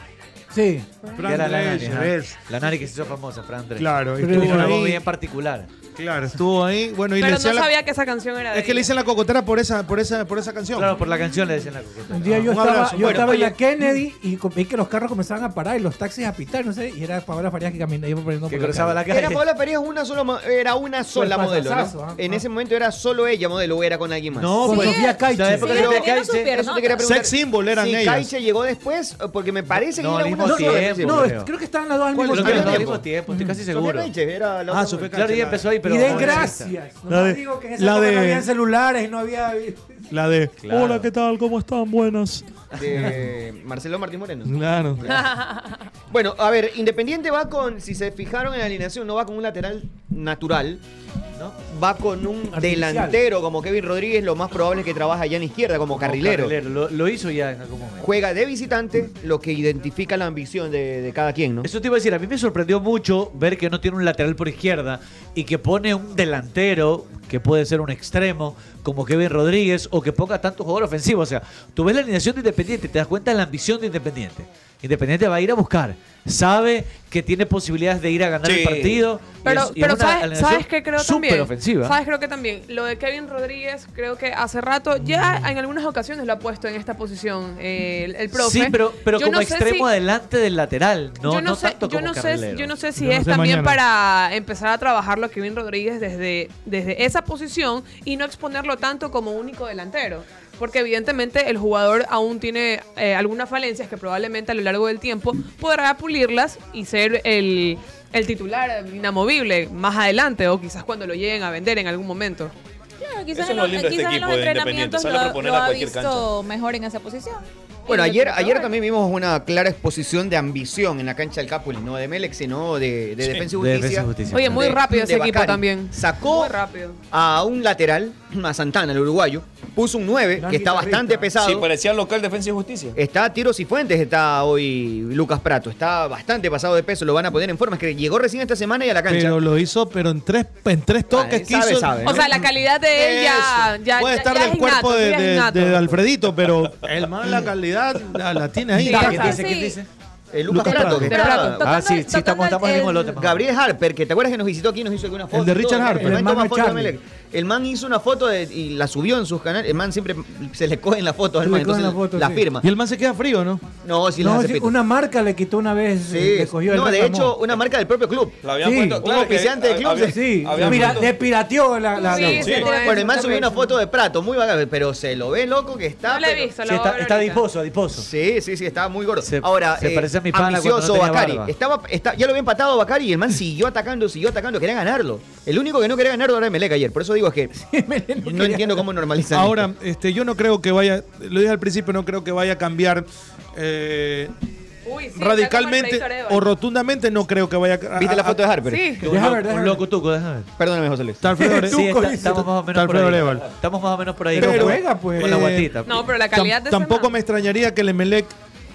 Sí. Fran Que era la Nani. Drescher, ajá. es. La Nani que se hizo famosa, Fran Drescher. Claro, Pero estuvo Tiene una ahí. voz bien particular. Claro, estuvo ahí. Bueno, y Pero le no decía la- sabía que esa canción era de Es que le ella. dicen la cocotera por esa, por esa, por esa canción. Claro, por la canción le decían la coqueta. Un día yo un estaba, abrazo. yo Bueno, estaba en oye. la Kennedy y co- vi que los carros comenzaban a parar y los taxis a pitar, no sé, y era Paola Farías que caminaba, iba poniendo Que cruzaba la Era calle. Paola Farías una sola, mo- era una sola modelo, pasasazo, ¿no? ah, En ah. ese momento era solo ella modelo o era con alguien más. No, Como pero- Sofía Caiche. ¿Sabes por qué Sí, Sofía pero- Caiche? Sofía- Eso te quería Piernotas. preguntar. Sex symbol eran si ellas. Caiche llegó después, porque me parece No, que al era mismo una sola. tiempo. Sí. No, creo. es- creo que estaban las dos al ¿Cuál mismo Creo Sofía que tiempo. no, al Caiche? mismo tiempo, estoy casi Sofía seguro. Caiche era la Ah, otra Sofía Claro, Caiche, ella la- empezó ahí, pero. Y de no, gracias. La No de- digo que en la esa época de- no habían celulares, no había... La de. Claro. Hola, ¿qué tal? ¿Cómo están? Buenas. de Marcelo Martín Moreno. Claro. Bueno, a ver, Independiente va con, si se fijaron en la alineación, no va con un lateral natural, ¿No? va con un Artificial. delantero como Kevin Rodríguez, lo más probable es que trabaja allá en izquierda como, Como carrilero. Lo, lo hizo ya en algún momento. Juega de visitante, lo que identifica la ambición de, de cada quien, ¿no? Eso te iba a decir, a mí me sorprendió mucho ver que no tiene un lateral por izquierda y que pone un delantero que puede ser un extremo como Kevin Rodríguez o que ponga tanto jugador ofensivo. O sea, tú ves la alineación de Independiente, te das cuenta de la ambición de Independiente. Independiente va a ir a buscar, sabe que tiene posibilidades de ir a ganar Sí. el partido. y Pero, es- y es pero una ¿sabes, alineación ¿sabes qué creo también? superofensiva. ¿Sabes creo que también? Lo de Kevin Rodríguez, creo que hace rato, ya en algunas ocasiones lo ha puesto en esta posición eh, el, el profe. Sí, pero, pero Yo como no sé extremo si- adelante del lateral, no, yo no, no sé, tanto yo como no sé, carrilero. yo no sé si Yo no es sé también mañana. para empezar a trabajarlo a Kevin Rodríguez desde, desde esa posición y no exponerlo tanto como único delantero. Porque evidentemente el jugador aún tiene eh, algunas falencias que probablemente a lo largo del tiempo podrá pulirlas y ser el, el titular inamovible más adelante o quizás cuando lo lleguen a vender en algún momento. Claro, Eso quizás es en lo los, lindo de este quizás en los equipo de Independiente, entrenamientos sale a lo, proponer lo a ha cualquier visto mejor en esa posición. Bueno, ayer, ayer también vimos una clara exposición de ambición en la cancha del Capuli, no de Melec, sino de, de Defensa de y Justicia. Defensa y Justicia. Oye, muy rápido ese equipo también. Sacó Muy rápido. a un lateral, a Santana, el uruguayo, puso un 9, que está bastante pesado. Sí, parecía local Defensa y Justicia. Está Tiros y Fuentes, está hoy Lucas Prato. Está bastante pasado de peso, lo van a poner en forma. Es que llegó recién esta semana y a la cancha. Pero lo hizo, pero en tres, en tres toques él que sabe, hizo. sabe, O sea, la calidad de él ya, ya, Puede ya- estar ya del es cuerpo innato, de, ya es de- innato. de Alfredito, pero el man la calidad la, la tiene ahí. Sí, Taca. ¿quién dice? ¿quién dice? El Eh, Lucas, Lucas Prato, Prato. que De está- Prato. Tocando- Ah, sí, sí, tocando estamos- estamos en el mismo lote, más o menos. Gabriel Harper, que te acuerdas que nos visitó aquí y nos hizo una foto. de Richard todo, Harper. El, El man man toma no foto de Charlie. Melec. El man hizo una foto de- y la subió en sus canales. El man siempre se le cogen las fotos al Se man, le cogen entonces las fotos, la sí. firma. Y el man se queda frío, ¿no? No, si las No, hace sí, pito. una marca le quitó una vez. eh, Sí. le cogió el No, de reclamó. hecho, una marca del propio club. La habían puesto, Un claro que oficiante del hab- club. había- Sí, habían mira, puesto- le pirateó la. la- la- Bueno, el man subió una foto de Prato, muy vaga, pero se lo ve loco que está. No lo he pero- visto, lo Sí, voy a está, ver está ahorita. adiposo, adiposo. Sí, sí, sí, estaba muy gordo. Ahora, se eh, parece a mi pana cuando no ambicioso tenía Bacari. barba. Estaba, está- ya lo había empatado Bacari y el man siguió atacando, siguió atacando, quería ganarlo. El único que no quería ganarlo era Melec ayer. Por eso digo es que no entiendo cómo normalizan. Ahora, este, yo no creo que vaya, lo dije al principio, no creo que vaya a cambiar eh, Uy, sí, radicalmente está como el predictor o Edward. rotundamente, no creo que vaya a... ¿Viste la foto de Harper? Sí. Un Deja lo- ver, deja un ver. loco tuco, déjame ver. Perdóname, José Luis. Está Alfredo Ore- sí, Tuco, está- dice. estamos más o menos Está por Alfredo ahí. Orevalo. Estamos más o menos por ahí. Pero con- juega, pues. Con la Eh, guatita. No, pero la calidad de ese Tampoco man. me extrañaría que el Emelec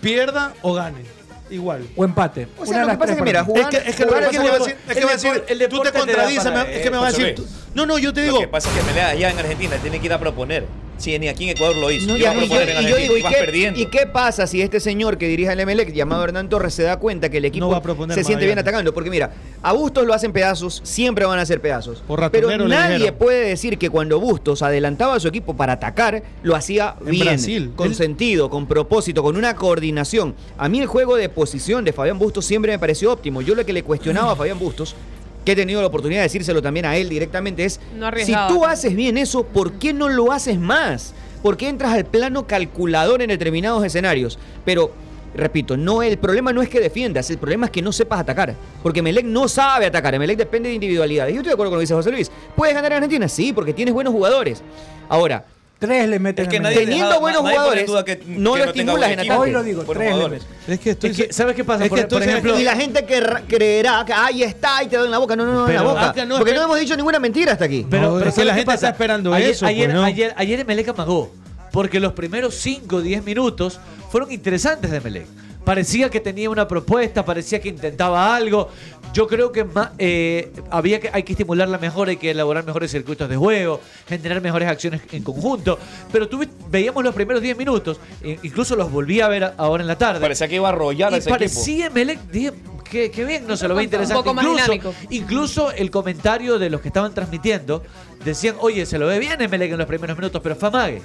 pierda o gane. Igual. O empate. O sea, lo que pasa es que, mira, Es jugar. que, es que lo que jugar pasa es que me va a decir, es que el va a decir, deporte- el tú te deporte te da contradices, para- me- es que me va a José decir, Luis. tú- no, no, yo te Lo digo, que pasa es que Melea allá en Argentina tiene que ir a proponer. Sí, ni aquí en Ecuador lo hizo. No, Iba ya, y, a yo, proponer en y yo Argentina digo, y ¿y vas qué, perdiendo. y qué pasa si este señor que dirige el Emelec, llamado Hernán Torres, se da cuenta que el equipo va a proponer se siente bien Magallanes. atacando? Porque mira, a Bustos lo hacen pedazos, siempre van a hacer pedazos. Por Pero ratonero le nadie dijeron. puede decir que cuando Bustos adelantaba a su equipo para atacar, lo hacía En bien, Brasil. con Él- sentido, con propósito, con una coordinación. A mí el juego de posición de Fabián Bustos siempre me pareció óptimo. Yo lo que le cuestionaba a Fabián Bustos, que he tenido la oportunidad de decírselo también a él directamente, es No si arriesgaba. tú haces bien eso, ¿por qué no lo haces más? ¿Por qué entras al plano calculador en determinados escenarios? Pero, repito, no, el problema no es que defiendas, el problema es que no sepas atacar. Porque Melec no sabe atacar, Melec depende de individualidades. Yo estoy de acuerdo con lo que dice José Luis. ¿Puedes ganar en Argentina? Sí, porque tienes buenos jugadores. Ahora, Tres le meten. Es que a nadie Melec. Teniendo deja- buenos nadie pone jugadores, en duda que- no que lo tenga estimulas buen en equipo. ataque. Hoy lo digo, Buenos tres le jugadores. meten. es que estoy Es que, ¿Sabes qué pasa? Es por, que por entonces- ejemplo, e-, y la gente que ra- creerá que ahí está y te doy en la boca. No, no, no, en la Pero- boca. ah, que no, porque espera. no hemos dicho ninguna mentira hasta aquí. No, es que ¿sabes la qué gente está esperando ayer, eso, Ayer, pues, ¿no? ayer, ayer Emelec amagó, porque los primeros 5 o 10 minutos fueron interesantes de Emelec. Parecía que tenía una propuesta, parecía que intentaba algo. Yo creo que ma- eh, había que, hay que estimularla mejor, hay que elaborar mejores circuitos de juego, generar mejores acciones en conjunto. Pero tú vi- veíamos los primeros 10 minutos, e- incluso los volví a ver a- ahora en la tarde. Parecía que iba a arrollar a Y ese equipo. parecía Emelec, dije, qué, qué bien, no se lo ve Un interesante. poco más incluso, dinámico. incluso el comentario de los que estaban transmitiendo decían, oye, se lo ve bien Emelec en los primeros minutos, pero fue amague.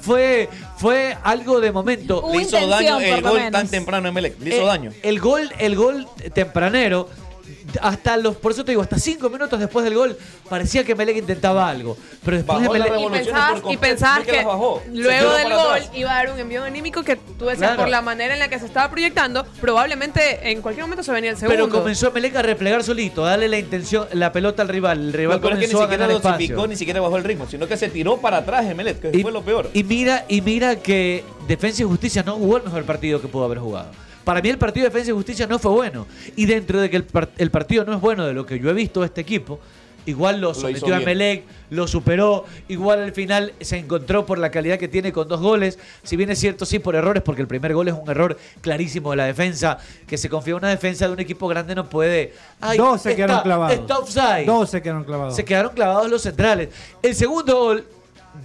Fue, fue algo de momento. Hubo Le hizo daño intención, por el lo gol menos. tan temprano en Melec. Le hizo Eh, daño. El gol, el gol tempranero, hasta los, por eso te digo, hasta cinco minutos después del gol, parecía que Melec intentaba algo. Pero después Bajó la Emelec- Y revolución. pensabas, por y completo, pensabas no es que, que las bajó, se luego tiró del para gol atrás. iba a dar un envío anímico que tú decías Claro. por la manera en la que se estaba proyectando, probablemente en cualquier momento se venía el segundo. Pero comenzó Emelec a replegar solito, a darle la intención, la pelota al rival. El rival Lo peor es que ni comenzó a siquiera ganar espacio. dosificó, ni siquiera bajó el ritmo, sino que se tiró para atrás Emelec, que fue lo peor. Y mira, y mira que Defensa y Justicia no jugó el mejor partido que pudo haber jugado. Para mí el partido de Defensa y Justicia no fue bueno. Y dentro de que el, par- el partido no es bueno de lo que yo he visto de este equipo, igual lo sometió hizo a bien. Melec, lo superó, igual al final se encontró por la calidad que tiene con dos goles. Si bien es cierto, sí, por errores, porque el primer gol es un error clarísimo de la defensa, que se confía en una defensa de un equipo grande no puede... Ay, Dos se está- quedaron clavados. Está offside. Dos se quedaron clavados. Se quedaron clavados los centrales. El segundo gol,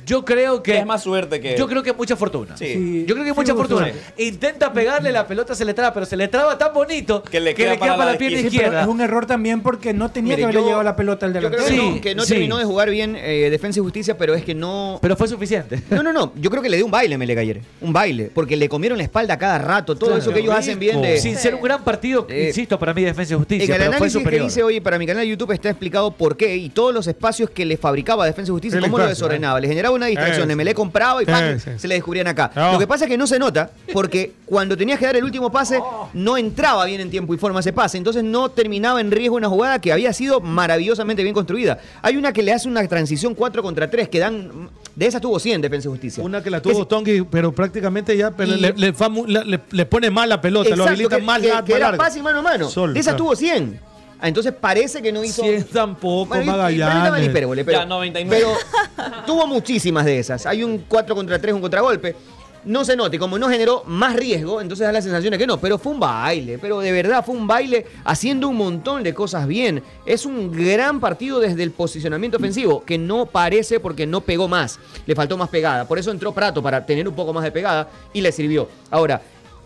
yo creo que. Es más suerte que. Yo creo que mucha fortuna. Sí. Sí, Yo creo que sí mucha hubo fortuna. suerte. Intenta pegarle, la pelota se le traba, pero se le traba tan bonito que le queda, para, la pierna Sí, pero izquierda. es un error también porque no tenía Mire, que haberle yo- llegado la pelota al Yo creo delantero. que Sí, no, que no sí. terminó de jugar bien eh, Defensa y Justicia, pero es que no. Pero fue suficiente. No, no, no. Yo creo que le dio un baile a Melec ayer. Un baile. Porque le comieron la espalda a cada rato. Todo Claro. eso que ellos hacen bien de. Sin ser un gran partido, Eh, insisto, para mí Defensa y En Justicia, el pero fue análisis que superior. hice hoy para mi canal de YouTube está explicado por qué y todos los espacios que le fabricaba Defensa y Justicia, El cómo lo espacio, eh. desordenaba. Le generaba una distracción, Ese. Emelec compraba y ¡pam! Ese. se le descubrían acá. No. Lo que pasa es que no se nota porque cuando tenías que dar el último pase Oh. no entraba bien en tiempo y forma ese pase. Entonces no terminaba en riesgo una jugada que había sido maravillosamente bien construida. Hay una que le hace una transición 4 contra 3 que dan De esas tuvo 100 Defensa y Justicia. Una que la tuvo Tongi, pero prácticamente ya pero le, le fa mu- la- le- le pone mal la pelota, lo habilita que, más que- la que era fácil mano a mano. Solo, de esas claro. tuvo 100. Ah, entonces parece que no hizo. 100 tampoco, Pero, estaba en Magallanes. hipérbole, pero- Ya, 99. pero tuvo muchísimas de esas. Hay un 4 contra 3, un contragolpe. No se nota, y como no generó más riesgo, entonces da la sensación de que no, pero fue un baile, pero de verdad fue un baile haciendo un montón de cosas bien. Es un gran partido desde el posicionamiento ofensivo, que no parece porque no pegó más, le faltó más pegada. Por eso entró Prato para tener un poco más de pegada y le sirvió. Ahora,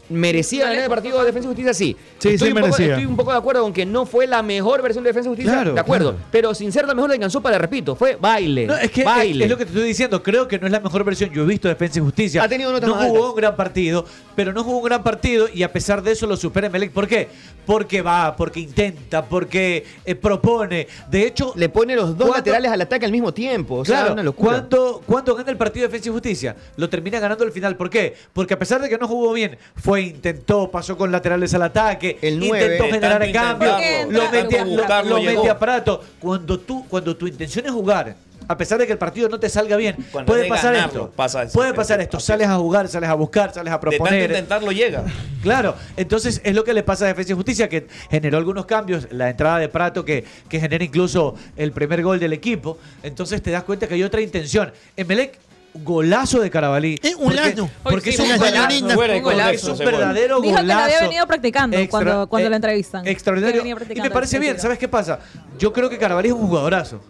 ¿merecía ganar el partido de Defensa y Justicia? Sí. Sí, estoy sí un poco- merecía. estoy un poco de acuerdo con que no fue la mejor versión de Defensa y Justicia. Claro, de acuerdo. claro. Pero sin ser la mejor le alcanzó para, repito, fue baile. No, es que baile. Es, es lo que te estoy diciendo. Creo que no es la mejor versión. Yo he visto Defensa y Justicia. Ha tenido notas No más jugó altas. un gran partido, pero no jugó un gran partido y a pesar de eso lo supera Melec. ¿Por qué? Porque va, porque intenta, porque eh, propone. De hecho, le pone los dos laterales al ataque al mismo tiempo. O sea, claro, una locura. ¿cuánto, cuánto gana el partido de Defensa y Justicia? Lo termina ganando al final. ¿Por qué? Porque a pesar de que no jugó bien, fue, intentó, pasó con laterales al ataque, nueve. intentó De generar tanto en cambio, intentarlo, lo de tanto metía, lo, buscarlo, lo llegó. metía aparato. Cuando, tú, cuando tu intención es jugar, a pesar de que el partido no te salga bien, Cuando es puede de pasar ganarlo, esto. pasa eso. puede pasar esto. Sales a jugar, sales a buscar, sales a De proponer. tanto intentarlo llega. Claro, entonces es lo que le pasa a Defensa y Justicia, que generó algunos cambios, la entrada de Prato que, que genera incluso el primer gol del equipo, entonces te das cuenta que hay otra intención. Emelec, golazo de Carabalí. un golazo. Porque es Hoy sí, un una golazo, gallonina. Fuera de un golazo, contexto es ese un gol. verdadero Dijo que lo había golazo. venido practicando Extra- cuando, cuando eh, la entrevistan. Que Extraordinario. venía Y practicando me parece el bien, tiro. ¿sabes qué pasa? Yo creo que Carabalí es un jugadorazo.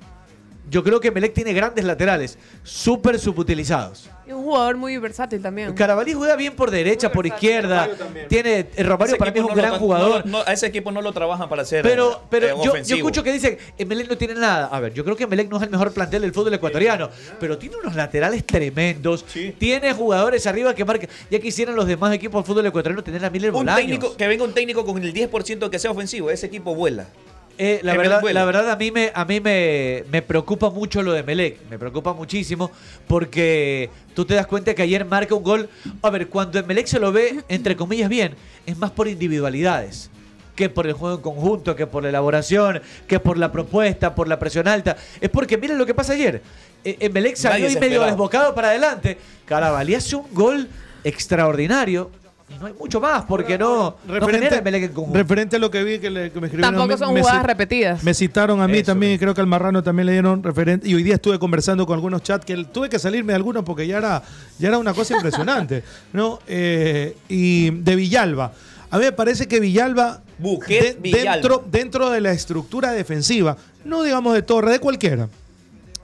Yo creo que Emelec tiene grandes laterales, súper subutilizados. Es un jugador muy versátil también. Carabalí juega bien por derecha, por izquierda. Tiene el eh, Romario Ese para mí es equipo un no gran lo- jugador. no- no- a ese equipo no lo trabajan para ser Pero, eh, pero yo, yo ofensivo. escucho que dicen, Emelec no tiene nada. A ver, yo creo que Emelec no es el mejor plantel del fútbol ecuatoriano, pero tiene unos laterales tremendos, tiene jugadores arriba que marcan. Ya quisieran los demás equipos del fútbol ecuatoriano tener a Miller Un Bolaños. técnico, que venga un técnico con el 10% que sea ofensivo, ese equipo vuela. Eh, la, Emelec verdad, vuela. la verdad a mí, me, a mí me, me preocupa mucho lo de Melec, me preocupa muchísimo porque tú te das cuenta que ayer marca un gol. A ver, cuando Melec se lo ve, entre comillas, bien, es más por individualidades que por el juego en conjunto, que por la elaboración, que por la propuesta, por la presión alta. Es porque miren lo que pasa ayer. Eh, eh, Melec salió Nadie y se medio esperaba. desbocado para adelante. Carabalí hace un gol extraordinario. Y no hay mucho más porque no, no genera el Melec en conjunto. Referente a lo que vi que, le- que me escribieron. Tampoco a mí, son me jugadas ci- repetidas. Me citaron a mí también, y creo que al Marrano también le dieron referente. Y hoy día estuve conversando con algunos chats que el- tuve que salirme de algunos porque ya era, ya era una cosa impresionante. ¿no? Eh, y de Villalba. A mí me parece que Villalba, Busquets, Villalba. Dentro, dentro de la estructura defensiva, no digamos de torre, de cualquiera,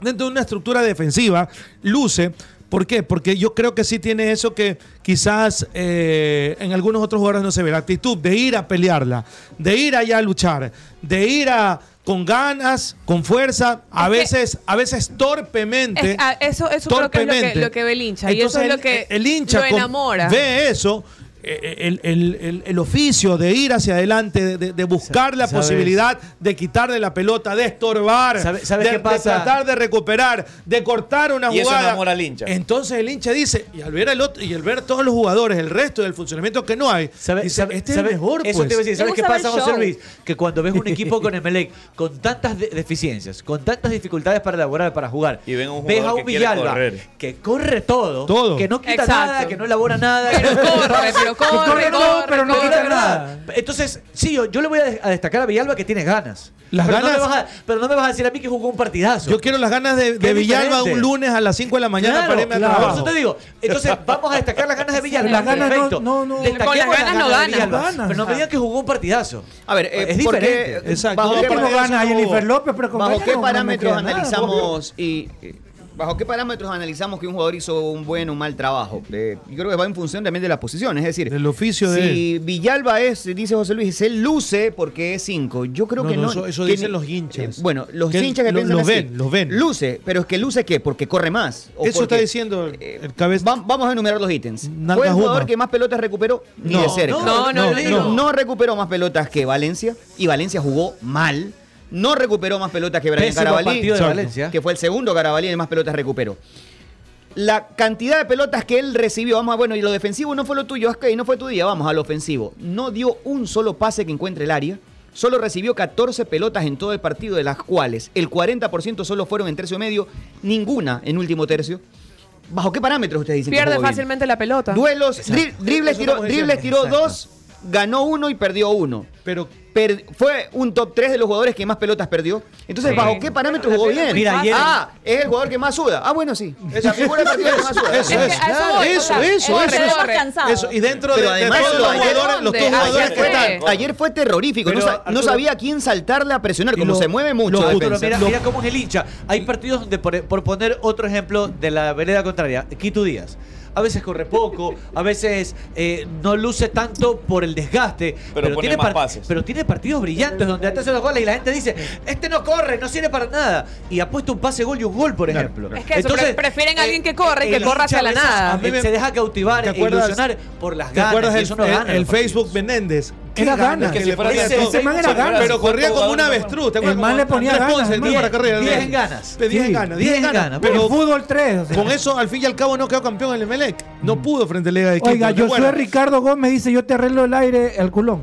dentro de una estructura defensiva, luce. ¿Por qué? Porque yo creo que sí tiene eso que quizás eh, en algunos otros jugadores no se ve. La actitud de ir a pelearla, de ir allá a luchar, de ir a con ganas, con fuerza, a veces, a veces torpemente. Es- ah, eso- eso creo que es lo que- torpemente. lo que ve el hincha, y eso es lo que el hincha lo con- enamora. Ve eso. eh, El, el- el- el oficio de ir hacia adelante, de- de, de buscar la ¿Sabes? posibilidad de quitarle la pelota, de estorbar, ¿Sabe- sabes de, qué de pasa? tratar de recuperar, de cortar una Y eso jugada. enamora al hincha. Entonces el hincha dice, y al ver al otro, y al ver todos los jugadores, el resto del funcionamiento que no hay, dice, este es el ¿Sabe- mejor. Eso pues". te iba a decir. ¿Sabes qué pasa, José Luis? Luis? Que cuando ves un equipo con Emelec con tantas de- deficiencias, con tantas dificultades para elaborar, para jugar, Y ven a un ves jugador a un que quiere Villalba correr. que corre todo, que no quita Exacto. nada, que no elabora nada, que no corre, pero corre, corre, todo, pero no corre. quita nada. Entonces, sí, yo, yo le voy a, de- a destacar a Villalba que tiene ganas. Las pero No ganas- me vas a, pero no me vas a decir a mí que jugó un partidazo. Yo quiero las ganas de, de Qué Villalba diferente. un lunes a las 5 de la mañana Claro, para irme a claro. trabajar. Por eso te digo. Entonces, vamos a destacar las ganas de Villalba. Las ganas no- Perfecto. no, no. Destaquemos Con las las ganas no de ganas. Villalba. Ganas. Pero no me digan que jugó un partidazo. A ver, eh, es ¿por qué- diferente. Exacto. ¿Bajo qué partidazo hubo? ¿Bajo qué parámetros nada, analizamos y eh, bajo qué parámetros analizamos que un jugador hizo un buen o un mal trabajo? Eh, yo creo que va en función también de la posición, es decir, del oficio de Si Villalba es, dice José Luis, él luce porque es 5. Yo creo No, que no, no. eso- eso que dicen ni- los hinchas. eh, bueno, los Que hinchas que lo- piensan lo así. ven, lo ven. Luce, pero es que luce qué? Porque corre más. o Eso porque- está diciendo el- el cabeza. Vam- Vamos a enumerar los ítems. ¿Fue el Juma. jugador que más pelotas recuperó? Ni No, de cerca. no, No, no, no, no. no. No recuperó más pelotas que Valencia. Y Valencia jugó mal. No recuperó más pelotas que Brian Pésimo Carabalí. partido de Valencia. Que fue el segundo Carabalí en más pelotas recuperó. La cantidad de pelotas que él recibió, vamos a, bueno, y lo defensivo no fue lo tuyo, y no fue tu día, vamos al ofensivo. No dio un solo pase que encuentre el área. Solo recibió 14 pelotas en todo el partido, de las cuales el 40% solo fueron en tercio medio, ninguna en último tercio. ¿Bajo qué parámetros ustedes dicen? que Pierde jugó bien? fácilmente la pelota. Duelos, dri- dribles Eso tiró, estamos dribles diciendo. tiró dos, ganó uno y perdió uno. Pero fue un top 3 de los jugadores que más pelotas perdió. Entonces, Sí. ¿bajo qué parámetros jugó bien? Mira, ayer- Ah, es el jugador que más suda. Ah, bueno, sí. La figura del partido que más suda. Eso, eso, eso, eso, eso, eso, eso. Y dentro de, Pero de además, todos lo los ayer- jugadores, los dos ayer jugadores que fue, están. ayer fue terrorífico. Pero, no, sa- no Arturo- sabía a quién saltarle a presionar. Como lo- se mueve mucho. lo la justo, defensa. mira, Lo- mira cómo es el hincha. Hay partidos donde, por, por poner otro ejemplo de la vereda contraria, Quito Díaz. A veces corre poco, a veces eh, no luce tanto por el desgaste, pero, pone tiene más par- pero tiene partidos brillantes donde antes hace los goles y la gente dice, este no corre, no sirve para nada. Y ha puesto un pase gol y un gol, por ejemplo. Es que eso, pre- prefieren a alguien que corre y que el corra hacia la hincha a veces nada. a mí me- se deja cautivar ¿Te e acuerdas- ilusionar por las ¿Te ganas. acuerdas y el, eso no el- gana el los partidos. Facebook Menéndez? ¿Qué Era ganas, Que que le le ponía ponía todo. ese man era Pero ganas. Pero corría ¿Cuánto como un ganaba? avestruz. ¿te El acuerdas? man le Como ponía Andrés ganas, Ponce, man. diez para carrera. Diez diez. en ganas. Te- diez Sí, en ganas. diez diez en en ganas. ganas. Pero El fútbol 3. Con eso, al fin y al cabo, no quedó campeón el Emelec. No Mm. pudo frente a Liga de Quito. Oiga, ¿te yo soy acuerdas? Ricardo Gómez, dice yo te arreglo el aire al culón.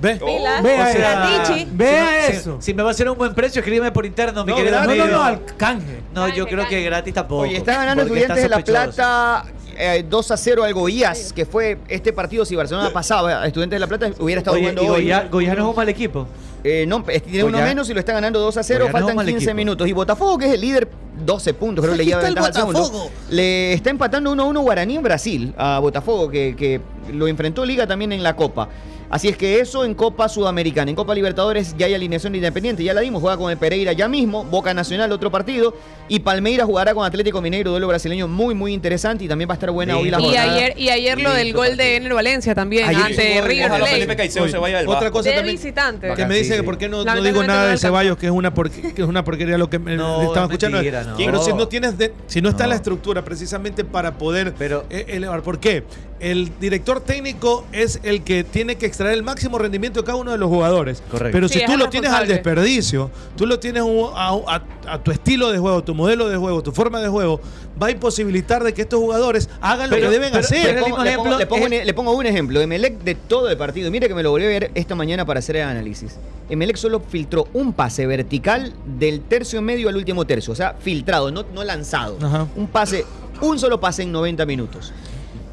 Ve. Pilas. Vea O sea, eso. si me- Vea si- eso. Si, me va a hacer un buen precio, escríbeme por interno, mi No, querido gratis. amigo. No, no, no, al canje. No, yo creo que gratis tampoco. Oye, está ganando porque está Estudiantes de La sospechoso. Plata eh, 2 a 0 al Goiás, que fue este partido. Si Barcelona pasaba a Estudiantes de La Plata, hubiera estado Oye, jugando y hoy. Goya- Goya no es un mal equipo. Eh, no, es- tiene uno Goya- menos y lo está ganando 2 a 0. Goya no es faltan mal 15 equipo. minutos. Y Botafogo, que es el líder, 12 puntos. Creo que le Aquí lleva está el ventaja al segundo. Botafogo. Le está empatando 1 a 1 Guaraní en Brasil a Botafogo, que, que lo enfrentó Liga también en la Copa. Así es que eso en Copa Sudamericana. En Copa Libertadores ya hay alineación de independiente, ya la dimos. Juega con el Pereira ya mismo, Boca Nacional otro partido. Y Palmeiras jugará con Atlético Mineiro, duelo brasileño muy, muy interesante. Y también va a estar buena hoy la Y jornada. ayer, y ayer lo del gol de Ener Valencia también, Ayer ante hizo gol, River ojalá Plate. Felipe Caicedo Oye, se vaya del Otra Vasco. cosa de también. visitante. Que me dice que por qué no, no digo Lamentablemente nada no de alcanzó. Ceballos, que es una, porque- que es una porquería lo que me No, Eh, estaba es escuchando. mentira, no. Pero si no, No. tienes de- si no está No. la estructura precisamente para poder eh, elevar. ¿Por qué? El director técnico es el que tiene que extraer el máximo rendimiento de cada uno de los jugadores. Correcto. Pero Sí, si es tú el lo tienes al responsable. desperdicio, tú lo tienes un- a, a- a tu estilo de juego, tu modelo de juego, tu forma de juego, va a imposibilitar de que estos jugadores hagan lo que deben hacer. Le pongo, le pongo- le pongo un, e-, le pongo un ejemplo. Emelec de todo el partido. Mire que me lo volví a ver esta mañana para hacer el análisis. Emelec solo filtró un pase vertical del tercio medio al último tercio. O sea, filtrado, no, no lanzado. Un pase, un solo pase en 90 minutos.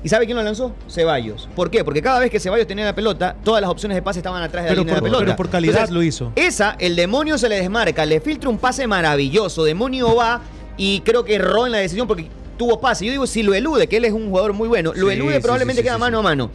¿Y sabe quién lo lanzó? Ceballos. ¿Por qué? Porque cada vez que Ceballos tenía la pelota, todas las opciones de pase estaban atrás de la Pero línea por- de la pelota. pero por calidad Entonces, lo hizo. esa, el demonio se le desmarca, le filtra un pase maravilloso. Demonio va y creo que erró en la decisión porque tuvo pase. Yo digo, si lo elude, que él es un jugador muy bueno, lo Sí, elude sí, probablemente sí, sí, queda sí, mano a mano.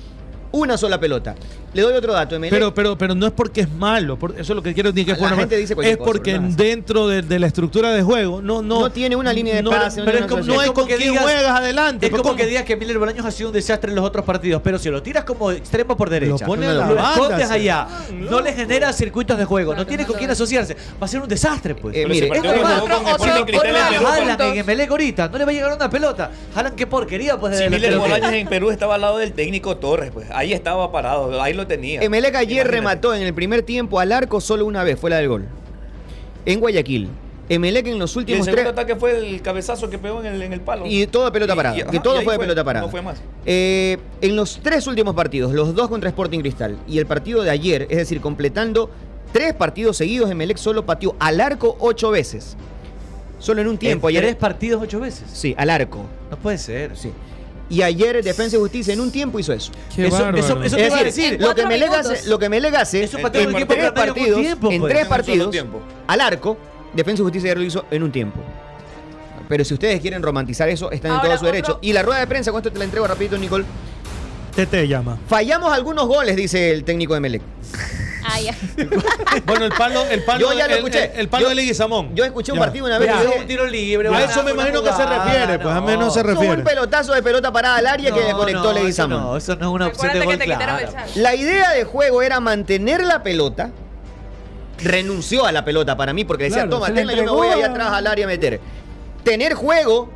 Una sola pelota. Le doy otro dato, Emelec. Pero, pero, pero no es porque es malo, por- eso es lo que quiero decir que es La bueno, gente dice cualquier Es cosa, porque ¿verdad? dentro de, de la estructura de juego no, no, No tiene una línea de pase, no pero tiene es como- una no cosa. hay Es como con que quién digas- juegas adelante. Es pero como ¿cómo? que digas que Miller Bolaños ha sido un desastre en los otros partidos, pero si lo tiras como extremo por derecha, pone a la banda, escondes sí. allá, no le genera circuitos de juego, no tiene con quién asociarse, va a ser un desastre, pues. Eh, mire, es Pero si como partió otro, con- con otro, Sporting Cristal en Perú, Jalan ¿cuántos? en Emelec ahorita, no le va a llegar una pelota. Jalan qué porquería, pues. Si desde Miller la- Bolaños en Perú estaba al lado del técnico Torres, pues ahí estaba parado, ahí lo tenía. Emelec ayer Imagínate. remató en el primer tiempo al arco solo una vez, fue la del gol. En Guayaquil. Emelec en los Y el últimos segundo tres. ataque fue el cabezazo que pegó en el, en el palo. Y toda pelota Y- parada. y- ajá, que y todo ahí fue de pelota parada. No fue más. Eh, en los tres últimos partidos, los dos contra Sporting Cristal y el partido de ayer, es decir, completando tres partidos seguidos, Emelec solo pateó al arco ocho veces. Solo en un tiempo. En ayer tres partidos ocho veces. Sí, al arco. No puede ser. Sí. Y ayer Defensa y Justicia en un tiempo hizo eso. Qué Eso- bárbaro. eso- eso te iba a decir. En Lo que cuatro Emelec hace, minutos. lo que Emelec hace Eso pateó en un equipo tres promedio en un partidos, tiempo, en pues. tres En un solo partidos tiempo. al arco, Defensa y Justicia ayer lo hizo en un tiempo. Pero si ustedes quieren romantizar eso, están en Ahora, todo su otro- derecho. Y la rueda de prensa, con esto te la entrego rapidito, Nicole. Tete llama. Fallamos algunos goles, dice el técnico de Melec. Bueno, el palo, el palo, Yo ya lo el- escuché. El, el palo Yo- de Leguizamón. Yo escuché un partido una vez Ya. que dije- A eso me imagino que se refiere, pues a mí no se Fue refiere. un pelotazo de pelota parada al área que le conectó no, Leguizamón. eso No, eso no es una opción de gol clara. La idea de juego era mantener la pelota. Renunció a la pelota para mí porque decía, Claro, toma, se la tenla, yo me entregó voy allá a- atrás al área a meter. Tener juego,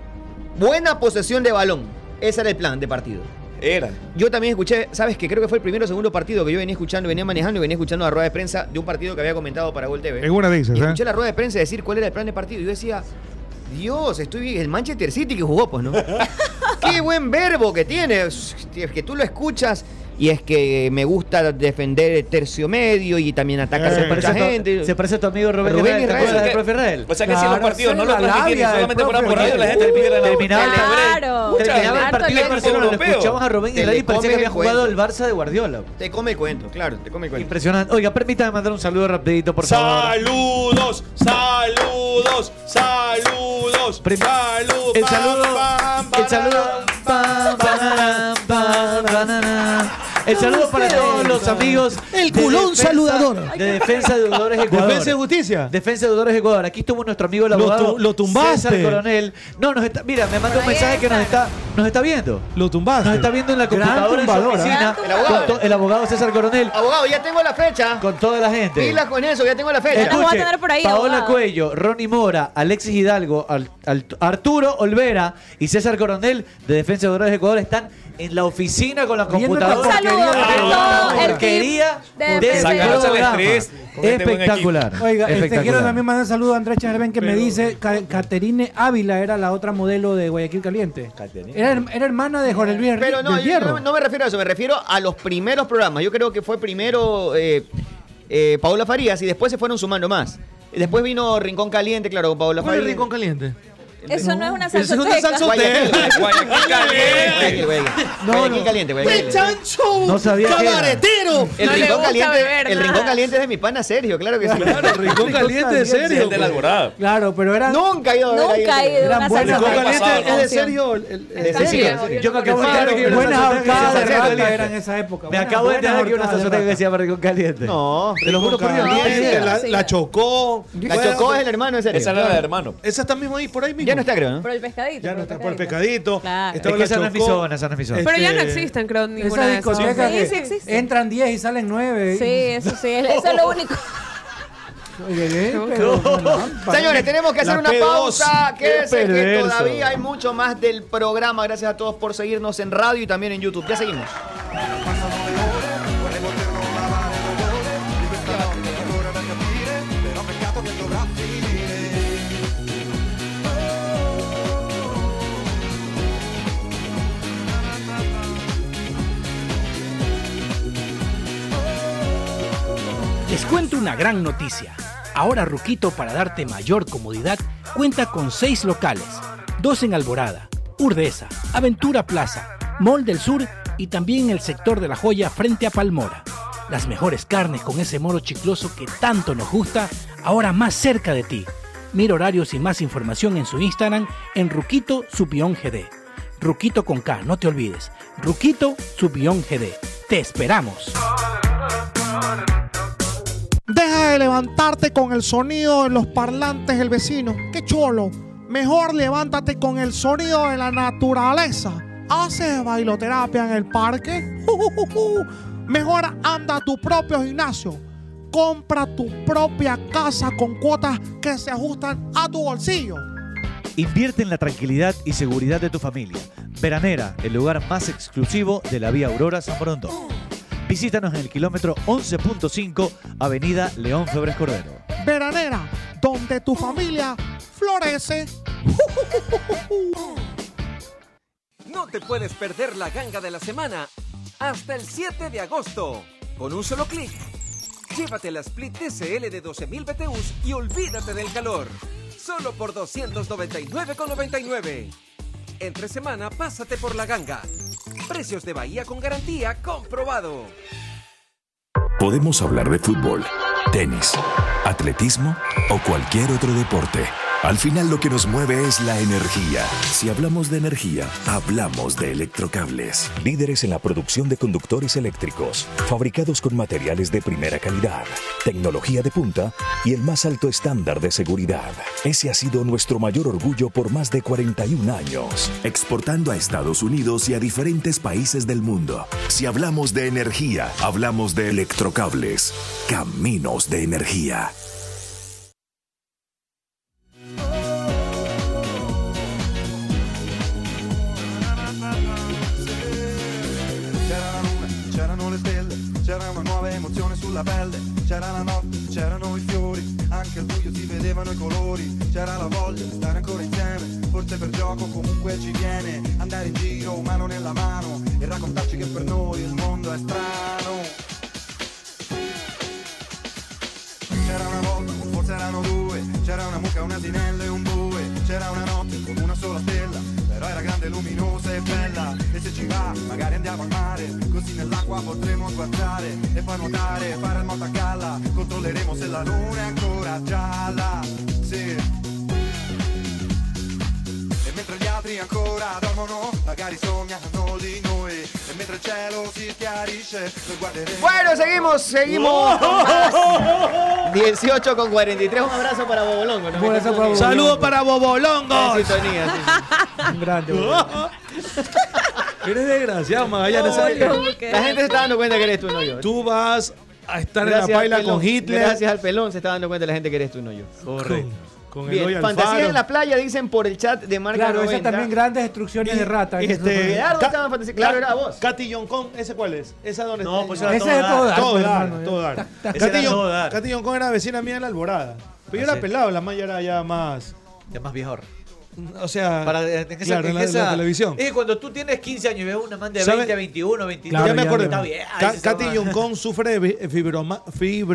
buena posesión de balón. Ese era el plan de partido. Era. Yo también escuché, ¿sabes qué? Creo que fue el primero o segundo partido que yo venía escuchando, venía manejando y venía escuchando la rueda de prensa de un partido que había comentado para Gol TV. En una de esas, Y ¿eh? escuché la rueda de prensa decir cuál era el plan de partido. Y yo decía, Dios, estoy bien. El Manchester City que jugó, pues, ¿no? Qué buen verbo que tiene. Es Que tú lo escuchas. Y es que me gusta defender el tercio medio y también Eh. atacas a mucha gente. Se parece a tu amigo Rubén, Rubén Israel, ¿te Israel. acuerdas del profe Israel? O sea que si los partidos no lo transmitieran y solamente fueran por radio, la gente pidiera la Terminaba, Claro. terminaba el partido del Barcelona, lo escuchábamos a Rubén Te Israel y le parecía que comes había el jugado el cuento. Barça de Guardiola. Te come el cuento, claro, te come el cuento. Impresionante. Oiga, permítame mandar un saludo rapidito, por favor. Saludos, saludos, saludos. Saludos. El saludo, el saludo, pam, banana, pam, banana. el saludo para todos los amigos. El de culón defensa- saludador. De Defensa de Deudores Ecuador. Defensa de Justicia. Defensa de Deudores Ecuador. Aquí estuvo nuestro amigo el Lo abogado. tu- lo tumbaste. César Coronel. No, nos está, mira, me manda un mensaje que nos está, nos está viendo. Lo tumbaste. Nos está viendo en la Gran computadora en su tumbador, ¿eh? oficina. Gran tumbador. con to- El abogado César Coronel. Abogado, ya tengo la fecha. Con toda la gente. Pilas con eso, ya tengo la fecha. Escuche, Paola Cuello, Ronnie Mora, Alexis Hidalgo, Al- Al- Arturo Olvera y César Coronel de Defensa de Honduras de Ecuador están en la oficina con la computadora. Un saludo a todo el porquería equipo del de programa. Sacarse el estrés con este buen Espectacular. equipo. Oiga, este, quiero Espectacular. también mandar un saludo a Andrés Chanerben que me dice Ca- Caterine Ávila era la otra modelo de Guayaquil Caliente. Era, her- era hermana de Jorge Luis Pero no, yo no, no me refiero a eso, me refiero a los primeros programas. Yo creo que fue primero eh, eh, Paola Farías y después se fueron sumando más. Y Después vino Rincón Caliente, claro, con Paola ¿Cuál es Farías. el rincón caliente? Eso no es una Eso es una salsoteca. salsoteca. Guayaquil. Guayaquil Guayaquil, Guayaquil. Guayaquil Caliente, Guayaquil Caliente. chancho! No sabía que era. ¡Cabaretero! El, No le rincón gusta caliente, beber el nada. rincón caliente es de mi pana Sergio, claro que sí. Claro, rincón caliente de serio. El de la alborada. Claro, pero era. Nunca he ido a ver ahí. Nunca he ido a Eran una buenas salsa de buenas- pasado, ¿no? ¿Es de serio? El- el- el- Es de serio. Sí, Yo me acabo de Buenas- enterar que era una Buenas salsoteca ahorcadas de que se hacía rata caliente. eran en esa época. Me Buenas- acabo de enterar buenas que era ahorcadas una de salsoteca que rata. se llama Rincón Caliente. No. Te lo juro por Dios. la, la chocó. La pues, chocó es el hermano de Sergio. Esa era la del hermano. Esa está mismo ahí, por ahí mismo. Ya no está, creo, ¿no? Por el pescadito. Ya no está por el pecadito. Claro. Estaba Es que la esa no es mi Chocó. zona, esa no es mi zona. Pero ya no Este- existen, creo, ninguna Esa de esas. discoteca Sí, que sí existe. entran 10 y salen 9. Sí, eso sí, es- eso es lo único. Señores, tenemos que hacer La una P2, pausa. qué Quédense que perverso. todavía hay mucho más del programa. Gracias a todos por seguirnos en radio y también en YouTube. Ya seguimos. Les cuento una gran noticia. Ahora Ruquito, para darte mayor comodidad, cuenta con seis locales: dos en Alborada, Urdesa, Aventura Plaza, Mall del Sur y también en el sector de la joya frente a Palmora. Las mejores carnes con ese moro chicloso que tanto nos gusta, ahora más cerca de ti. Mira horarios y más información en su Instagram en Ruquito Supión GD. Ruquito con K, no te olvides. Ruquito Supión GD. Te esperamos. Deja de levantarte con el sonido de los parlantes del vecino. ¡Qué cholo! Mejor levántate con el sonido de la naturaleza. ¿Haces bailoterapia en el parque? ¡Jujujuju! Mejor anda a tu propio gimnasio. Compra tu propia casa con cuotas que se ajustan a tu bolsillo. Invierte en la tranquilidad y seguridad de tu familia. Veranera, el lugar más exclusivo de la vía Aurora San Borondón. Visítanos en el kilómetro 11.5, Avenida León Febres Cordero. Veranera, donde tu familia florece. No te puedes perder la ganga de la semana hasta el 7 de agosto. Con un solo clic, llévate la Split TCL de 12.000 BTUs y olvídate del calor. Solo por 299,99. Entre semana, pásate por la ganga. Precios de Bahía con garantía comprobado. Podemos hablar de fútbol, tenis, atletismo o cualquier otro deporte. Al final lo que nos mueve es la energía. Si hablamos de energía, hablamos de electrocables. Líderes en la producción de conductores eléctricos, fabricados con materiales de primera calidad, tecnología de punta y el más alto estándar de seguridad. Ese ha sido nuestro mayor orgullo por más de 41 años, exportando a Estados Unidos y a diferentes países del mundo. Si hablamos de energía, hablamos de electrocables, caminos de energía. C'era la luna, c'erano le stelle, c'era una nuova emozione sulla pelle, c'era la notte, c'erano i fiori, anche anche al buio si vedevano i colori C'era la voglia di stare ancora insieme Forse per gioco comunque ci viene Andare in giro mano nella mano E raccontarci che per noi il mondo è strano C'era una volta, forse erano due C'era una mucca, un asinello e un bue C'era una notte con una sola stella Però era grande, luminosa e bella E se ci va, magari andiamo al mare Così nell'acqua potremo guardare E poi nuotare, fare il moto a galla Controlleremo se la luna è ancora gialla Sì e mentre gli altri ancora dormono, magari sognano di noi. E mentre il cielo si chiarisce, lo guarderemo. Bueno, seguimos, Oh. seguimos. Oh. con más. 18 con 43. Un abrazo para Bobolongo. ¿no? Saludos para Está Bobolongo. en sintonía, sí, Eres desgraciado, Magallanes. ¿sabes qué? La gente se está dando cuenta que eres tú, no yo. Tú vas a estar en Gracias la al baila pelón. con Hitler. Gracias al pelón se está dando cuenta la gente que eres tú, no yo. Correcto. Con Bien, Eloy Alfaro. fantasía en la playa, dicen por el chat de Marca Claro, esa 90. también grandes destrucciones de rata. Y este, Gerardo Ca- estaba en fantasía. Claro, Ca- era vos. Katy Yoncon, ¿ese cuál es? ¿Esa dónde No, pues era Ese todo es dar. todo dar, Todo pues, dar, hermano, todo dar. tac. Katy Ese era Yon- todo dar. Katy Yoncon era vecina mía en la alborada. Pero yo Ah, era sí. pelado, la maya era ya más. Ya más viejor. O sea, Para, en esa, claro, en en la, en la esa- Eh, televisión. Es que cuando tú tienes 15 años y ves una man de ¿Sabe? 20, 21, 22, ya me acordé. Está bien. Ca- esa Katy man. Yoncon sufre de vi- eh, fibroma-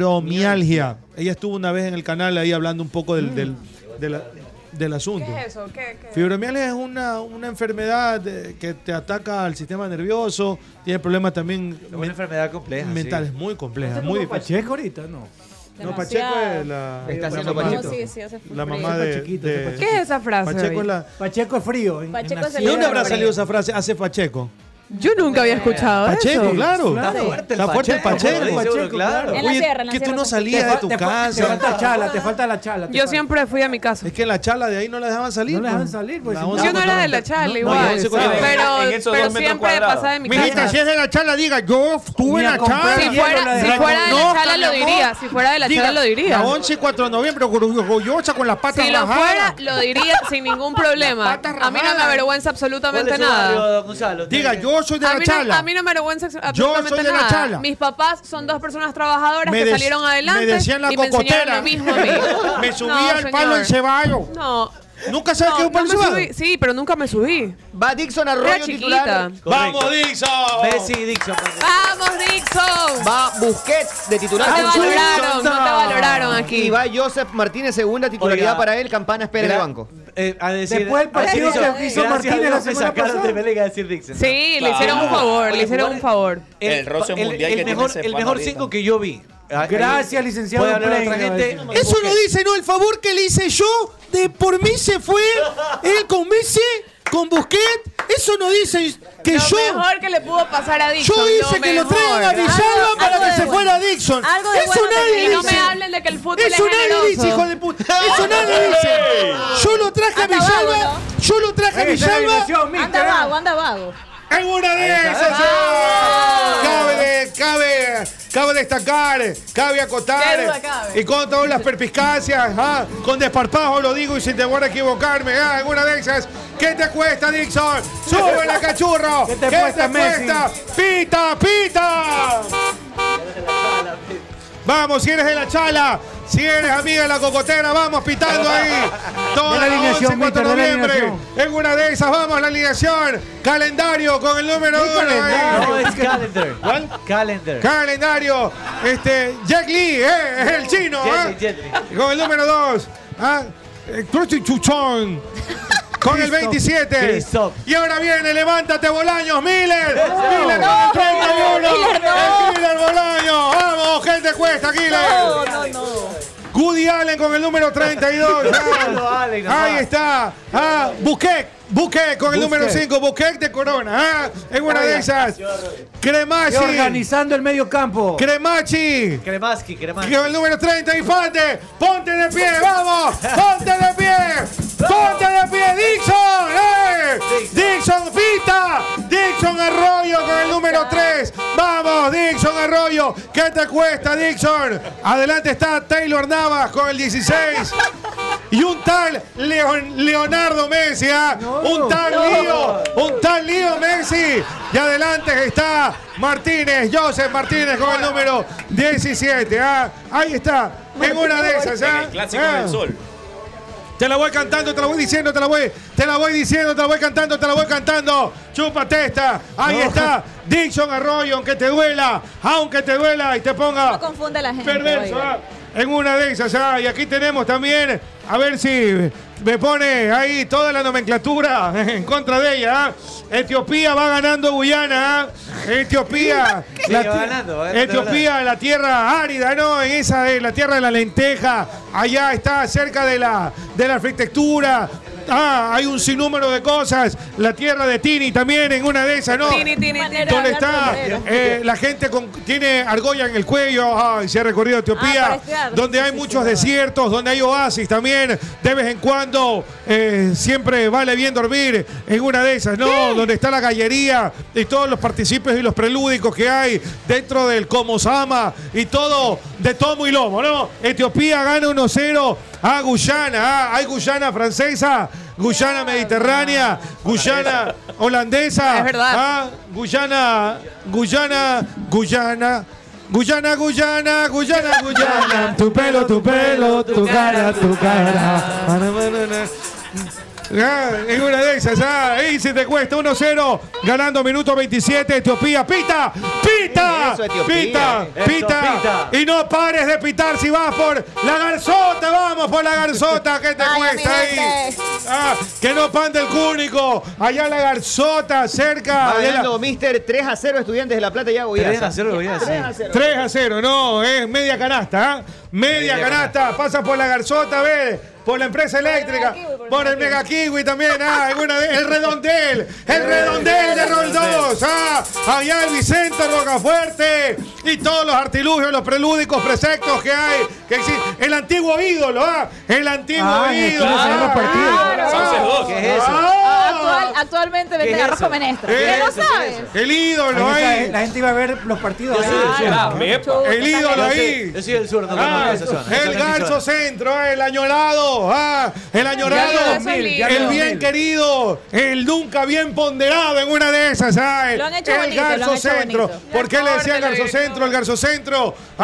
fibromialgia. Ella estuvo una vez en el canal ahí hablando un poco del, del, de la- del asunto. ¿Qué es eso? ¿Qué, qué? Fibromialgia es una, una enfermedad eh, que te ataca al sistema nervioso, tiene problemas también Una men- enfermedad compleja. sí. mentales muy complejas, ¿Está muy con difíciles. Pacheco ahorita? No. No, Pacheco es la, Está la haciendo mamá, Pacheco. Sí, sí, hace la mamá frío. de, Pachequito, de- ese Pacheco. ¿Qué es esa frase? Pacheco David? es la... Pacheco es frío. en- Pacheco en es la el ¿De dónde sierra. habrá salido esa frase? Hace Pacheco. Yo nunca había escuchado Pacheco, eso. claro. claro. Está fuerte el Pacheco. Pacheco, Pacheco, claro. En la Oye, sierra, en la que tú sierra no se- Te salías de fa- tu te fa- Te casa. falta chala, te falta la chala. te Yo falta. siempre fui a mi casa. Es que la chala de ahí no la dejaban salir. No la dejan pues. salir, pues. La si once Yo no era de cuadrada. la No, charla no, igual, once pero, cuadrada. En esos pero dos metros siempre cuadrados. pasaba de mi Mijita, casa. si es de la charla, diga, yo estuve Ni en a la comprar charla. Si fuera, si fuera de la Reconozca, charla lo mi amor. diría, si fuera de la Diga, charla lo La diría. 11 y 4 de noviembre, orgullosa con las patas Si lo fuera, bajadas. lo diría sin ningún problema. patas A mí no me rajadas. avergüenza ¿Cuál absolutamente es su barrio, nada. don Gonzalo? Diga, yo soy de A la mí, no, charla. a mí no me avergüenza ex- soy absolutamente de la nada. chala. Mis papás son dos personas trabajadoras Me que des- salieron adelante me decían la y me enseñaron cocotera. lo mismo a mí. Me subí No, al palo señor. en Ceballo. No. Nunca sabes No, qué es no un palo me encebado. subí. Sí, pero nunca me subí. Va Dixon Era Arroyo chiquita. titular. ¡Vamos, Dixon! Messi y Dixon. ¡Vamos, Dixon! Va Busquets de No te titular. valoraron, no te valoraron Y aquí. va Joseph Martínez, segunda titularidad Oiga. para él, Campana espera de Gra- banco. eh, a decir, Después del partido a decir- que hizo gracias Martínez a Dios la me semana sacaron pasada. de Pelega a decir Dixon. Sí, le hicieron un Claro. favor, le Oye, hicieron un jugar- favor. El roce mundial el que tiene mejor, ese El pana mejor ahorita. 5 que yo vi. Ah, Gracias, eh, licenciado puede hablar otra Plenga, gente. va a Eso no dice, no, el favor que le hice yo, de por mí se fue, él con Messi, con Busquets, eso no dice que lo yo, mejor que le pudo pasar a Dixon. yo hice que lo mejor. Ah, traigan a Villalba Algo- para que algo de se bueno. fuera Dixon. Algo de Eso bueno nadie también. Y no dice. me hablen de que el fútbol es Eso nadie dice, hijo generoso. de puta. Eso nadie dice. Yo lo traje a Anda vago, Villalba. Yo lo traje a Esa es la Villalba. ilusión, Anda mister. vago, anda vago. ¡Es una de esas! Cabe, cabe, cabe destacar, cabe Qué duda acotar. cabe. Y con todas las perspicacias, ah, con desparpajo lo digo y sin temor a equivocarme. Ah, en una de esas, ¿qué te cuesta, Dixon? ¡Sube la cachurro! ¿Qué te cuesta, Messi? ¡Pita, pita! Vamos, si eres de la chala, si eres amiga de la cocotera, vamos pitando ahí. Toda De la la alineación, 11, 4 de Víctor, de la noviembre. alineación. En una de esas, vamos, la alineación. Calendario con el número uno. ahí. No, es calendar. ¿Cuál? Calendar. Calendario, este, Jack Lee, eh, es el chino, Jetly, ¿ah? Jetly. Con el número 2, ¿ah? Eh, Crusty Chuchón. Con el 27. Christoph. Y ahora viene, levántate Bolaños, Miller. Miller con el 31. Miller, El Miller Bolaños. Vamos, gente cuesta, Miller. No, no, no. Goody Allen con el número 32. Déjalo, Ah, Allen, nomás. Ahí está. Ah, Busquets. Busquets con el número 5. Busquets de Corona. Ah, en una de esas. Y Cremachi. Organizando el medio campo. Cremachi. Kremaski, Kremaski. Con el número 30, Infante. Ponte de pie, vamos. Ponte de pie. Ponte de pie, Dixon. ¡eh! Dixon Pita. Dixon Arroyo con el número 3. Vamos, Dixon Arroyo. ¿Qué te cuesta, Dixon? Adelante está Taylor Navas con el 16. y un tal Leon- Leonardo Messi, ¿ah? un tal no. Lío, un tal Lío Messi. Y adelante está Martínez, Joseph Martínez con el número 17. ¿ah? Ahí está, en una de esas. ¿ah? En el clásico Ah. del sol. Te la voy cantando, te la voy diciendo, te la voy, te la voy diciendo, te la voy cantando, te la voy cantando. Chúpate esta. Ahí No. está. Dixon Arroyo, aunque te duela, aunque te duela y te ponga No confunde a la gente. perverso oiga. ah, en una de esas. ah, y aquí tenemos también, a ver si me pone ahí toda la nomenclatura en contra de ella. ah. Etiopía va ganando Guyana. ah. Etiopía. Sí, la va ti- ganando, va ganando, Etiopía, la tierra árida, ¿no? En esa de la tierra de la lenteja. Allá está cerca de la, de la arquitectura. Ah, hay un sinnúmero de cosas. La tierra de Tini también en una de esas, ¿no? Tini, Tini, Tini. ¿Dónde está? Manera. Eh, la gente con, tiene argolla en el cuello. Ay, se ha recorrido Ah, para Etiopía. esquiar. donde hay muchos desiertos, donde hay oasis también. De vez en cuando eh, siempre vale bien dormir en una de esas, ¿no? Donde está la gallería y todos los participes y los prelúdicos que hay dentro del Komosama y todo de tomo y lomo, ¿no? Etiopía gana 1-0 a Guyana. Ah, hay Guyana francesa. Guyana mediterránea, Guyana holandesa, Es verdad. Ah, Guyana, Guyana, Guyana. Guyana, Guyana, Guyana, Guyana. Tu pelo, tu pelo, tu cara, tu cara. Ah, en una de esas, ah, ahí se te cuesta 1-0, ganando minuto 27, Etiopía, pita, pita, Eso, Etiopía. pita, Eso, pita, y no pares de pitar si vas por la garzota, vamos por la garzota, que te Vaya, mi cuesta este, ahí? gente. Ah, que no pande el cúnico, allá la garzota, cerca Va de la, ganando Mister 3 a 0 Estudiantes de La Plata y Agoyaza. 3 a 0 Agoyaza, 3 a 0. 3 a 0, no, es media canasta, ¿ah? Media, Media canasta, pasa por la garzota, ve, por la empresa eléctrica, por el mega kiwi también, ah, en una de- el redondel, el redondel de Roldós, ah, allá el Vicente Rocafuerte y todos los artilugios, los prelúdicos, preceptos que hay, que existen, el antiguo ídolo, ah, el antiguo Ah, en el ídolo. club se ven los partidos. Sauces dos. ¿Qué es eso? Ah, Actual- actualmente Ah. ¿Qué vende es arroz eso? con menestra. ¿Qué ¿Qué es no eso? sabes? El ídolo Ahí está, ahí. la gente iba a ver los partidos. Ah, Ah, El ídolo ahí. Yo soy del sur, no Ah, conozco esa zona. el garzo centro, eh, el añorado, ah, Ya el veo añorado, dos mil, ya el veo bien dos mil. querido, el nunca bien ponderado en una de esas, ah, el, Lo han hecho el bonito, lo han garzo hecho centro. bonito. ¿Por qué le decían garzo centro, el garzo centro? Ah,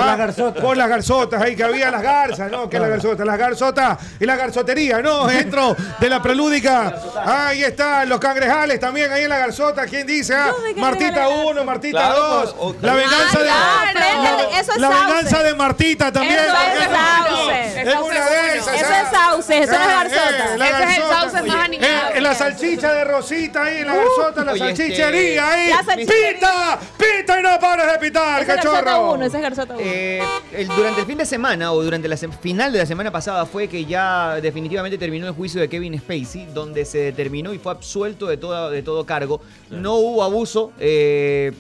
Por las garzotas, ahí que había las garzas, ¿no? que las garzotas? Las garzotas y la garzotería, ¿no? Dentro de la prelúdica. Ahí están los cangrejales también, ahí en la garzota. ¿Quién dice? ah? Martita 1, Martita Claro, 2. pues, o- La venganza de. Ah, claro. la- Eso es La sauce. venganza de Martita también. Eso ¿por qué es no? sauce. Es una de esas. Eso ah. es sauce, eso no es Ah, garzota. eh, la Ese es el garzota. sauce más Oye, animado eh, que La hay. salchicha de Rosita ahí, la garzota, la Oye, este- salchichería ahí. La salchichería. ¡Pita! ¡Pita y no pares de Esa pitar, es cachorro! garzota uno, Ese es garzota uno. Eh, el- durante el fin de semana o durante la se- final de la semana pasada fue que ya definitivamente terminó el juicio de Kevin Spacey, donde se determinó y fue absuelto de todo, de todo cargo. No hubo abuso. eh,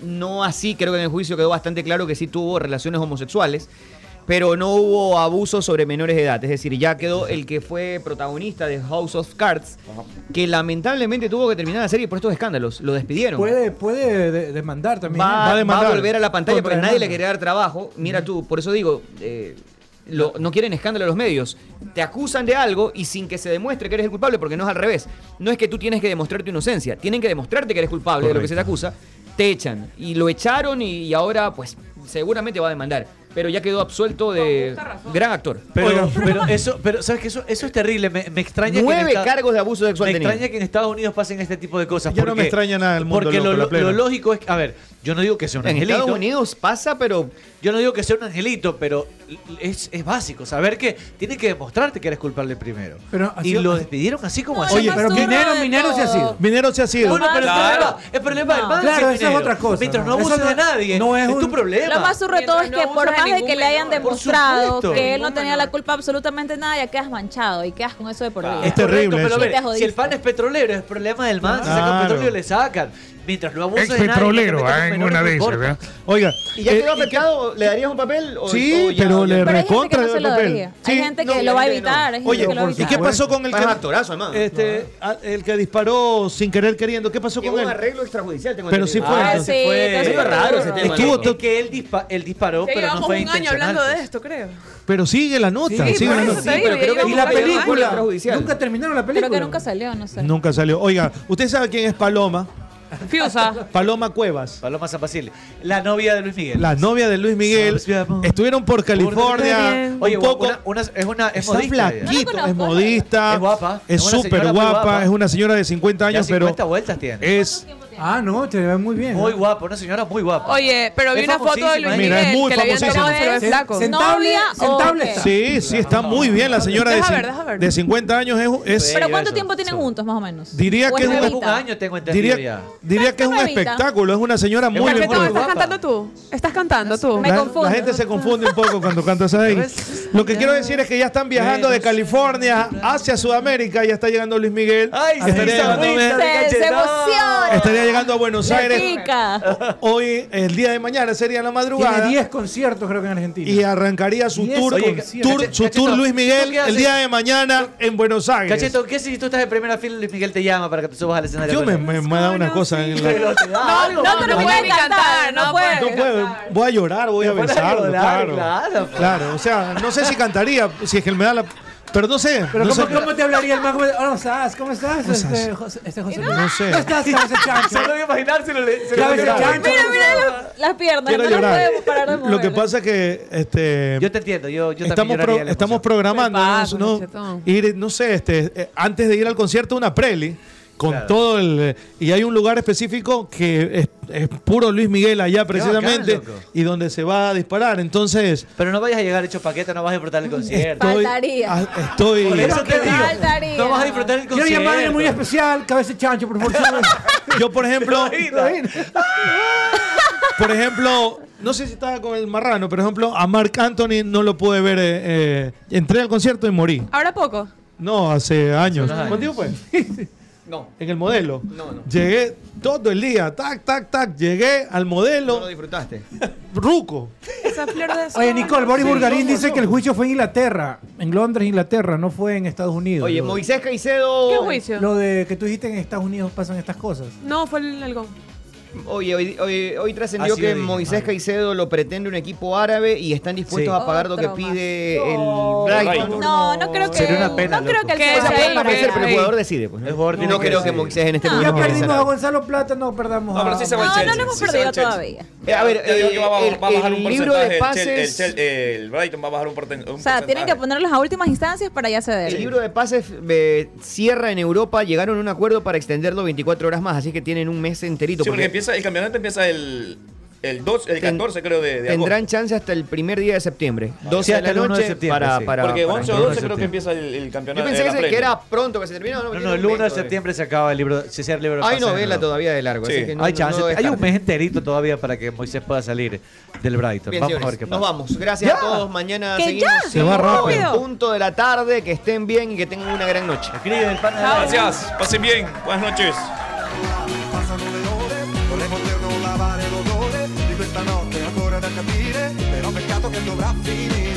no así, creo que en el juicio quedó bastante claro que sí tuvo relaciones homosexuales, pero no hubo abuso sobre menores de edad. Es decir, ya quedó el que fue protagonista de House of Cards, que lamentablemente tuvo que terminar la serie por estos escándalos. Lo despidieron. Puede, puede de- demandar también. Va, ¿eh? va a, volver a la pantalla porque nadie le quiere dar trabajo. Mira tú, por eso digo, eh, lo- no quieren escándalo a los medios. Te acusan de algo y sin que se demuestre que eres el culpable, porque no es al revés. No es que tú tienes que demostrar tu inocencia, tienen que demostrarte que eres culpable de lo que se te acusa. Te echan y lo echaron y, y ahora pues seguramente va a demandar. Pero ya quedó absuelto de gran actor. Pero, pero eso, pero sabes que eso, eso es terrible. Me, me extraña que en Nueve esta- cargos de abuso sexual Me tenía. extraña que en Estados Unidos pasen este tipo de cosas. Ya no porque- me extraña nada del mundo, Porque loco, lo, la lo- plena. lo lógico es, a ver, yo no digo que sea un En angelito. Estados Unidos pasa, pero yo no digo que sea un angelito, pero es, es básico saber que tiene que demostrarte que eres culpable primero. Pero y lo despidieron así como así. Oye, pero minero, minero se ha sido. Minero se ha sido. Bueno, pero el problema- el problema del man Claro, es esa el es minero. otra cosa. Mientras no Eso abuses de nadie, no es un- tu problema. Lo más surreto es que no por abusa más de de que ningún le hayan menor. Por demostrado supuesto. que él no tenía la culpa absolutamente nada, ya quedas manchado y quedas con eso de por vida. Correcto, pero a ver, Sí, te si el jodiste. pan es petrolero, es problema del man. Si sacan Claro. petróleo, le sacan. mientras lo abuses Ex petrolero, ah, en una de esas, ¿verdad? eh, Oiga. ¿Y Eh, ya quedó afectado? ¿Le darías un papel? O, Sí, o ya- pero le ya- recontra no se el lo papel. daría. Hay gente que lo va a evitar, hay gente Oye, que lo va a ¿y evitar. qué pasó con el que Es actorazo, además. Este, a- el que disparó sin querer queriendo, ¿qué pasó Llegó con un él? arreglo extrajudicial, tengo Pero sí entendido. fue. Ah, sí, entonces fue raro ese tema. Estuvo ¿no? to- que él, dispa- él disparó, Ya pero no llevamos fue un año intencional. hablando pues. de esto, creo. Pero sigue la nota, Sí, sigue por la eso nota. te digo, ya llevamos y la un año hablando. Nunca terminaron la Creo película. que nunca salió, no sé. Nunca salió. Oiga, ¿usted sabe quién es Paloma? Fiusa. Paloma Cuevas. Paloma Zapacil, la novia de Luis Miguel. La novia de Luis Miguel. Estuvieron por California. Oye, un poco. una- una- es una es Está modista, ella. flaquito, es modista. Es guapa. Es Es una súper señora muy guapa. guapa. Es una señora de 50 Ya años, 50 pero. vueltas tiene. Es. Ah, no, te ve muy bien. Muy guapa, una señora muy guapa. Oye, pero vi Es una foto de Luis famosísima, ¿eh? Mira, Miguel es muy que le habían tomado, famosísima. pero es Se- flaco. sentable- sentable está. Sí, sí, está muy bien la señora de, Deja cin- ver, deja ver. de 50 años. Es, es- Pero ¿cuánto tiempo tienen juntos, más o menos? Diría ¿O que es un- nuevita? Un año tengo entendido Diría, ya. diría que es un nuevita. espectáculo. Es una señora muy Perfecto, muy ¿estás guapa. cantando tú? ¿Estás cantando tú? La- La gente se confunde un poco cuando cantas ahí. Lo que quiero decir es que ya están viajando de California hacia Sudamérica. Ya está llegando Luis Miguel. Ay, Estaría sí, llegando- Samuel. Se, se emociona. Estaría llegando a Buenos La Aires. chica. Hoy, el día de mañana, sería la Tiene madrugada. 10 conciertos, creo que en Argentina. Y arrancaría su Diez tour, conciertos. tour- su Cachito, tour Luis ¿tú Miguel qué haces? el día de mañana en Buenos Aires. Cachito, ¿qué si tú estás en primera fila y Luis Miguel te llama para que te subas al escenario? Yo con me, él? me, me da Ah, una cosa en la... Pero te da algo, No te lo mano. puedes ni cantar, no puedes. No puedo, voy a llorar, voy a Te pones a besarlo, llorar, claro. claro, pues. Claro, o sea, no sé si cantaría, si es que él me da la... Pero no sé. Pero no ¿cómo, sé. cómo te hablaría el más güey? Hola, estás? ¿Cómo estás? Este, José, este José Luis. No sé. ¿Cómo estás? ¿Sabes el chancho? Se lo voy a imaginar, se lo le. se lo Ya voy a ves, llorar. chancho. Mira, mira las, las piernas. Quiero no las llorar. podemos parar de mover. Lo que pasa es que este, Yo te entiendo, yo, yo estamos, también lloraría pro- de la estamos emoción. programando, Prepago, ¿no? cachetón. Ir, no sé, este, eh, antes de ir al concierto, una preli. Con Claro. todo el. eh, Y hay un lugar específico que es, es puro Luis Miguel allá, precisamente, bacán, loco. y donde se va a disparar. Entonces, Pero no vayas a llegar hecho paqueta, no vas a disfrutar el concierto. estoy. Faltaría. ah, estoy Por eso te digo, Faltaría. no vas a disfrutar el Quiero concierto. llamarle muy especial, cabeza de chancho, por favor. yo, por ejemplo, Imagina. por ejemplo, no sé si estaba con el marrano, pero, por ejemplo, a Marc Anthony no lo pude ver. eh, eh, entré al concierto y morí. ¿Ahora poco? No, hace años. años. ¿Contigo pues? No. En el modelo. No, no. Llegué todo el día, tac, tac, tac. Llegué al No lo modelo, disfrutaste. ruco. Esa flor de Oye, Nicole, Boris Sí, Burgarín no, dice no. que el juicio fue en Inglaterra, en Londres, Inglaterra, no fue en Estados Unidos. Oye, Lo- Moisés Caicedo. Oh. ¿Qué juicio? Lo de que tú dijiste en Estados Unidos pasan estas cosas. No, fue el algo. Oye, hoy, hoy, hoy trascendió Así lo que dije. Moisés Caicedo lo pretende un equipo árabe y están dispuestos Sí. a pagar lo que Otro más. pide el Brighton. Brighton. No, no creo que. Sería una pena, no creo loco. que el Que O sea, juez- puede Sí, parecer, pero el sí. jugador decide. Pues, ¿no? El jugador Y no tiene que creo que decidir. Moisés en este No. ya momento. perdimos sea a nada. Gonzalo Plata, no perdamos No, pero a... sí se va el No, no Chelsea, lo hemos sí se va perdido el Chelsea. todavía. Eh, a ver, Ya digo que va a bajar, el- va a bajar un el libro porcentaje. de el Chel- pases. El, Chel- el Brighton va a bajar un, porten- un O sea, tienen que ponerlos a últimas instancias para ya ceder. El libro de pases eh, cierra en Europa, llegaron a un acuerdo para extenderlo 24 horas más, así que tienen un mes enterito. Sí, porque porque empieza, el campeonato empieza el, el, 2, el ten- 14, creo, de, de tendrán agosto. chance hasta el primer día de septiembre, Vale. 12 Sí, de hasta la el uno de noche septiembre, para, sí. para- Porque para 11 o entrar. 12 creo que empieza el, el Yo campeonato. pensé que, eh, la se- que Premier. era pronto que se terminaba. No, No, tiene no, un el 1 de mes septiembre se acaba el libro, se cierra el libro. de todavía. Hay pases, novela ¿no? todavía de largo, Sí. así que no, Hay no chance, es hay un tarde. mes enterito todavía para que Moisés pueda salir del Brighton. Bien, vamos a ver señores, qué pasa. nos vamos. Gracias Ya. a todos. Mañana ¿Que seguimos. ya? Se va Cinco en rápido. punto de la tarde. Que estén bien y que tengan una gran noche. Escribe el pana de Gracias, pasen bien, buenas noches. Passano le ore, vorrei poterlo lavare l'odore di questa notte ancora da capire, però peccato che dovrà finire. Oh!